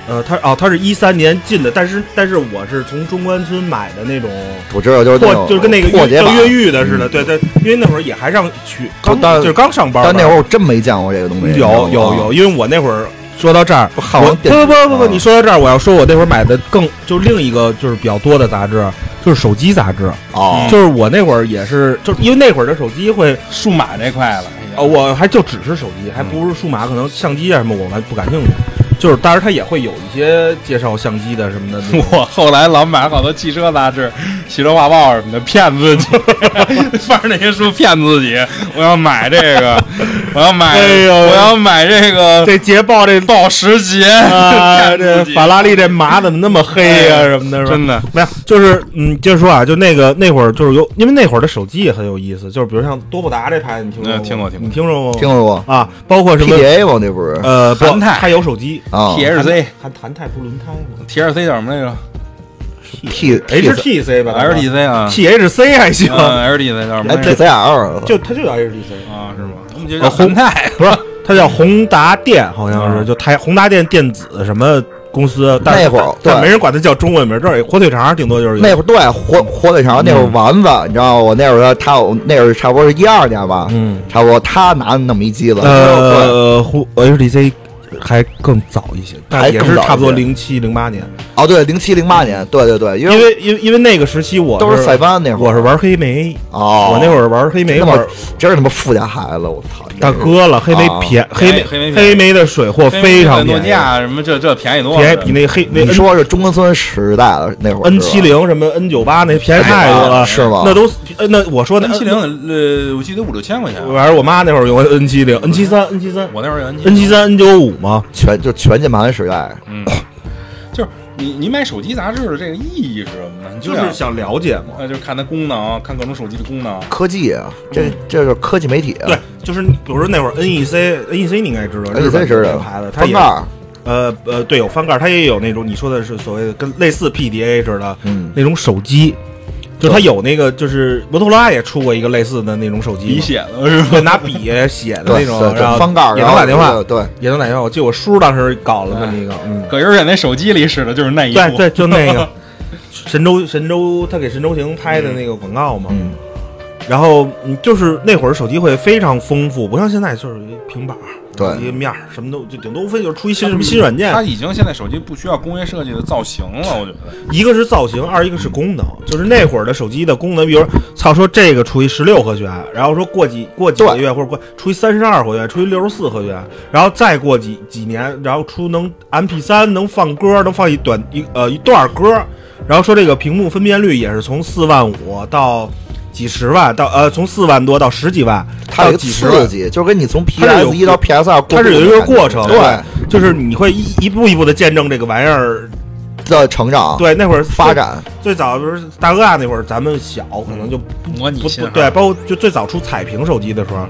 Speaker 4: 呃，它哦，它是一三年进的，但是但是我是从中关村买的那种
Speaker 3: 我知道就是那
Speaker 4: 破，
Speaker 3: 种
Speaker 4: 就是跟那个
Speaker 3: 破
Speaker 4: 越
Speaker 3: 解
Speaker 4: 就
Speaker 3: 版。
Speaker 4: 越狱的似的，
Speaker 3: 嗯
Speaker 4: 对对，因为那会儿也还上学，
Speaker 3: 不
Speaker 4: 刚
Speaker 3: 但
Speaker 4: 就是刚上班吧，嗯
Speaker 3: 但那会儿我真没见啊过这个东西。
Speaker 4: 有
Speaker 3: 你知道
Speaker 4: 有
Speaker 3: 吗
Speaker 4: 有，，因为我那会儿说到这儿，
Speaker 3: 我好
Speaker 4: 我
Speaker 3: 像
Speaker 4: 不
Speaker 3: 电
Speaker 4: 不
Speaker 3: 子
Speaker 4: 不不不，
Speaker 3: 啊
Speaker 4: 你说到这儿，我要说我那会儿买的更就是另一个就是比较多的杂志，就是手机杂志，
Speaker 3: 哦，
Speaker 4: 就是我那会儿也是，就是因为那会儿的手机会，
Speaker 2: 数码这块了。哎
Speaker 4: 呃，我还就只是手机，还不是数码，可能相机啊什么我还不感兴趣。就是，当然它也会有一些介绍相机的什么的那种。
Speaker 2: 我后来老买好多汽车杂志、汽车画报什么的，骗自己， <laughs> 翻着那些书骗自己。我要买这
Speaker 4: <laughs>
Speaker 2: 个，我要买，
Speaker 4: 哎呦
Speaker 2: 我要买这个
Speaker 4: 这捷豹 <laughs> 这
Speaker 2: 保时捷，
Speaker 4: 啊，
Speaker 2: 骗
Speaker 4: 这 <laughs>
Speaker 2: 自己
Speaker 4: 法拉利这马怎么那么黑呀、什么的，是吧？
Speaker 2: 真的
Speaker 4: 没有，就是嗯，接着说啊，就那个那会儿就是有，因为那会儿的手机也很有意思，就是比如像多普达这牌子，你听说
Speaker 2: 嗯听过听过
Speaker 4: 你听说过吗
Speaker 3: 听说过
Speaker 4: 啊？包括什么
Speaker 3: PDA 吗？那不是
Speaker 4: 呃，不
Speaker 2: 韩泰
Speaker 4: 它有手机
Speaker 3: 啊
Speaker 2: T H C
Speaker 4: 韩韩泰不是轮胎吗
Speaker 2: T H C 叫什么来着
Speaker 3: T
Speaker 4: 哎？HTC 吧
Speaker 2: ？L T C
Speaker 4: <laughs>
Speaker 2: 啊
Speaker 4: HTC 还行，
Speaker 2: ，L T C 叫什么来
Speaker 4: 哎
Speaker 3: T
Speaker 2: 着？
Speaker 3: C L
Speaker 4: 嗯就它就叫 HTC，
Speaker 2: 啊，是吗？我们就叫红泰，
Speaker 4: 不是它叫宏达电，好像是
Speaker 2: 嗯
Speaker 4: 就台宏达电电子什么公司，但是
Speaker 3: 那会儿
Speaker 4: 但
Speaker 3: 对
Speaker 4: 没人管它叫中文名，这儿也火腿肠，顶多就是有
Speaker 3: 那会儿对火火腿肠那
Speaker 4: 嗯
Speaker 3: 会儿丸子，你知道我那会儿他我那会儿差不多是一二年吧，
Speaker 4: 嗯。
Speaker 3: 差不多他拿那么一机子，对
Speaker 4: 呃，胡 HTC 还更早一些，但
Speaker 3: 还
Speaker 4: 也
Speaker 3: 更
Speaker 4: 是
Speaker 3: 早一
Speaker 4: 差不多
Speaker 3: 些
Speaker 4: 零七零八年，
Speaker 3: 哦对，零七零八年，对对对，因
Speaker 4: 因为因为因为那个时期我
Speaker 3: 都
Speaker 4: 是
Speaker 3: 是塞班那会儿，
Speaker 4: 我是玩黑莓，
Speaker 3: 哦，
Speaker 4: 我那会儿玩黑莓
Speaker 3: 那
Speaker 4: 玩
Speaker 3: 会儿真是他妈富家孩子，我操，
Speaker 4: 大哥了，黑莓
Speaker 3: 啊
Speaker 4: 便黑莓
Speaker 2: 黑莓便宜
Speaker 4: 黑莓的水货非常
Speaker 2: 诺
Speaker 4: 便
Speaker 2: 基
Speaker 4: 宜，
Speaker 2: 亚什么这这便宜多了，
Speaker 4: 便宜比那黑那
Speaker 3: 你说是中关村时代了那会儿
Speaker 4: N
Speaker 3: 是
Speaker 4: 七
Speaker 3: 吧
Speaker 4: 零什么 N 九八那便宜太多了，
Speaker 3: 是吗
Speaker 4: 那都呃那我说那
Speaker 2: N 七零，呃，我记得五六千块钱。
Speaker 4: 反正我妈那会儿用 N 七零 N 七三 N 七三
Speaker 2: 我那会儿有 N
Speaker 4: N 七三 N 九五嘛，
Speaker 3: 全就全键盘时代，
Speaker 2: 嗯，就是你你买手机杂志的这个意义是什么呢？你就
Speaker 4: 就是想了解嘛。
Speaker 2: 呃，就是看它功能，看各种手机的功能。
Speaker 3: 科技啊，这这就是科技媒体啊，
Speaker 4: 嗯对，就是你比如说那会儿 E NEC，NEC 你应该知道
Speaker 3: NEC 知道
Speaker 4: 牌子，它
Speaker 3: 翻
Speaker 4: 也
Speaker 3: 盖儿，
Speaker 4: 呃呃，对，有翻盖儿，它也有那种你说的是所谓的跟类似 PDA 似的
Speaker 3: 嗯，
Speaker 4: 那种手机，就它有那个就是摩托罗拉也出过一个类似的那种手机
Speaker 2: 笔
Speaker 4: 嘛，
Speaker 2: 写的是吧？
Speaker 4: 对，拿笔写的那
Speaker 3: 对
Speaker 4: 种，
Speaker 3: 对
Speaker 4: 然后
Speaker 3: 翻盖儿，
Speaker 4: 也
Speaker 3: 然
Speaker 4: 能
Speaker 3: 后哎
Speaker 4: 打电话
Speaker 3: 对，对，
Speaker 4: 也能打电话。我记得我叔当时搞了这么一个，嗯，
Speaker 2: 葛优在那手机里使的就是那一
Speaker 4: 对
Speaker 2: 部。
Speaker 4: 对，就
Speaker 2: <laughs>
Speaker 4: 那个神州神州，他给神州行拍的那个广告嘛，
Speaker 3: 嗯，
Speaker 4: 然后嗯，就是那会儿手机会非常丰富，不像现在就是一平板儿，
Speaker 3: 对
Speaker 4: 一个面儿什么都就顶多无非就是出一新什么新软件
Speaker 2: 嗯它，已经现在手机不需要工业设计的造型了，我觉得。
Speaker 4: 一个是造型，二一个是功能。就是那会儿的手机的功能，比如操说这个出一十六和弦，然后说过几过几个
Speaker 3: 对
Speaker 4: 月或者过出一三十二和弦，出一六十四和弦，然后再过几几年，然后出能 MP 三能放歌，能放一短一呃一段歌，然后说这个屏幕分辨率也是从四万五到几十万到呃从四万多到十几万，
Speaker 3: 它有一个
Speaker 4: 到几十万
Speaker 3: 刺激，就跟你从
Speaker 4: 它是有
Speaker 3: PS 一到 PS 二，
Speaker 4: 它是有一个过程，
Speaker 3: 对
Speaker 4: 就是你会一一步一步的见证这个玩意儿，
Speaker 3: 的成长，
Speaker 4: 对，那会儿
Speaker 3: 啊发展，
Speaker 4: 最早就是大哥大啊那会儿，咱们小可能就
Speaker 3: 嗯
Speaker 4: 不
Speaker 2: 模拟啊
Speaker 4: 不
Speaker 2: 信
Speaker 3: 啊
Speaker 4: 不
Speaker 2: 号
Speaker 4: 对，包括就最早出彩屏手机的时候，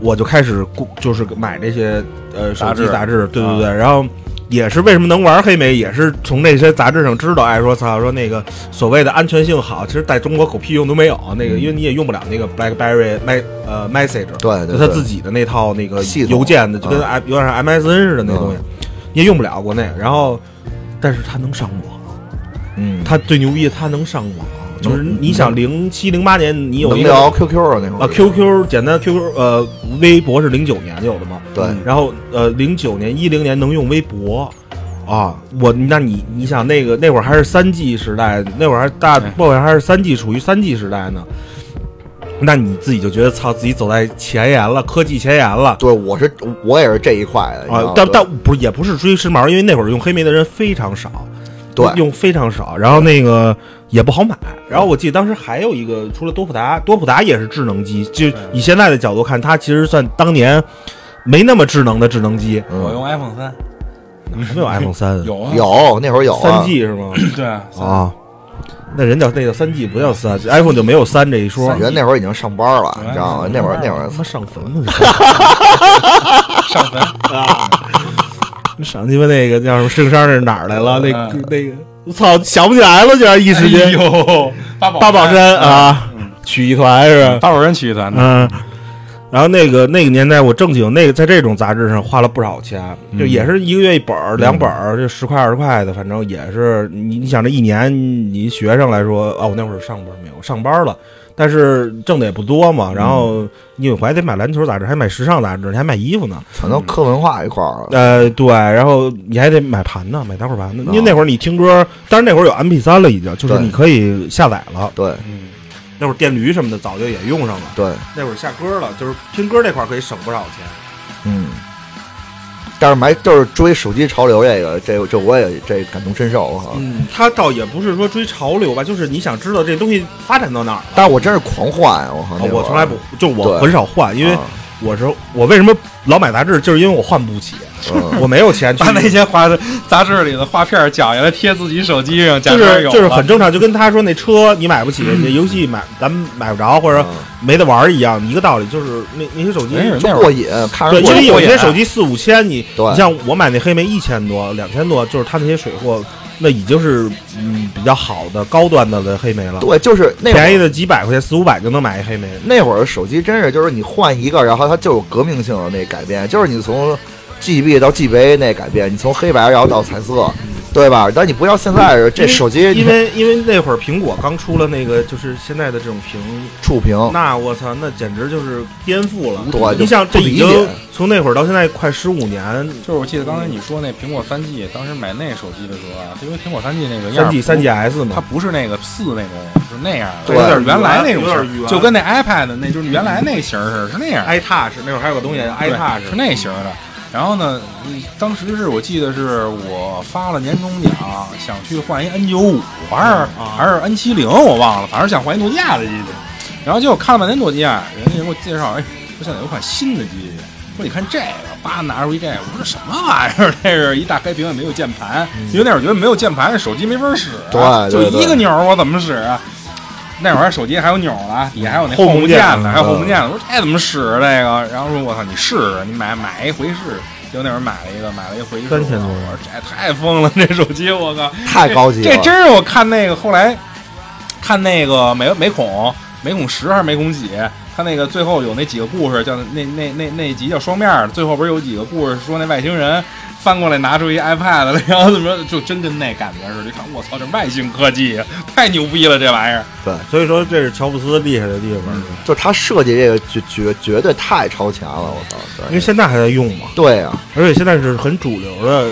Speaker 4: 我就开始顾就是买这些呃手
Speaker 2: 杂
Speaker 4: 机
Speaker 2: 志
Speaker 4: 杂志，对对
Speaker 3: 啊
Speaker 4: 对，然后。也是为什么能玩黑莓，也是从那些杂志上知道。哎，说操，说那个所谓的安全性好，其实在中国狗屁用都没有。那
Speaker 3: 嗯
Speaker 4: 个，因为你也用不了那个 BlackBerry 麦呃 Message，
Speaker 3: 对对
Speaker 4: 就他
Speaker 3: 对
Speaker 4: 自己的那套那个
Speaker 3: 系统
Speaker 4: 邮件的，就跟
Speaker 3: 嗯
Speaker 4: M 有点像 MSN 似的那东西，你也用不了国内。然后，但是它能上网，
Speaker 3: 嗯，
Speaker 4: 它最牛逼，它能上网，就是
Speaker 3: 能
Speaker 4: 你想零七零八年你有
Speaker 3: 能
Speaker 4: 一个
Speaker 3: 聊
Speaker 4: 啊
Speaker 3: QQ 啊那会儿
Speaker 4: QQ 简单 QQ 呃微博是零九年有的嘛，
Speaker 3: 对
Speaker 4: 然后呃零九年一零年能用微博。啊，我那你你想那个那会儿还是三 G 时代，那会儿还大
Speaker 3: 嗯
Speaker 2: 对
Speaker 4: 那会儿还是三 G 处于三 G 时代呢，那你自己就觉得操自己走在前沿了，科技前沿了
Speaker 3: 对，我是我也是这一块的你知道
Speaker 4: 啊
Speaker 3: 吗，嗯
Speaker 4: 但
Speaker 3: 对
Speaker 4: 但不也不是追时髦，因为那会儿用黑莓的人非常少，
Speaker 3: 对
Speaker 4: 用非常少，然后那个也不好买。然
Speaker 3: 嗯
Speaker 4: 后我记得当时还有一个，除了多普达，多普达也是智能机，就以现在的角度看，它其实算当年没那么智能的智能机。
Speaker 2: 我
Speaker 3: 嗯
Speaker 2: 用 iPhone 三，
Speaker 4: 还嗯没有 iPhone 三，
Speaker 2: 有啊
Speaker 3: 有那会儿有
Speaker 4: 三
Speaker 3: 啊
Speaker 4: G 是吗？ <laughs>
Speaker 2: 对啊，
Speaker 4: 啊，那人叫那叫三 G，不叫三 iPhone 就没有三这一说。
Speaker 3: 人那会儿已经上班了，你知道吗？
Speaker 4: 嗯
Speaker 3: 那会儿那会儿
Speaker 4: 他妈上坟了，
Speaker 2: 上坟
Speaker 4: 你 <laughs> 上鸡巴那个叫什么圣山是哪儿来了？那个
Speaker 2: 嗯
Speaker 4: 那个，我操，想不起来了，居然一时间。 <laughs>
Speaker 2: 有哎八宝
Speaker 4: 八宝山啊，曲艺团是吧？
Speaker 2: 八宝山曲艺团的，
Speaker 4: 嗯。然后那个那个年代，我正经那个在这种杂志上花了不少钱，就也是一个月一本儿、两本儿，就十块二十块的，反正也是你你想这一年，你学生来说，哦，我那会儿上班没有上班了，但是挣的也不多嘛。然后你有还得买篮球杂志，还买时尚杂志，你还买衣服呢。
Speaker 3: 全都科文化一块儿了。
Speaker 4: 呃，对，然后你还得买盘呢，买打火盘呢，因为那会儿你听歌，但是那会儿有 MP 三了，已经就是
Speaker 3: 对
Speaker 4: 你可以下载了。
Speaker 3: 对
Speaker 2: 嗯，
Speaker 4: 那会儿电驴什么的早就也用上了。
Speaker 3: 对，
Speaker 4: 那会儿下歌了，就是听歌这块儿可以省不少钱。
Speaker 3: 嗯。但是买就是追手机潮流这个，这这我也这感同身受哈。
Speaker 4: 嗯，他倒也不是说追潮流吧，就是你想知道这东西发展到哪儿
Speaker 3: 但是我真是狂换，我靠！
Speaker 4: 啊
Speaker 3: 啊那会儿
Speaker 4: 我从来不，就我
Speaker 3: 对
Speaker 4: 很少换，因为
Speaker 3: 啊
Speaker 4: 我是我为什么老买杂志，就是因为我换不起，
Speaker 3: 嗯
Speaker 4: 我没有 <laughs> 钱去
Speaker 2: 把。那些画的杂志里的画片儿绞下来贴自己手机上，假
Speaker 4: 就
Speaker 2: 装
Speaker 4: 是
Speaker 2: 有啊
Speaker 4: 就是
Speaker 2: 了
Speaker 4: 很正常，就跟他说那车你买不起，
Speaker 3: 嗯
Speaker 4: 那游戏买咱们买不着或者没得玩儿一样，一个道理。就是那那些手机，
Speaker 2: 没人
Speaker 3: 啊就
Speaker 2: 那会
Speaker 3: 过
Speaker 2: 儿
Speaker 3: 瘾，看着
Speaker 4: 对，
Speaker 3: 过
Speaker 4: 因为
Speaker 3: 瘾。
Speaker 4: 有
Speaker 2: 过
Speaker 4: 些
Speaker 2: 瘾
Speaker 4: 手机四五千，你
Speaker 3: 啊对
Speaker 4: 你像我买那黑莓一千多、两千多，就是它那些水货，那已经是嗯比较好的高端的的黑莓了。
Speaker 3: 对，就是那会
Speaker 4: 便宜
Speaker 3: 儿
Speaker 4: 的几百块钱，四五百就能买一黑莓。
Speaker 3: 那会儿手机真是就是你换一个，然后它就有革命性的那改变，就是你从 GB 到 GB 那改变，你从黑白然后到彩色，对吧？但你不像现在是这手机
Speaker 4: 嗯因为因为因为那会儿苹果刚出了那个，就是现在的这种屏，
Speaker 3: 触屏，
Speaker 4: 那我操，那简直就是颠覆了。
Speaker 3: 哦对
Speaker 4: 你想，
Speaker 3: 就
Speaker 4: 这
Speaker 3: 不理
Speaker 4: 已
Speaker 3: 解
Speaker 4: 经从那会儿到现在快十五年，
Speaker 2: 就是我记得刚才你说那苹果三 G，当时买那手机的时候啊，因为苹果三 G 那个样
Speaker 4: 三
Speaker 2: 儿
Speaker 4: G
Speaker 2: 不
Speaker 4: 啊三 GS
Speaker 2: 它
Speaker 4: 嘛，
Speaker 2: 不是那个四那种，是那样的，
Speaker 3: 对
Speaker 2: 有点原来那种
Speaker 4: 有
Speaker 2: 型
Speaker 4: 点
Speaker 2: 儿，
Speaker 4: 圆
Speaker 2: 就跟那 iPad 那就是原来那型儿似的，是那样的。
Speaker 4: iTouch 那会儿还有个东西叫
Speaker 2: 对
Speaker 4: iTouch，
Speaker 2: 是那型儿的。然后呢，嗯当时是我记得是我发了年终奖，想去换一 N 九五还是、
Speaker 4: 啊
Speaker 2: 还是 N 七零，我忘了，反正想换一诺基亚的机器。然后结果看了半天诺基亚，人家给我介绍，哎，说现在有款新的机器，说你看这个，叭拿出一这个，我说这什么玩意儿？这是一大黑屏，也没有键盘，因为那会儿觉得没有键盘，手机没法使啊、
Speaker 3: 对对
Speaker 2: 就一个钮儿，我怎么使啊？那会儿手机还有钮儿呢，底下还有那
Speaker 4: Home
Speaker 2: 键呢，嗯
Speaker 4: 键
Speaker 2: 还有 home 键呢。我说这怎么使这个？然后说我操，你试试，你买买一回试。结果那会儿买了一个，买了一回试，
Speaker 4: 3000多
Speaker 2: 我说这太疯了，这 <laughs> 手机我靠，
Speaker 3: 太高级了。
Speaker 2: 这真是我看那个后来看那个美美恐美恐十还是美恐几，他那个最后有那几个故事叫那那那那集叫双面儿，最后不是有几个故事说那外星人翻过来拿出一 iPad 来， <laughs> 然后怎么着就真跟那感觉似的。一看我操，这外星科技啊太牛逼了，这玩意儿。
Speaker 4: 所以说这是乔布斯厉害的地方，
Speaker 3: 就是它设计这个绝绝绝对太超前了，我操！
Speaker 4: 因为
Speaker 3: 对
Speaker 4: 现在还在用嘛，
Speaker 3: 对啊，
Speaker 4: 而且现在是很主流的，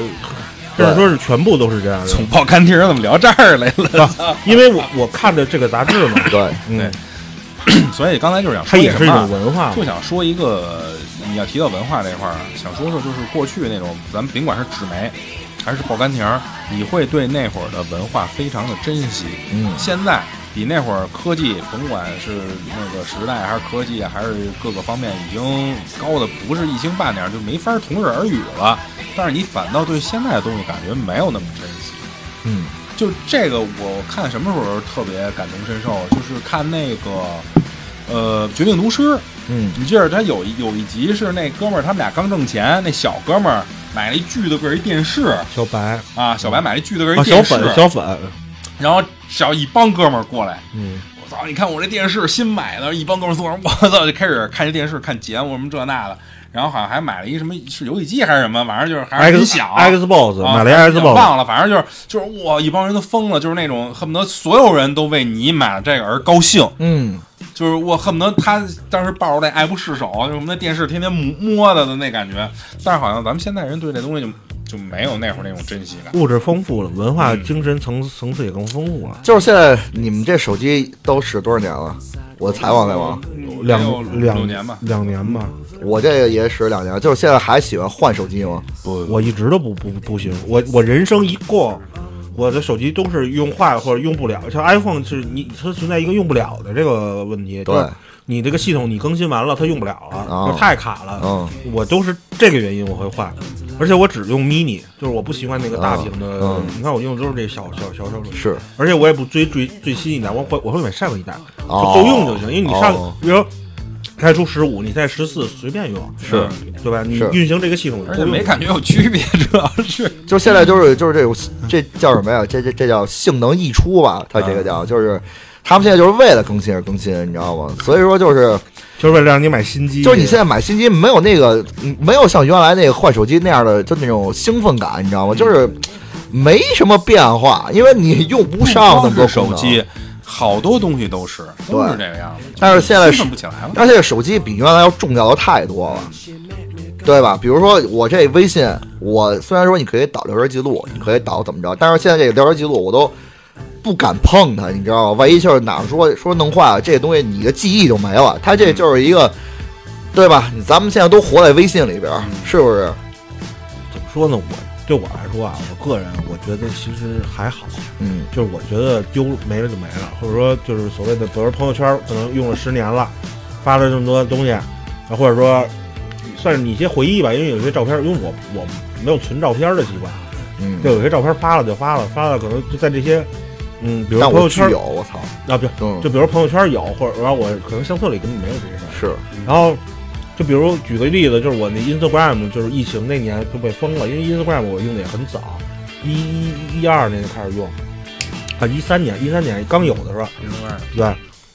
Speaker 3: 对
Speaker 4: 甚至说是全部都是
Speaker 2: <laughs>
Speaker 4: 这样的。
Speaker 2: 从报刊亭怎么聊这儿来了？
Speaker 4: 因为我我看的这个杂志嘛，
Speaker 3: 对，
Speaker 4: 嗯，
Speaker 2: 所以刚才就是想
Speaker 4: 它
Speaker 2: 说
Speaker 4: 也
Speaker 2: 什
Speaker 4: 是一
Speaker 2: 么
Speaker 4: 种
Speaker 2: 啊，
Speaker 4: 文化嘛。
Speaker 2: 就想说一个，你要提到文化这块儿，想说说就是过去那种，咱们甭管是纸媒还是报刊亭儿，你会对那会儿的文化非常的珍惜。
Speaker 3: 嗯，
Speaker 2: 现在比那会儿科技，甭管是那个时代还是科技，还是各个方面，已经高的不是一星半点儿，就没法儿同日而语了。但是你反倒对现在的东西感觉没有那么珍惜。
Speaker 3: 嗯，
Speaker 2: 就这个，我看什么时候特别感同身受，就是看那个。呃，绝命毒师，
Speaker 3: 嗯，
Speaker 2: 你记着他有一有一集是那哥们儿他们俩刚挣钱，那小哥们儿买了一巨的个儿一电视
Speaker 4: 小白
Speaker 2: 啊，小白买了一巨的个儿一
Speaker 4: 啊，小
Speaker 2: 电视，
Speaker 4: 粉小粉，
Speaker 2: 然后找一帮哥们儿过来，
Speaker 4: 嗯，
Speaker 2: 我操！你看我这电视新买的，一帮哥们儿坐那儿，我操，就开始看这电视、看节目什么这那的，然后好像还买了一什么是游戏机还是什么，反正就是还是
Speaker 4: X
Speaker 2: 音响。
Speaker 4: Xbox
Speaker 2: 啊
Speaker 4: 买了一
Speaker 2: 反正我
Speaker 4: Xbox，
Speaker 2: 忘了，反正就是就是哇，一帮人都疯了，就是那种恨不得所有人都为你买了这个而高兴，
Speaker 3: 嗯，
Speaker 2: 就是我恨不得他当时抱着那爱不释手，就是我们那电视天天摸摸的的那感觉。但是好像咱们现在人对这东西就就没有那会儿那种珍惜感。
Speaker 4: 物质丰富了，文化
Speaker 2: 嗯
Speaker 4: 精神层层次也更丰富了。
Speaker 3: 就是现在你们这手机都使多少年了？我采访采访，
Speaker 2: 嗯
Speaker 4: 两
Speaker 2: 得有
Speaker 4: 两
Speaker 2: 六年吧，
Speaker 4: 两年吧。
Speaker 3: 我这个也使两年，就是现在还喜欢换手机吗？
Speaker 4: 我一直都不不不行，我我人生一过，我的手机都是用坏了或者用不了。像 iPhone 是你它存在一个用不了的这个问题，
Speaker 3: 对，
Speaker 4: 你这个系统你更新完了它用不了了，
Speaker 3: 哦
Speaker 4: 就太卡了。
Speaker 3: 嗯
Speaker 4: 我都是这个原因我会换，而且我只用 mini，就是我不习惯那个大屏的。
Speaker 3: 嗯
Speaker 4: 你看我用的都是这小小小手柄，
Speaker 3: 是，
Speaker 4: 而且我也不追追最新一代，我会我会买上一代，就
Speaker 3: 哦
Speaker 4: 够用就行。因为你上，
Speaker 3: 哦
Speaker 4: 比如说开出十五，你在十四随便用，嗯
Speaker 3: 是
Speaker 4: 对吧？你
Speaker 3: 是
Speaker 4: 运行这个系统，
Speaker 2: 而且没感觉有区别，主要是
Speaker 3: 就现在就是就是这种这叫什么呀？这这这叫性能溢出吧？它这个叫
Speaker 2: 嗯
Speaker 3: 就是。他们现在就是为了更新而更新，你知道吗？所以说就是
Speaker 4: 就是为了让你买新机，
Speaker 3: 就是你现在买新机没有那个嗯没有像原来那个换手机那样的就那种兴奋感，你知道吗？就是没什么变化，因为你用不上
Speaker 2: 不
Speaker 3: 那么
Speaker 2: 光
Speaker 3: 多
Speaker 2: 是手
Speaker 3: 功能
Speaker 2: 机，好多东西都是都是这个样子。
Speaker 3: 但是现在
Speaker 2: 兴
Speaker 3: 是
Speaker 2: 奋不起来了，
Speaker 3: 而且手机比原来要重要的太多了，对吧？比如说我这微信，我虽然说你可以导聊天记录，你可以导怎么着，但是现在这个聊天记录我都不敢碰它，你知道吗？万一就是哪儿说说弄坏了，这个东西你的记忆就没了，它这就是一个，对吧？咱们现在都活在微信里边儿，是不是？
Speaker 4: 怎么说呢？我对我来说啊，我个人我觉得其实还好，
Speaker 3: 嗯
Speaker 4: 就是我觉得丢了没了就没了，或者说就是所谓的，比如说朋友圈可能用了十年了，发了这么多东西，啊，或者说算是你一些回忆吧，因为有些照片，因为我我没有存照片的习惯，
Speaker 3: 嗯，
Speaker 4: 就有些照片发了就发了，发了可能就在这些，嗯，比如
Speaker 3: 但
Speaker 4: 朋
Speaker 3: 我
Speaker 4: 友
Speaker 3: 具
Speaker 4: 圈
Speaker 3: 有，我操，
Speaker 4: 啊，不是，
Speaker 3: 嗯，
Speaker 4: 就比如朋友圈有，或者然后我可能相册里根本没有这些事
Speaker 3: 是
Speaker 4: 儿，然后就比如举个例子，就是我那 Instagram 就是疫情那年就被封了，因为 Instagram 我用的也很早，一一一二年就开始用，啊一三年一三年刚有的时候，对，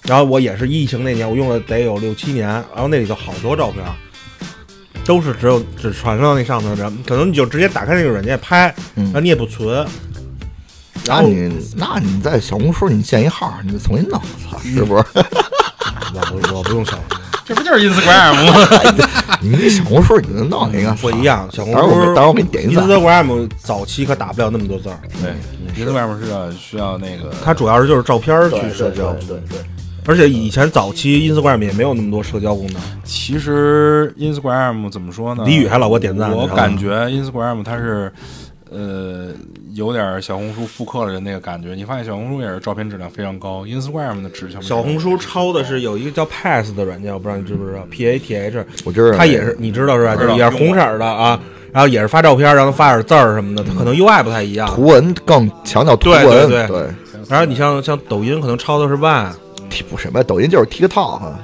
Speaker 4: 然后我也是疫情那年我用了得有六七年，然后那里头好多照片。都是只有只传到那上头的，可能你就直接打开那个软件拍，
Speaker 3: 嗯
Speaker 4: 然后你也不存，
Speaker 3: 那你那你在小红书你建一号，你重新弄，我操，是不是？
Speaker 4: 嗯我不我不用小红书，
Speaker 3: <laughs>
Speaker 2: 这不就是 Instagram 吗？
Speaker 3: 你小红书你就弄一个，
Speaker 4: 不嗯一样，小红
Speaker 3: 待会儿我给
Speaker 4: 书
Speaker 3: 待会儿我给你点一赞。
Speaker 4: Instagram 早期可打不了那么多字儿，
Speaker 2: 对，Instagram 是要需要那个
Speaker 4: 它主要是就是照片儿去社交，
Speaker 3: 对对，
Speaker 4: 而且以前早期 Instagram 也没有那么多社交功能。
Speaker 2: 其实 Instagram 怎么说呢？
Speaker 4: 李宇还老给我点赞呢
Speaker 2: 我
Speaker 4: 是吧
Speaker 2: 感觉 Instagram 它是，呃，有点小红书复刻了人那个感觉。你发现小红书也是照片质量非常高，Instagram 的质量
Speaker 4: 小红书抄的是有一个叫 Path 的软件，我不知道你知不知道，P A T H，
Speaker 3: 我知道
Speaker 4: 它也是你知道是吧？
Speaker 2: 知
Speaker 4: 就
Speaker 2: 道
Speaker 4: 是也是红色儿的啊，然后也是发照片，然后发点字儿什么的，它可能 UI 不太一样。
Speaker 3: 图文更强调图文，
Speaker 4: 对对对
Speaker 3: 对
Speaker 4: 然后你像像抖音可能抄的是 One，
Speaker 3: 提不什么抖音就是 TikTok，哈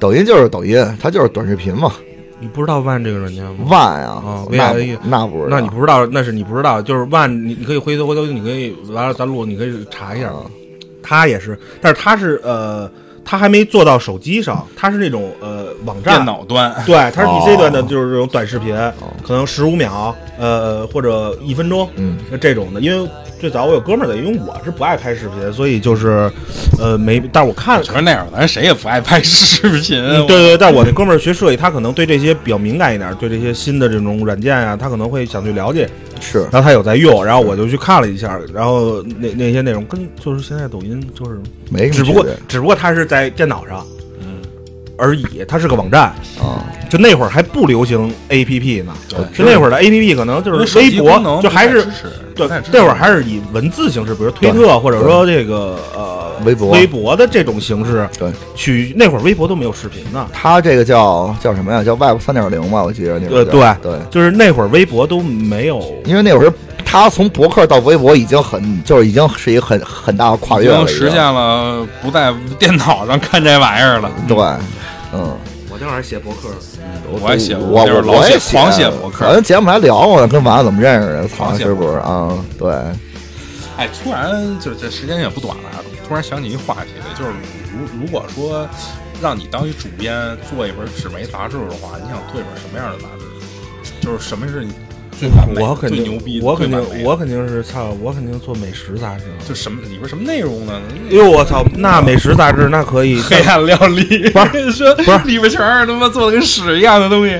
Speaker 3: 抖音就是抖音，它就是短视频嘛。
Speaker 4: 你不知道 One 这个软件吗？
Speaker 3: 万啊
Speaker 4: 哦，
Speaker 3: 那
Speaker 4: VIE
Speaker 3: 那不知道
Speaker 4: 那你不知道，那是你不知道，就是 One，你你可以回头回头你可以完了咱录你可以查一下，
Speaker 3: 啊
Speaker 4: 它也是，但是它是呃，它还没做到手机上，它是那种呃网站
Speaker 2: 电脑端，
Speaker 4: 对，它是
Speaker 3: 哦
Speaker 4: PC 端的，就是这种短视频，可能十五秒，呃，或者一分钟，
Speaker 3: 嗯，
Speaker 4: 这种的。因为最早我有哥们儿在，因为我是不爱拍视频，所以就是，呃，没，但是我看，
Speaker 2: 可是那会儿咱谁也不爱拍视频，
Speaker 4: 嗯对对，但我那哥们儿学设计，他可能对这些比较敏感一点，对这些新的这种软件啊，他可能会想去了解，
Speaker 3: 是
Speaker 4: 然后他有在用，然后我就去看了一下，然后那那些内容跟就是现在抖音就是，
Speaker 3: 没什
Speaker 4: 只
Speaker 3: 么
Speaker 4: 不
Speaker 3: 区
Speaker 4: 过
Speaker 3: 别
Speaker 4: 只不过它是在电脑上，
Speaker 2: 嗯
Speaker 4: 而已，它是个网站，
Speaker 3: 啊，
Speaker 4: 就那会儿还不流行 A P P 呢，
Speaker 2: 哦对
Speaker 4: 就那会儿的 A P P 可能
Speaker 2: 因
Speaker 4: 就
Speaker 2: 为
Speaker 4: 是
Speaker 2: 手
Speaker 4: 微
Speaker 2: 机功
Speaker 4: 博，
Speaker 2: 能
Speaker 4: 就还是
Speaker 2: 不太支持
Speaker 4: 对
Speaker 2: 不太支持
Speaker 4: 那会儿还是以文字形式，比如推特或者说这个呃
Speaker 3: 微博
Speaker 4: 微博的这种形式
Speaker 3: 对，
Speaker 4: 去。那会儿微博都没有视频呢，
Speaker 3: 它这个叫叫什么呀？叫 Web 三点零吧，我记得那会儿
Speaker 4: 呃
Speaker 3: 叫
Speaker 4: 对
Speaker 3: 对，
Speaker 4: 就是那会儿微博都没有，
Speaker 3: 因为那会儿它从博客到微博已经很就是已经是一个很很大的跨
Speaker 2: 已
Speaker 3: 越了，
Speaker 2: 经实现了不在电脑上看这玩意儿了。
Speaker 3: 已经对，嗯。
Speaker 4: 我那会儿还写博客，
Speaker 2: 我还写，
Speaker 3: 我
Speaker 2: 那会儿老
Speaker 3: 我也
Speaker 2: 狂写
Speaker 4: 啊
Speaker 2: 博
Speaker 3: 咱
Speaker 4: 哎
Speaker 2: 客。
Speaker 3: 们节目还聊过呢，跟娃怎么认识的？操，
Speaker 2: 狂写
Speaker 3: 是不是啊？对，
Speaker 2: 哎，突然就这时间也不短了，突然想起一话题来，就是如如果说让你当一主编做一本纸媒杂志的话，你想做一本什么样的杂志？就是什么是你最完美、
Speaker 4: 我肯
Speaker 2: 最
Speaker 4: 定
Speaker 2: 牛逼、
Speaker 4: 我肯
Speaker 2: 最完
Speaker 4: 定
Speaker 2: 美
Speaker 4: 我肯定是操，我肯定做美食杂志。
Speaker 2: 就什么里边什么内容呢？
Speaker 4: 哎呦我操，那美食杂志那可以，
Speaker 2: 黑暗料理，
Speaker 4: 不是
Speaker 2: 跟你说
Speaker 4: 不是
Speaker 2: 里边全是他妈做的跟屎一样的东西。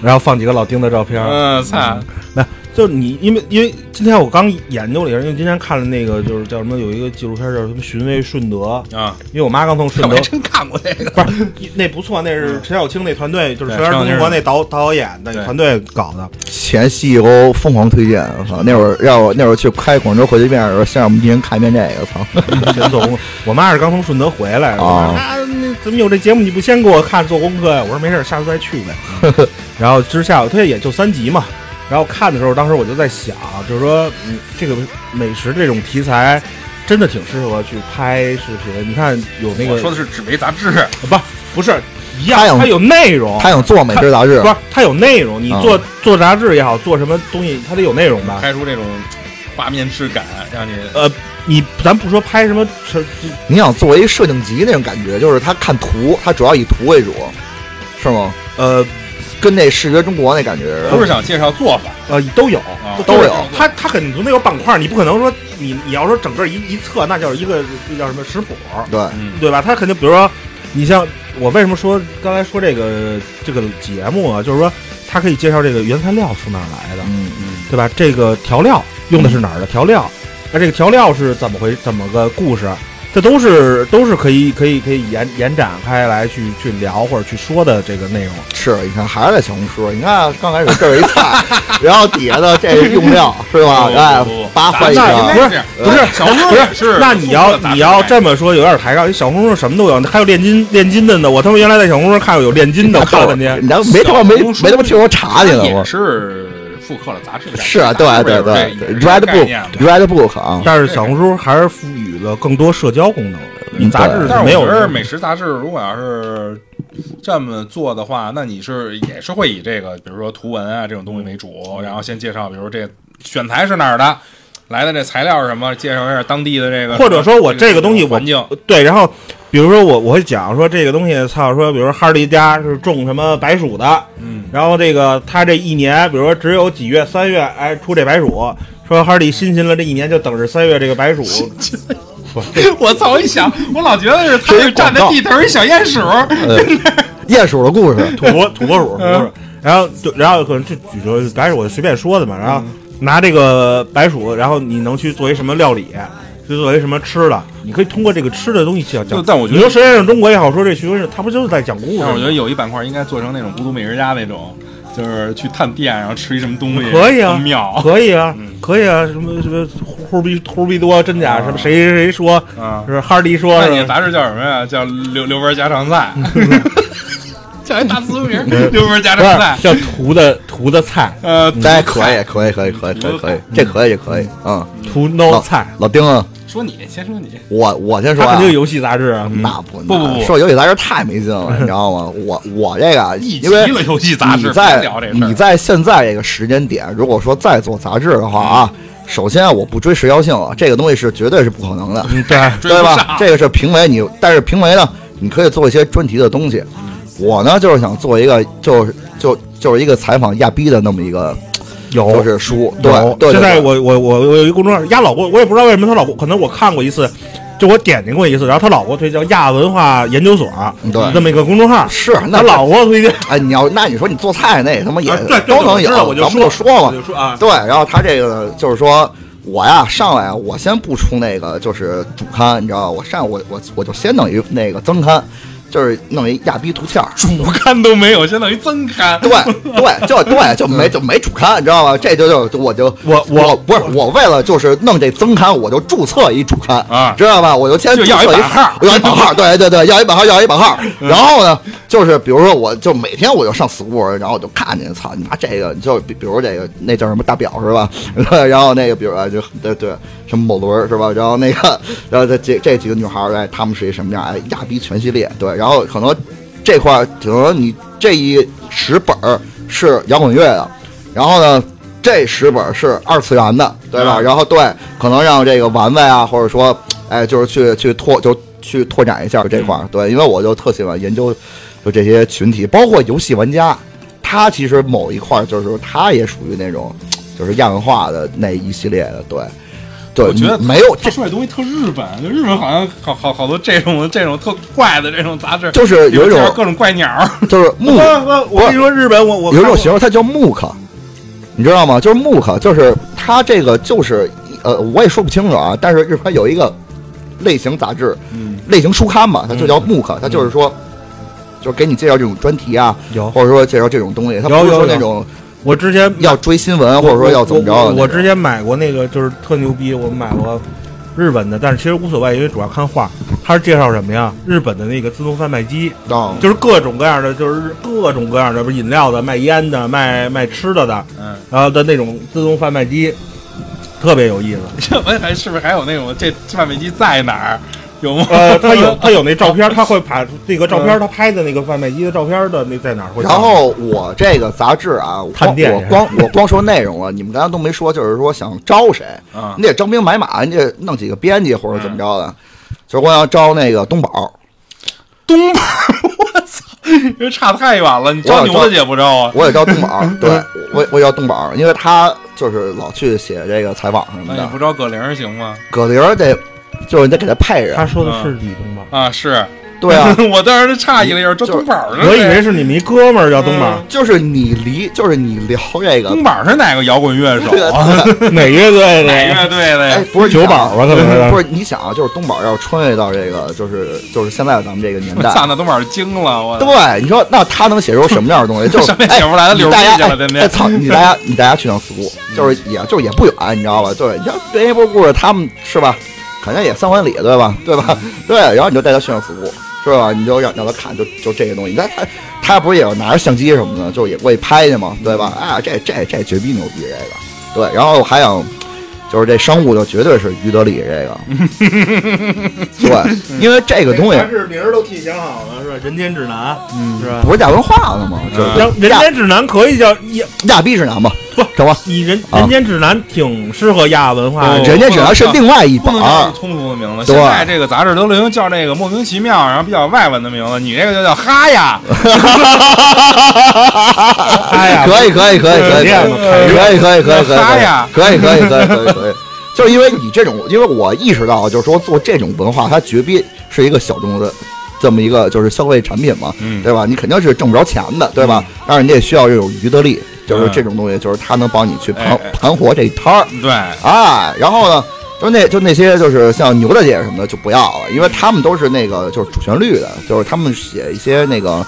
Speaker 4: 然后放几个老丁的照片，
Speaker 2: 嗯，操，
Speaker 4: 那就是你，因为因为今天我刚研究了一下，因为今天看了那个就是叫什么，有一个纪录片叫什么《寻味顺德》，
Speaker 2: 啊，
Speaker 4: 因为我妈刚从顺
Speaker 2: 我
Speaker 4: 德
Speaker 2: 还真看过这个，
Speaker 4: 不是那不错，那是陈小青那团队，就是《
Speaker 2: 嗯对
Speaker 4: 舌尖中国》那导导演那
Speaker 2: 对
Speaker 4: 团队搞的。
Speaker 3: 前西游疯广推荐，我操！那会儿让我那会儿去开广州火鸡面的时候，先让我们一人看一遍这个，我操！
Speaker 4: 先做功课。我妈是刚从顺德回来，我妈说啊，那怎么有这节目你不先给我看做功课呀？我说没事儿，下次再去呗。 <laughs> 然后之下，它也就三集嘛。然后看的时候，当时我就在想，就是说，嗯，这个美食这种题材。真的挺适合去拍视频，你看有那
Speaker 2: 我说的
Speaker 4: 个
Speaker 2: 是纸媒杂志，啊
Speaker 4: 不不是一
Speaker 3: 它
Speaker 4: 样，
Speaker 3: 有
Speaker 4: 它有内容，
Speaker 3: 他想做美食杂志
Speaker 4: 不，是它有内容。你
Speaker 3: 啊
Speaker 4: 做做杂志也好，做什么东西，它得有内容吧？
Speaker 2: 拍出这种画面质感，让你
Speaker 4: 呃，你咱不说拍什么这这
Speaker 3: 你想做一摄影集那种感觉，就是他看图，他主要以图为主，是吗？
Speaker 4: 呃
Speaker 3: 跟那视觉中国那感觉似
Speaker 2: 不是
Speaker 3: 的。
Speaker 2: 想介绍做法
Speaker 4: 呃都有，
Speaker 2: 啊，
Speaker 3: 都有
Speaker 4: 它它肯定得有板块，你不可能说你你要说整个一一册，那就是一个那叫什么食谱，
Speaker 3: 对，
Speaker 2: 嗯，
Speaker 4: 对吧？它肯定，比如说，你像我为什么说刚才说这个这个节目啊，就是说它可以介绍这个原材料从哪儿来的，
Speaker 3: 嗯，
Speaker 4: 对吧？这个调料用的是哪儿的调料？那这个调料是怎么回怎么个故事？啊这都是都是可以可以可以延延展开来去去聊或者去说的这个内容。
Speaker 3: 是，你看还是在小红书，你看刚开始这是一菜， <laughs> 然后底下的这是用料是
Speaker 2: 哦
Speaker 3: 吧？哎，八换一
Speaker 2: 那
Speaker 3: 张，
Speaker 2: 不是
Speaker 3: 不是
Speaker 2: 小红书
Speaker 4: 不
Speaker 2: 也是，
Speaker 4: 那你要你要这么说有点抬杠，小红书上什么都有，还有炼金炼金的呢。我他妈原来在小红书上看有炼金的，我看了
Speaker 2: <laughs>
Speaker 4: 半天。
Speaker 3: 你他妈没他妈没没他妈听我查你
Speaker 2: 你
Speaker 3: 了
Speaker 2: 也
Speaker 3: 我。
Speaker 2: 是复刻了杂志的感觉，
Speaker 3: 是啊，对对对对，Red
Speaker 2: 不
Speaker 3: Book Red Book 啊，
Speaker 4: 但是小红书还是赋予了更多社交功能的，你嗯杂志
Speaker 2: 但
Speaker 4: 是
Speaker 2: 是
Speaker 4: 没有
Speaker 2: 我觉得
Speaker 4: 的。
Speaker 2: 美食杂志如果要是这么做的话，那你是也是会以这个，比如说图文啊这种东西为
Speaker 4: 嗯
Speaker 2: 主，然后先介绍，比如说这选材是哪儿的，来的这材料是什么，介绍一下当地的这个，
Speaker 4: 或者说我这个东西我
Speaker 2: 环境，
Speaker 4: 对，然后比如说我我会讲说这个东西，操，说比如说哈利家是种什么白薯的，
Speaker 2: 嗯，
Speaker 4: 然后这个他这一年，比如说只有几月三月，哎，出这白薯，说哈利辛勤了这一年，就等着三月这个白薯。
Speaker 2: <laughs> 我操！我一想，我老觉得是他是站在地头一小鼹鼠，
Speaker 3: 鼹鼠的故事，
Speaker 4: 土拨土拨鼠，土拨鼠。然后就然后可能就举着白薯，我就随便说的嘛。然后
Speaker 2: 嗯
Speaker 4: 拿这个白薯，然后你能去做一什么料理，就做一什么吃的，你可以通过这个吃的东西讲
Speaker 2: 就
Speaker 4: 讲。
Speaker 2: 但我觉得
Speaker 4: 你说《舌尖上的中国》也好，说这《徐文是，他不就是在讲故事
Speaker 2: 但
Speaker 4: 吗？
Speaker 2: 是我觉得有一板块应该做成那种孤独美食家那种，就是去探店，然后吃一什么东西，
Speaker 4: 可以啊
Speaker 2: 很妙，嗯
Speaker 4: 可以啊，可以啊，什么什么胡胡逼胡逼多真假什么谁谁说
Speaker 2: 啊
Speaker 4: 是哈迪说
Speaker 2: 那
Speaker 4: 是
Speaker 2: 你的
Speaker 4: 吧
Speaker 2: 杂志叫什么呀？叫刘刘文家常菜， <laughs> 叫一大俗名，刘文家
Speaker 4: 不
Speaker 2: 常菜
Speaker 4: 是。叫图的图的嗯菜
Speaker 2: 呃，
Speaker 3: 哎，可以可以可以可以可以可以，这可以也可以，嗯，
Speaker 4: 图
Speaker 3: 老
Speaker 4: no 菜，
Speaker 3: 老丁啊，
Speaker 2: 说你先说你，
Speaker 3: 我我先说
Speaker 4: 它
Speaker 3: 啊
Speaker 4: 肯定，有游戏杂志啊。
Speaker 3: 那不
Speaker 2: 不不不
Speaker 3: 说游戏杂志太没劲
Speaker 4: <laughs>
Speaker 3: 了，你知道吗？我我这个啊
Speaker 2: 一
Speaker 3: 因
Speaker 2: 集
Speaker 3: 为
Speaker 2: 了游戏杂志，
Speaker 3: 你
Speaker 2: 别
Speaker 3: 在
Speaker 2: 聊这事
Speaker 3: 你
Speaker 2: 儿。
Speaker 3: 在现在这个时间点，如果说再做杂志的话啊，首先我不追时效性了，这个东西是绝对是不可能的，
Speaker 4: 嗯，对，
Speaker 2: <laughs> 追
Speaker 3: 对
Speaker 2: 不
Speaker 3: 吧
Speaker 2: 上？
Speaker 3: 这个是评委你，但是评委呢，你可以做一些专题的东西。
Speaker 2: 嗯
Speaker 3: 我呢，就是想做一个，就是就就是一个采访亚逼的那么一个，
Speaker 4: 有
Speaker 3: 就是书。对
Speaker 4: 哦有
Speaker 3: 对，对
Speaker 4: 现在
Speaker 3: 对
Speaker 4: 我我我我有一公众号，丫老郭，我也不知道为什么她老郭，可能我看过一次，就我点进过一次，然后她老郭推荐亚文化研究所，
Speaker 3: 嗯对
Speaker 4: 这么一个公众号，
Speaker 3: 是
Speaker 4: <laughs>
Speaker 3: 那
Speaker 4: 她老郭推荐，
Speaker 3: 哎，你要那你说你做菜那他妈 <laughs> 也
Speaker 4: 啊对对
Speaker 3: 都能有
Speaker 4: 我知道，我就
Speaker 3: 咱们就
Speaker 4: 说
Speaker 3: 说嘛
Speaker 4: 我，就说啊，
Speaker 3: 对，然后他这个就是说，我呀上来啊我先不出那个就是主刊，你知道吧？我上来我我我就先弄一那个增刊，就是弄一亚逼图片儿。
Speaker 2: 主刊都没有，先等于增刊。
Speaker 4: <laughs>
Speaker 3: 对对，就对就没就没主刊，你知道吧？这就就就我就
Speaker 4: 嗯我
Speaker 3: 我
Speaker 4: 我
Speaker 3: 不是我为了就是弄这增刊，我就注册一主刊
Speaker 2: 啊
Speaker 3: 知道吧？我就先
Speaker 2: 就
Speaker 3: 注
Speaker 2: 要一
Speaker 3: 册
Speaker 2: 版号
Speaker 3: 我要一版号，对对对，要一版号，要一版号。然后呢，就是比如说，我就每天我就上 school，然后我就看见，操，你妈这个，就比比如这个那叫什么大表是吧？ <laughs> 然后那个比如啊，就对对，什么某轮儿是吧？然后那个，然后这这这几个女孩儿，哎，她们是一什么样？哎，亚逼全系列，对，然后可能这块儿可能你这一十本儿是摇滚乐的，然后呢，这十本儿是二次元的，对吧？
Speaker 2: 嗯
Speaker 3: 然后对，可能让这个丸子啊，或者说，哎，就是去去拓，就去拓展一下这
Speaker 2: 嗯
Speaker 3: 块儿。对，因为我就特喜欢研究，就这些群体，包括游戏玩家，他其实某一块儿就是他也属于那种，就是亚文化的那一系列的，对。对，
Speaker 2: 我觉得
Speaker 3: 没有
Speaker 2: 他
Speaker 3: 这
Speaker 2: 说这东西特日本，就日本好像好好好多这种这种特怪的这种杂志，
Speaker 3: 就是有一种
Speaker 2: 里边介绍各种怪鸟儿。
Speaker 3: 就是木
Speaker 4: 我我我跟你说，日本我我
Speaker 3: 有一
Speaker 4: 看
Speaker 3: 种
Speaker 4: 过
Speaker 3: 形容，它叫木克，你知道吗？就是木克，就是它这个就是呃，我也说不清楚啊。但是日本有一个类型杂志，
Speaker 2: 嗯
Speaker 3: 类型书刊嘛，它就叫木克，它就是说，就是给你介绍这种专题啊，
Speaker 4: 有
Speaker 3: 或者说介绍这种东西，它不
Speaker 4: 有
Speaker 3: 是
Speaker 4: 有
Speaker 3: 说那
Speaker 4: 有
Speaker 3: 种
Speaker 4: 我之前
Speaker 3: 要追新闻或者说要怎么着
Speaker 4: 我
Speaker 3: 的那
Speaker 4: 我
Speaker 3: 种。
Speaker 4: 我之前买过那个，就是特牛逼，我买过日本的，但是其实无所谓，因为主要看画。它是介绍什么呀？日本的那个自动贩卖机，
Speaker 3: 啊，
Speaker 4: 就是各种各样的，就是各种各样的，不是饮料的、卖烟的、卖卖吃的的，
Speaker 2: 嗯，
Speaker 4: 然后的那种自动贩卖机，特别有意思。
Speaker 2: <laughs> 这我还是不是还有那种这这贩卖机在哪儿有吗？
Speaker 4: <laughs> 呃，他有他有那照片，他会把那个照片，他拍的那个贩卖机的照片的那在哪儿会
Speaker 3: 然
Speaker 4: 放？
Speaker 3: 后我这个杂志啊，我
Speaker 4: 探
Speaker 3: 光
Speaker 4: 店
Speaker 3: 我
Speaker 4: 是
Speaker 3: 光我光说内容了，你们刚才都没说，就是说想招谁，
Speaker 2: <laughs> 啊
Speaker 3: 你得招兵买马，你得弄几个编辑或者
Speaker 4: 嗯
Speaker 3: 怎么着的。就是我想招那个东宝，
Speaker 2: 东北， <laughs> 我操，这差太远了，你招
Speaker 3: 我有
Speaker 2: 牛
Speaker 3: 招
Speaker 2: 的姐不招啊？
Speaker 3: 我也招东
Speaker 4: <laughs>
Speaker 3: 宝，对我我也招东宝，因为他就是老去写这个采访什么
Speaker 2: 那你
Speaker 3: 的
Speaker 4: 哎
Speaker 2: 不。招葛玲儿行吗？
Speaker 3: 葛玲儿得就是得给他配
Speaker 4: 他
Speaker 3: 人，
Speaker 4: 说的是李东吧？
Speaker 2: 啊，是，
Speaker 3: 对啊，
Speaker 2: <laughs> 我当时诧异了一下，这
Speaker 3: 就是
Speaker 2: 东宝儿呢？
Speaker 4: 我以为是你们一哥们儿叫东宝，
Speaker 3: 就是你离就是你聊这
Speaker 2: 这
Speaker 3: 个
Speaker 2: 东
Speaker 4: 嗯
Speaker 2: 宝儿是哪个摇滚乐手
Speaker 3: <laughs>
Speaker 2: 啊？
Speaker 4: <laughs> 哪乐队
Speaker 2: 哪
Speaker 4: 的？
Speaker 2: 乐队的
Speaker 3: 哎
Speaker 2: 呀？，
Speaker 3: 不是你
Speaker 4: 九
Speaker 3: 想
Speaker 4: 宝吧可能是
Speaker 3: 不是你想啊，就是东宝要穿越到这个，就是就是现在咱们这个年
Speaker 4: <laughs>
Speaker 2: 我
Speaker 3: 代，
Speaker 2: 操，那东宝儿惊了，我
Speaker 3: <laughs> 对，你说那他能写出什么样
Speaker 2: <laughs>
Speaker 3: 的东西？就是
Speaker 2: 什么也写不来
Speaker 3: 哎
Speaker 2: 他溜
Speaker 3: 你
Speaker 2: 出
Speaker 3: 大
Speaker 2: 去
Speaker 3: 家
Speaker 2: 了
Speaker 3: 哎
Speaker 2: 天天
Speaker 3: 哎操！你大
Speaker 2: <laughs>
Speaker 3: 家你大家去趟四姑，就是也就是也不远，你知道吧？对，你像编一波故事，他们是吧？肯定也三环里，对吧？对吧？对，然后你就带他去趟四姑，是吧？你就让让他看，就就这些东西。但他他不是也有拿着相机什么的，就也过去拍去嘛，对吧？啊，这这这绝逼牛逼，这个对。然后还想就是这商务，就绝对是于德利这个，
Speaker 2: <laughs>
Speaker 3: 对，因为这个东西
Speaker 4: 是名儿都替你想好了，是吧？人间指南，嗯，是吧？
Speaker 3: 不是亚文化的嘛，就是
Speaker 2: 嗯
Speaker 4: 人人
Speaker 3: 亚
Speaker 4: 间指南可以叫亚，
Speaker 3: 亚逼指南嘛，
Speaker 4: 不
Speaker 3: 什么？
Speaker 4: 以人
Speaker 3: 啊
Speaker 4: 人间指南挺适合亚文化
Speaker 2: 哦
Speaker 4: 的。
Speaker 3: 人家指南是另外一
Speaker 2: 不
Speaker 3: 本
Speaker 2: 能叫
Speaker 3: 儿，
Speaker 2: 通俗的名字，
Speaker 3: 啊对
Speaker 2: 现在这个杂志都流行叫这个莫名其妙，然后比较外文的名字，你这个就叫哈呀，
Speaker 4: 哎
Speaker 3: <laughs>
Speaker 4: 呀，
Speaker 3: 可以可以可以可以可以
Speaker 4: 这样吧
Speaker 3: 可以可以可以可以可以
Speaker 2: 哈呀
Speaker 3: 可以可以可以可以可以，就是因为你这种，因为我意识到，就是说做这种文化，它绝逼是一个小众的这么一个就是消费产品嘛，
Speaker 2: 嗯
Speaker 3: 对吧？你肯定是挣不着钱的，对吧？但是你也需要这种余得利，就是
Speaker 2: 嗯
Speaker 3: 这种东西，就是它能帮你去盘
Speaker 2: 哎哎
Speaker 3: 盘活这摊儿。
Speaker 2: 对，
Speaker 3: 啊，然后呢，就那就那些就是像牛大姐什么的就不要了，因为他们都是那个就是主旋律的，就是他们写一些那个，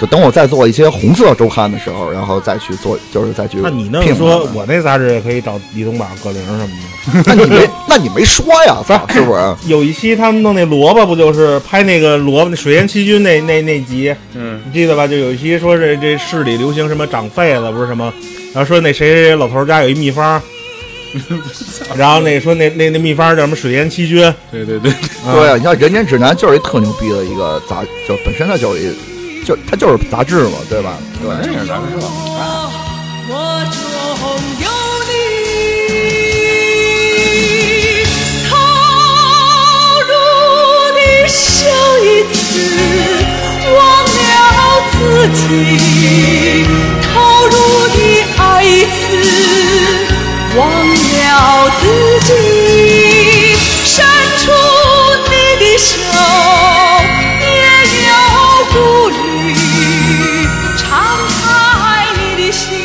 Speaker 3: 就等我再做一些红色周刊的时候，然后再去做，就是再去聘
Speaker 4: 那
Speaker 3: 他们。
Speaker 4: 你那么说，我那杂志也可以找李东宝、葛玲什么的。
Speaker 3: 那你
Speaker 4: <laughs>
Speaker 3: 没那你没说呀？操，是不是？
Speaker 4: 有一期他们弄那萝卜，不就是拍那个萝卜水淹七军那那那集，
Speaker 2: 嗯
Speaker 4: 你记得吧？就有一期说这这市里流行什么长痱子，不是什么，然后说那谁谁谁老头儿家有一
Speaker 2: <laughs>
Speaker 4: 秘方，然后那说那那那秘方叫什么水淹七军，
Speaker 2: 对对对，
Speaker 4: 嗯
Speaker 3: 对啊，你像《人间指南》就是一特牛逼的一个杂，就本身它就是一，就它就是杂志嘛，对吧？对吧
Speaker 2: 反正也是杂志。
Speaker 6: 我中有你，投入的笑一次，忘了自己；投入的爱一次，忘了自己。伸出你的手，也有顾虑。敞开你的心，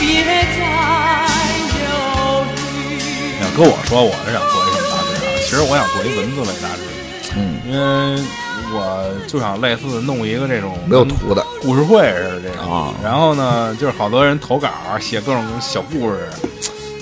Speaker 6: 别再犹豫。
Speaker 2: 你要跟我说，我是想做一什么杂志啊？其实我想做一文字类杂志，
Speaker 3: 嗯，
Speaker 2: 因为我就想类似弄一个这种
Speaker 3: 没有图的，
Speaker 2: 故事会似的这种。
Speaker 3: 啊
Speaker 2: 然后呢，就是好多人投稿啊写各种小故事。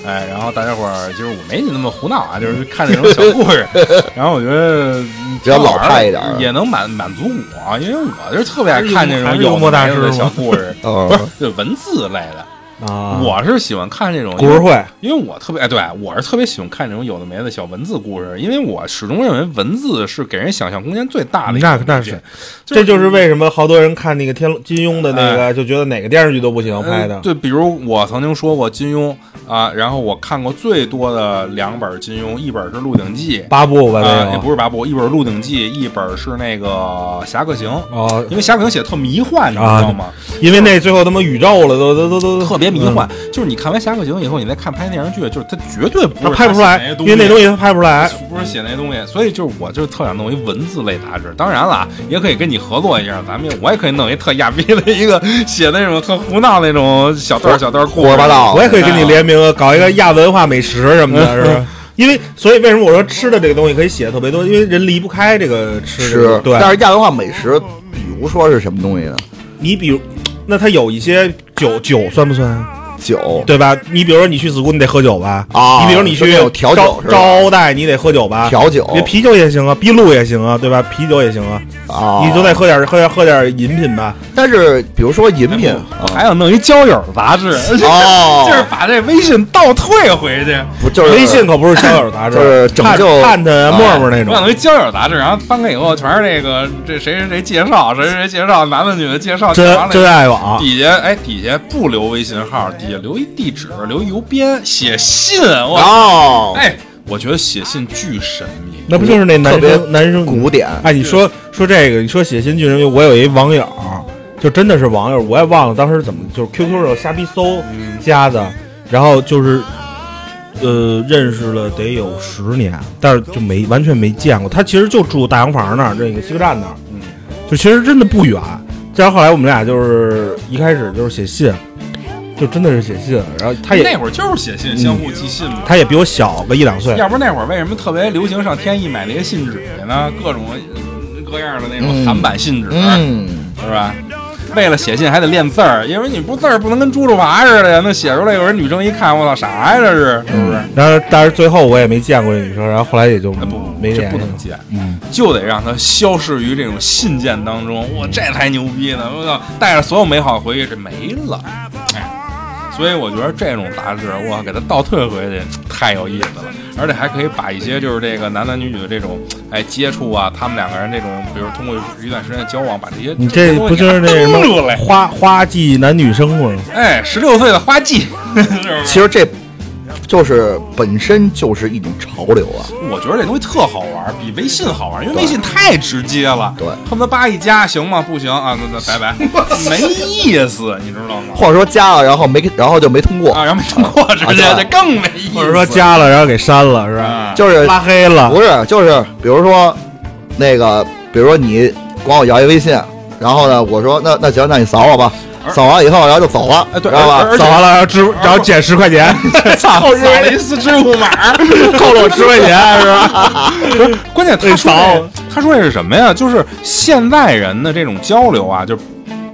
Speaker 2: 哎，然后大家伙儿就是我没你那么胡闹啊，就是看这种小故
Speaker 3: <laughs>
Speaker 2: 事，然后我觉得嗯
Speaker 3: 比较
Speaker 2: 挺好玩
Speaker 3: 老派一点
Speaker 2: 的
Speaker 3: 儿
Speaker 2: 也能满满足我，啊因为我就是特别爱看这种
Speaker 4: 还是
Speaker 2: 有
Speaker 4: 幽默大
Speaker 2: 的没
Speaker 4: 师
Speaker 2: 的小
Speaker 4: 吗
Speaker 2: 故事，
Speaker 3: <laughs> 嗯
Speaker 2: 不是就文字类的。
Speaker 4: 啊，
Speaker 2: 我哎是喜欢看这种
Speaker 4: 故事会，
Speaker 2: 因为我特别哎，对我是特别喜欢看这种有的没的小文字故事，因为我始终认为文字是给人想象空间最大的一
Speaker 4: 那
Speaker 2: 个
Speaker 4: 那
Speaker 2: 空
Speaker 4: 是
Speaker 2: 间，，
Speaker 4: 这就是为什么好多人看那个天龙金庸的那
Speaker 2: 哎
Speaker 4: 个，就觉得哪个电视剧都不行拍的
Speaker 2: 呃。对，比如我曾经说过金庸啊，然后我看过最多的两本金庸，一本是《鹿鼎记》，
Speaker 4: 八部吧，
Speaker 2: 啊，
Speaker 4: 那
Speaker 2: 也
Speaker 4: 个
Speaker 2: 不是八部，一本是《鹿鼎记》，一本是那个《侠客行》，
Speaker 4: 哦啊
Speaker 2: 因为《侠客行》写得特迷幻，你知道吗？
Speaker 4: 因为那最后他妈宇宙了，都都都都
Speaker 2: 特别别迷幻。
Speaker 4: 嗯
Speaker 2: 就是你看完《侠客行》以后，你再看拍电视剧，就是它绝对不
Speaker 4: 他
Speaker 2: 是
Speaker 4: 拍不出来，因为那东西他拍不出来。
Speaker 2: 哎不是写那东西，所以就是我就是特想弄一文字类杂志。当然了啊，也可以跟你合作一下，咱们也我也可以弄一特亚逼的一个写那种特胡闹那种小段儿小段儿故
Speaker 3: 胡
Speaker 2: 事
Speaker 3: 说八道。
Speaker 4: 我也可以跟你联名啊，搞一个亚文化美食什么的，
Speaker 3: 嗯
Speaker 4: 是吧？因为所以为什么我说吃的这个东西可以写的特别多，因为人离不开这个吃这个。
Speaker 3: 吃，
Speaker 4: 对，
Speaker 3: 但是亚文化美食，比如说是什么东西呢？
Speaker 4: 你比如，那它有一些酒酒算不算？
Speaker 3: 酒，
Speaker 4: 对吧？你比如说你去 school 你得喝酒吧？
Speaker 3: 啊
Speaker 4: 你比如你
Speaker 3: 就
Speaker 4: 去
Speaker 3: 那种调酒
Speaker 4: 招
Speaker 3: 是吧
Speaker 4: 招待你得喝酒吧？
Speaker 3: 调酒
Speaker 4: 你啤酒也行啊，碧露也行啊，对吧？啤酒也行啊，
Speaker 3: 啊，
Speaker 4: 你都得喝点喝点喝点饮品吧。
Speaker 3: 但是比如说饮品
Speaker 2: 我还想弄一交友杂志，
Speaker 3: 啊 <laughs> 哦
Speaker 2: <laughs> 就是把这微信倒退回去，
Speaker 3: 不就是
Speaker 4: 微信可不是交友杂志，
Speaker 3: 就是拯救
Speaker 4: 探探啊、
Speaker 3: 啊
Speaker 4: 陌陌
Speaker 2: 我
Speaker 4: 那
Speaker 2: 想
Speaker 4: 种。
Speaker 2: 弄一交友杂志，然后翻开以后全是这个这谁谁谁介绍，谁谁谁介绍，男的女的介绍，
Speaker 4: 真
Speaker 2: 完了以后
Speaker 4: 真爱
Speaker 3: 啊
Speaker 4: 网，
Speaker 2: 底下哎，底下不留微信号，底下留一地址，留一邮编，写信。我、
Speaker 3: 哦，
Speaker 2: 哎，我觉得写信巨神秘。
Speaker 4: 那不就是那男
Speaker 3: 特别
Speaker 4: 生男生
Speaker 3: 古典
Speaker 4: 哎，你说说这个，你说写信巨人，我有一网友，就真的是网友，我也忘了当时怎么，就是 QQ 上瞎逼搜加的，然后就是，呃，认识了得有十年，但是就没完全没见过。他其实就住大洋房那儿，这个西客站那儿，就其实真的不远。但是后来我们俩就是一开始就是写信，就真的是写信，然后他
Speaker 2: 那
Speaker 4: 也嗯
Speaker 2: 会儿就是写信，相互寄信嘛。
Speaker 4: 他也比我小个一两岁，
Speaker 2: 要不那会儿为什么特别流行上天意买那些信纸去呢？各种呃各样的那种韩版信纸，
Speaker 3: 嗯，
Speaker 2: 是吧？为了写信还得练字儿，因为你不字儿不能跟猪猪娃似的呀。那写出来，有人女生一看，我操，啥呀？这是是不是？
Speaker 4: 然后但是最后我也没见过这女生，然后后来也就
Speaker 2: 哎不，
Speaker 4: 没嗯
Speaker 2: 这
Speaker 4: 联系
Speaker 2: 不
Speaker 4: 了。
Speaker 2: 能见，就得让它消逝于这种信件当中。我这才牛逼呢！我操，带着所有美好回忆，这没了。哎，所以我觉得这种杂志，我给它倒退回去，太有意思了。而且还可以把一些就是这个男男女女的这种哎接触啊，他们两个人这种，比如通过一段时间的交往，把这些
Speaker 4: 你这
Speaker 2: 东西
Speaker 4: 不就是那什
Speaker 2: 给它登出
Speaker 4: 么
Speaker 2: 来？
Speaker 4: 花花季男女生活吗？
Speaker 2: 哎，十六岁的花季， <laughs> 是吧
Speaker 3: 其实这就是本身就是一种潮流啊，
Speaker 2: 我觉得这东西特好玩，比微信好玩，因为
Speaker 3: 对
Speaker 2: 微信太直接了。
Speaker 3: 对
Speaker 2: 恨不得叭一加，行吗？不行啊，那那拜
Speaker 4: <laughs>
Speaker 2: 拜，没意思，你知道吗？
Speaker 3: 或者说加了然后没然后就没通过
Speaker 2: 啊，，然后没通过，直接
Speaker 3: 啊
Speaker 2: 就
Speaker 3: 对
Speaker 2: 更没意思。
Speaker 4: 或者说加了然后给删了是吧？
Speaker 2: 啊，
Speaker 3: 就是
Speaker 4: 拉黑了
Speaker 3: 不是就是比如说那个，比如说你管我要一微信，然后呢我说那那行，那你扫我吧，扫完以后然后就走了，
Speaker 2: 哎
Speaker 3: 知
Speaker 2: 对
Speaker 3: 道吧？
Speaker 2: 而且
Speaker 4: 扫完了然后支付然后减十块 <laughs> 钱，
Speaker 2: 后扫了一次支付码，
Speaker 3: <laughs>
Speaker 4: 扣了我十块钱是吧？
Speaker 2: 关键他说
Speaker 4: 哎扫
Speaker 2: 这他说这是什么呀？就是现代人的这种交流啊，就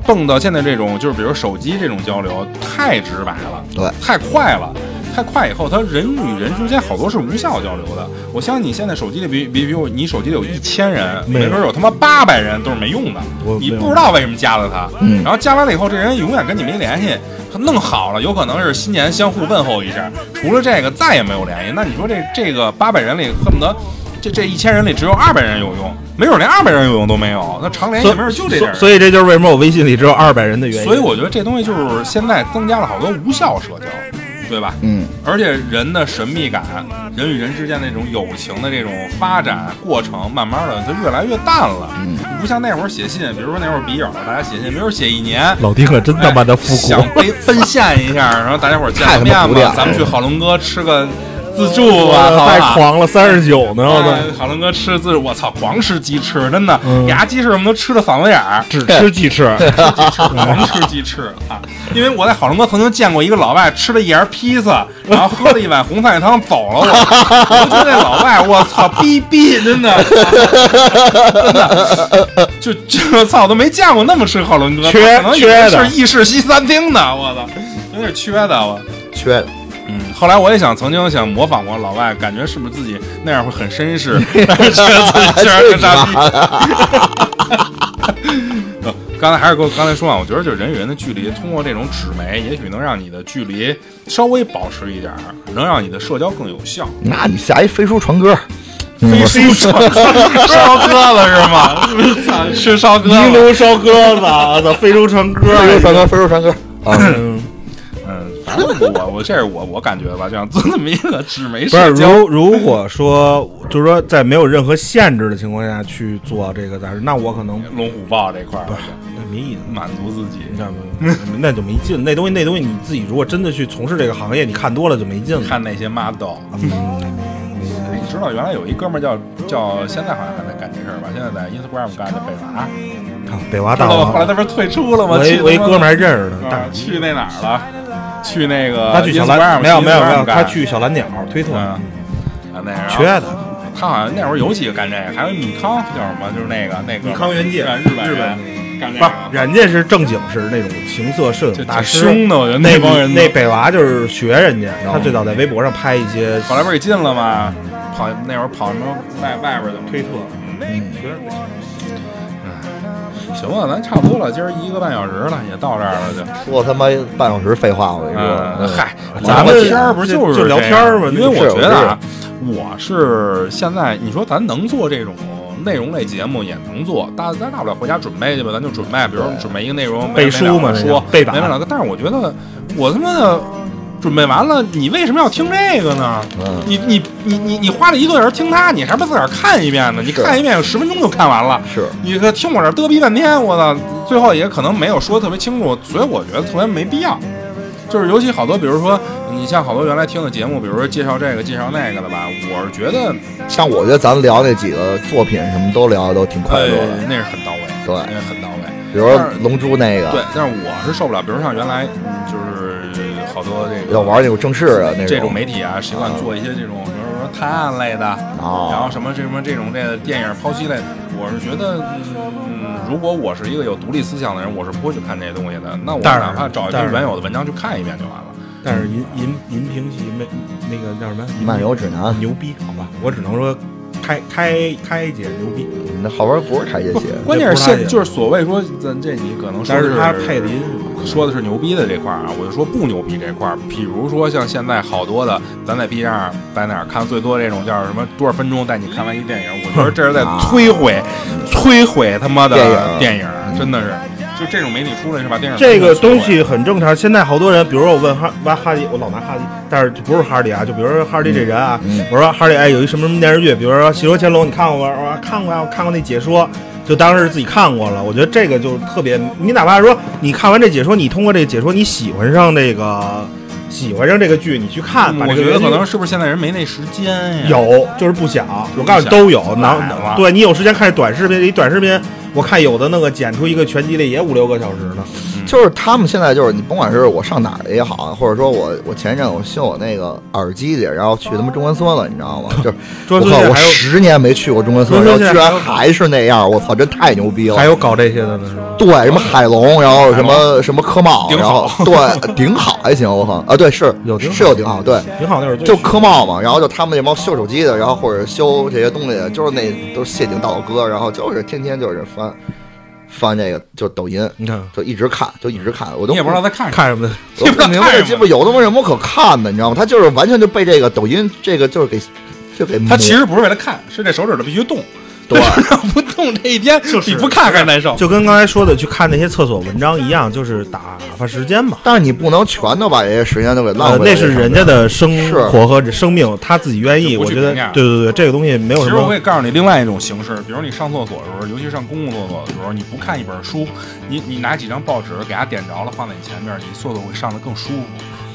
Speaker 2: 蹦到现在这种，就是比如手机这种交流太直白了，
Speaker 3: 对
Speaker 2: 太快了。太快以后，他人与人之间好多是无效交流的。我相信你现在手机里，比比比如你手机里有一千人，
Speaker 4: 没
Speaker 2: 没
Speaker 4: 有
Speaker 2: 准有他妈八百人都是没用的
Speaker 4: 我，
Speaker 2: 你
Speaker 4: 没有
Speaker 2: 不知道为什么加了他。
Speaker 3: 嗯
Speaker 2: 然后加完了以后，这人永远跟你没联系。他弄好了，有可能是新年相互问候一下，除了这个再也没有联系。那你说这这个八百人里，恨不得这这一千人里只有二百人有用，没准连二百人有用都没有。那常哎联系没准就这点
Speaker 4: 所
Speaker 2: 人。
Speaker 4: 所以这就是为什么我微信里只有二百人的原因。
Speaker 2: 所以我觉得这东西就是现在增加了好多无效社交，对吧？
Speaker 3: 嗯，
Speaker 2: 而且人的神秘感，人与人之间那种友情的这种发展过程，慢慢的它越来越淡了。嗯，不像那会儿写信，比如说那会儿笔友，大家写信，没准写一年。
Speaker 4: 老丁可真他妈的复
Speaker 2: 哎
Speaker 4: 古
Speaker 2: 想，被奔现一下，然后大家伙儿见
Speaker 3: 太
Speaker 2: 个
Speaker 3: 他妈
Speaker 2: 面
Speaker 3: 古典
Speaker 2: 吧
Speaker 3: 了，
Speaker 2: 咱们去郝龙哥吃个自助吧，好
Speaker 4: 太
Speaker 2: 不好？
Speaker 4: 狂了，三十九呢，我
Speaker 2: 哎
Speaker 4: 操！
Speaker 2: 郝龙哥吃自助，我操，狂吃鸡翅，真的
Speaker 4: 嗯，
Speaker 2: 牙鸡翅我们都吃的嗓子眼儿，
Speaker 3: <laughs>
Speaker 4: 只
Speaker 2: <laughs>
Speaker 4: 吃鸡翅，
Speaker 2: 狂吃鸡翅啊！因为我在郝龙哥曾经见过一个老外吃了一盘披萨，然后喝了一碗红菜汤走了我。我觉得那老外，我操，逼逼，真的，真的，就就操，我都没见过那么吃郝龙哥，
Speaker 4: 缺
Speaker 2: 可能以为
Speaker 4: 缺的
Speaker 2: 是意式西餐厅的，我操，有点缺的我。
Speaker 3: 缺的
Speaker 2: 嗯，后来我也想，曾经想模仿过老外，感觉是不是自己那样会很绅士，但是觉得自己居然跟傻逼。呃刚才还是跟我刚才说啊，我觉得就是人与人的距离，通过这种纸媒，也许能让你的距离稍微保持一点儿，能让你的社交更有效。
Speaker 3: 那你下一飞书传歌，
Speaker 2: 飞飞烧烧鸽子是吗？操吃烧鸽
Speaker 4: 一
Speaker 2: 子。哎
Speaker 4: 炉烧鸽子，我操，非洲传歌，
Speaker 3: 飞书传歌，飞书传歌啊，
Speaker 4: 嗯
Speaker 2: 嗯，我我这是我我感觉吧，就像这么一个纸媒
Speaker 4: 不是，
Speaker 2: 社交，
Speaker 4: 如如果说就是说在没有任何限制的情况下去做这个杂志，那我可能
Speaker 2: 龙虎豹这块儿
Speaker 4: 那没意思，
Speaker 2: 满足自己。
Speaker 4: 你知道吗？ <laughs> 那就没劲。那东西那东西你自己如果真的去从事这个行业，你看多了就没劲了。
Speaker 2: 看那些 model，你知道原来有一哥们儿叫叫，现在好像还在干这事儿吧？现在在 Instagram 干的贝娃，
Speaker 4: 看北娃
Speaker 2: 知
Speaker 4: 大
Speaker 2: 道吧？后来
Speaker 4: 王，
Speaker 2: 他不是退出了吗？
Speaker 4: 我一
Speaker 2: 去
Speaker 4: 我一
Speaker 2: 他妈
Speaker 4: 哥们儿还认识
Speaker 2: 啊
Speaker 4: 呢，但是
Speaker 2: 去那哪儿了？去那个
Speaker 4: 他去小
Speaker 2: Instagram，
Speaker 4: 蓝没有没有没
Speaker 2: Instagram
Speaker 4: 有，
Speaker 2: 干
Speaker 4: 他去小蓝鸟推特，
Speaker 2: 嗯，啊那然后
Speaker 4: 缺的
Speaker 2: 他好像那会儿有几个干这个，还有米康叫什么？就是那个那个
Speaker 5: 米康元介
Speaker 2: 日本
Speaker 5: 日本
Speaker 2: 人干这
Speaker 4: 不
Speaker 2: 个，
Speaker 4: 是人家是正经是那种情色摄
Speaker 2: 就
Speaker 4: 影大
Speaker 2: 挺
Speaker 4: 师，
Speaker 2: 凶的，我觉得
Speaker 4: 那
Speaker 2: 帮人都
Speaker 4: 那北娃就是学人家，他最早在微博上拍一些
Speaker 2: 后来不是给禁了吗？跑那会儿跑什么外外边儿去了？
Speaker 4: 推特，嗯，
Speaker 2: 嗯行了，咱差不多了，今儿一个半小时了，也到这儿了就。
Speaker 3: 说他妈半小时废话，我跟你
Speaker 4: 啊
Speaker 2: 嗯，
Speaker 3: 说，
Speaker 2: 嗨，
Speaker 3: 嗯
Speaker 2: 咱们
Speaker 3: 聊
Speaker 2: 天
Speaker 3: 天
Speaker 2: 儿
Speaker 3: 儿
Speaker 2: 不
Speaker 4: 不
Speaker 2: 是
Speaker 4: 是
Speaker 2: 就是
Speaker 4: 哎就聊天儿吗
Speaker 2: 这样因为
Speaker 3: 那个
Speaker 2: 我
Speaker 3: 是
Speaker 2: 觉得啊，我是现在你说咱能做这种内容类节目也能做，大咱大不了回家准备去吧，咱就准备，比如说准备一个内容
Speaker 4: 背书
Speaker 2: 没完没
Speaker 4: 嘛
Speaker 2: 了
Speaker 4: 这叫
Speaker 2: 说
Speaker 4: 背板
Speaker 2: 没完了。但是我觉得我他妈的准备完了，你为什么要听这个呢？
Speaker 3: 嗯，
Speaker 2: 你你你你你花了一个小时听他，你还不如自个儿看一遍呢？你
Speaker 3: 是
Speaker 2: 看一遍有十分钟就看完了。
Speaker 3: 是
Speaker 2: 你这听我这嘚逼半天，我操！最后也可能没有说得特别清楚，所以我觉得特别没必要。就是尤其好多，比如说你像好多原来听的节目，比如说介绍这个介绍那个的吧，我是觉得
Speaker 3: 像我觉得咱聊那几个作品什么都聊的都挺快
Speaker 2: 呃
Speaker 3: 乐
Speaker 4: 哎
Speaker 3: 的，
Speaker 2: 那是很到位，
Speaker 3: 对
Speaker 2: 那是很到位。
Speaker 3: 比如说《龙珠》
Speaker 2: 对
Speaker 3: 那个，，
Speaker 2: 但是我是受不了，比如像原来就是好多这个
Speaker 3: 要玩那种正式啊那
Speaker 2: 这种媒体啊，习惯做一些这种，比如说探案类的，然后
Speaker 3: 啊，
Speaker 2: 什么什么这种这个电影剖析类，我是觉得，嗯，如果我是一个有独立思想的人，我是不会去看这些东西的。那我
Speaker 4: 当然
Speaker 2: 哪怕找一
Speaker 4: 当
Speaker 2: 篇
Speaker 4: 然
Speaker 2: 原有的文章去看一遍就完了。
Speaker 4: 但是银银银屏旗没那个叫什么
Speaker 3: 漫游指南，
Speaker 4: 牛逼，好吧，我只能说开开开姐牛逼，
Speaker 3: 那好玩不是开这些，
Speaker 2: 关键是
Speaker 4: 不是他
Speaker 2: 现
Speaker 4: 也
Speaker 2: 就是所谓说，咱这你可能说
Speaker 4: 但是
Speaker 2: 是
Speaker 4: 他配的音是吧
Speaker 2: 说的是牛逼的这块儿啊，我就说不牛逼这块儿。比如说像现在好多的，咱在 B 站、在哪儿看最多这种叫什么多少分钟带你看完一电影，我觉得这是在摧毁、摧毁他妈的
Speaker 3: 电影
Speaker 2: 啊电影，真的是。就这种媒体出来是把电影
Speaker 4: 这个
Speaker 2: 摧毁
Speaker 4: 东西很正常。现在好多人，比如说我问哈挖哈迪，我老拿哈迪，但是不是哈迪啊，就比如说哈迪这人啊，我说哈迪哎有一什么什么电视剧，比如说《戏说乾隆》，你看过吗？我说看过啊，我看过那解说。就当时自己看过了，我觉得这个就特别，你哪怕说你看完这解说，你通过这个解说你喜欢上这个，喜欢上这个剧，你去看，把
Speaker 2: 嗯我
Speaker 4: 这个
Speaker 2: 觉得
Speaker 4: 剧
Speaker 2: 可能是不是现在人没那时间呀？
Speaker 4: 有，就是不想。我告诉你，都有。哪
Speaker 2: 懒了
Speaker 4: 对你有时间看短视频，你短视频，我看有的那个剪出一个全集的也五六个小时呢。
Speaker 3: 就是他们现在就是你甭管是我上哪儿也好，或者说我我前一阵我修我那个耳机去，然后去他妈中关村了，你知道
Speaker 4: <laughs>
Speaker 3: 吗？就是
Speaker 4: 中
Speaker 3: 我
Speaker 4: 关
Speaker 3: 靠，
Speaker 4: 村现在
Speaker 3: 我
Speaker 4: 还有
Speaker 3: 十年没去过中关村，然
Speaker 4: 中关
Speaker 3: 后
Speaker 4: 村
Speaker 3: 居
Speaker 4: 现在
Speaker 3: 然还是那样，我操，真太牛逼
Speaker 4: 还
Speaker 3: 了！
Speaker 4: 有搞这些的呢，是吧？
Speaker 3: 对，什么海龙，然后什么什么科茂，
Speaker 2: 顶
Speaker 3: 然
Speaker 2: 好
Speaker 3: 后对顶好还行，我靠啊，对是
Speaker 4: 有顶好
Speaker 3: 是有顶好，对，
Speaker 4: 挺好，那会儿
Speaker 3: 就科茂嘛，然后就他们那帮修手机的，然后或者修这些东西，就是那都是谢顶道哥，然后就是天天就是翻翻这个就抖音，
Speaker 4: 你看
Speaker 3: 就一直看，就一直看，我都
Speaker 2: 你也不知道在看什么。
Speaker 4: 看什么的，
Speaker 3: 我不明白
Speaker 2: 看
Speaker 3: 这
Speaker 2: 什
Speaker 3: 鸡
Speaker 2: 么
Speaker 3: 巴有他妈有什么可看的，你知道吗？他就是完全就被这个抖音这个就是给就给
Speaker 2: 他其实不是为了看，是这手指头必须动，
Speaker 3: 对
Speaker 2: <laughs> 不动这一天
Speaker 4: 就是
Speaker 2: 你不看还难受。
Speaker 4: 就跟刚才说的去看那些厕所文章一样，就是打发时间嘛。
Speaker 3: 但是你不能全都把这些时间都给浪
Speaker 4: 呃，
Speaker 3: 费、
Speaker 4: 那是人家。的生
Speaker 3: 是
Speaker 4: 活和生命，他自己愿意。
Speaker 2: 就不
Speaker 4: 我
Speaker 2: 去
Speaker 4: 觉得
Speaker 2: 评价，
Speaker 4: 对对对，这个东西没有
Speaker 2: 其
Speaker 4: 什
Speaker 2: 实我可
Speaker 4: 么
Speaker 2: 以告诉你另外一种形式，比如你上厕所的时候，尤其上公共厕所的时候，你不看一本书，你你拿几张报纸给它点着了放在你前面，你厕所会上的更舒服。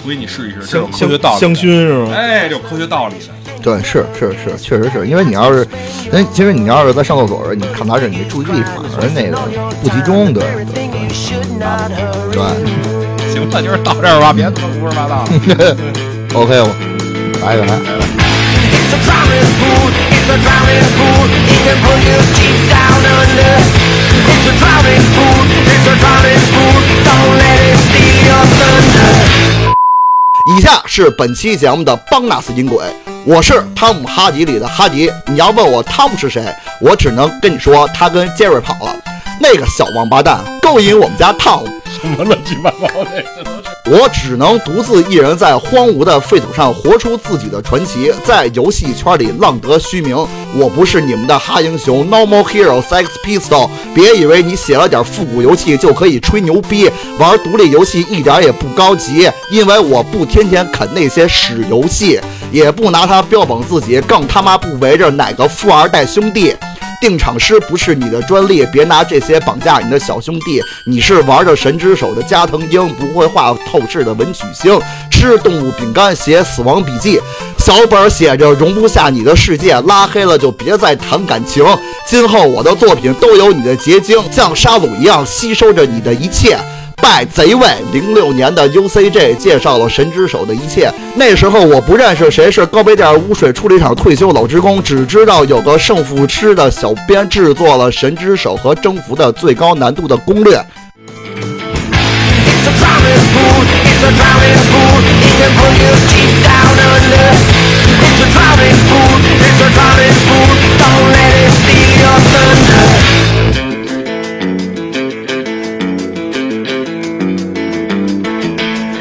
Speaker 2: 所以你试一试，这有
Speaker 4: 香
Speaker 2: 科学道
Speaker 4: 香
Speaker 2: 理。
Speaker 4: 香薰，是吗？
Speaker 2: 哎，这有科学道理的。
Speaker 3: 对，是是是，确实是因为你要是，哎，其实你要是在上厕所的时候，你看杂志，你注意力反而那个不集中，对对对
Speaker 2: 行了，就是到这儿吧，别他妈胡说八道了。
Speaker 3: 对，OK，我拜拜。
Speaker 1: It's a promise food, it's a promise food, it can pull you deep down under. It's a promise food, it's a promise food, don't let it steal your thunder.
Speaker 3: 以下是本期节目的邦纳斯音轨，我是汤姆哈迪里的哈迪。你要问我汤姆是谁，我只能跟你说他跟杰瑞跑了，那个小王八蛋勾引我们家汤姆。
Speaker 2: 什么乱七八糟的。
Speaker 3: 我只能独自一人在荒芜的废土上活出自己的传奇，在游戏圈里浪得虚名。我不是你们的哈英雄，Normal Hero Sex Pistol。别以为你写了点复古游戏就可以吹牛逼，玩独立游戏一点也不高级，因为我不天天啃那些屎游戏，也不拿它标榜自己，更他妈不围着哪个富二代兄弟。定场诗不是你的专利，别拿这些绑架你的小兄弟。你是玩着神之手的加藤鹰，不会画透视的文曲星，吃动物饼干，写死亡笔记。小本写着容不下你的世界，拉黑了就别再谈感情。今后我的作品都有你的结晶，像沙鲁一样吸收着你的一切。拜贼位，零六年的 UCG 介绍了《神之手》的一切。那时候我不认识谁是高碑店污水处理厂退休老职工，只知道有个胜负师的小编制作了《神之手》和《征服》的最高难度的攻略。
Speaker 1: It's a drowning pool, it's a drowning pool, it can pull you deep down under. It's a drowning pool, it's a drowning pool, don't let it steal your thunder.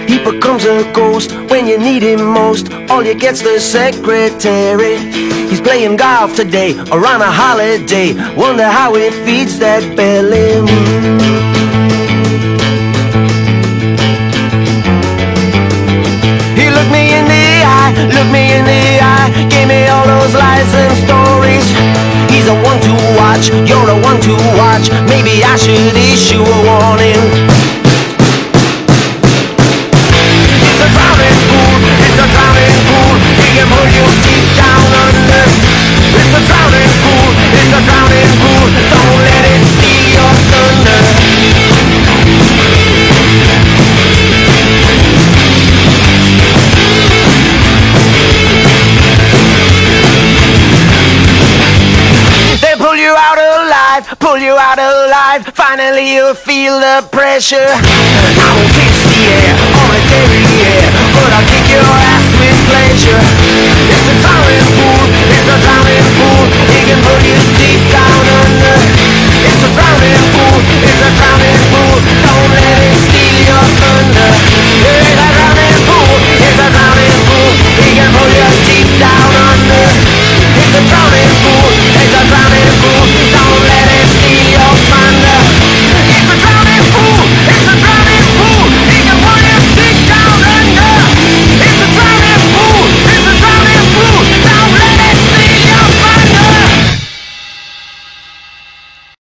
Speaker 1: He becomes a ghost when you need him most. All you get's the secretary. He's playing golf today or on a holiday. Wonder how it feeds that belly. He looked me in the eye, looked me in the eye, gave me all those lies and stories. He's a one to watch, you're a one to watch. Maybe I should issue a warning. It's a drowning pool, it's a drowning pool, he can pull you deep down under. It's a drowning pool, it's a drowning pool, don't let it steal your thunder. They pull you out alive, pull you out alive. Finally, you'll feel the pressure. I will kiss the air on a dairy air, but I'll kick your ass with pleasure. It's a drowning pool, it's a drowning pool. It can pull you deep down under. It's a drowning pool, it's a drowning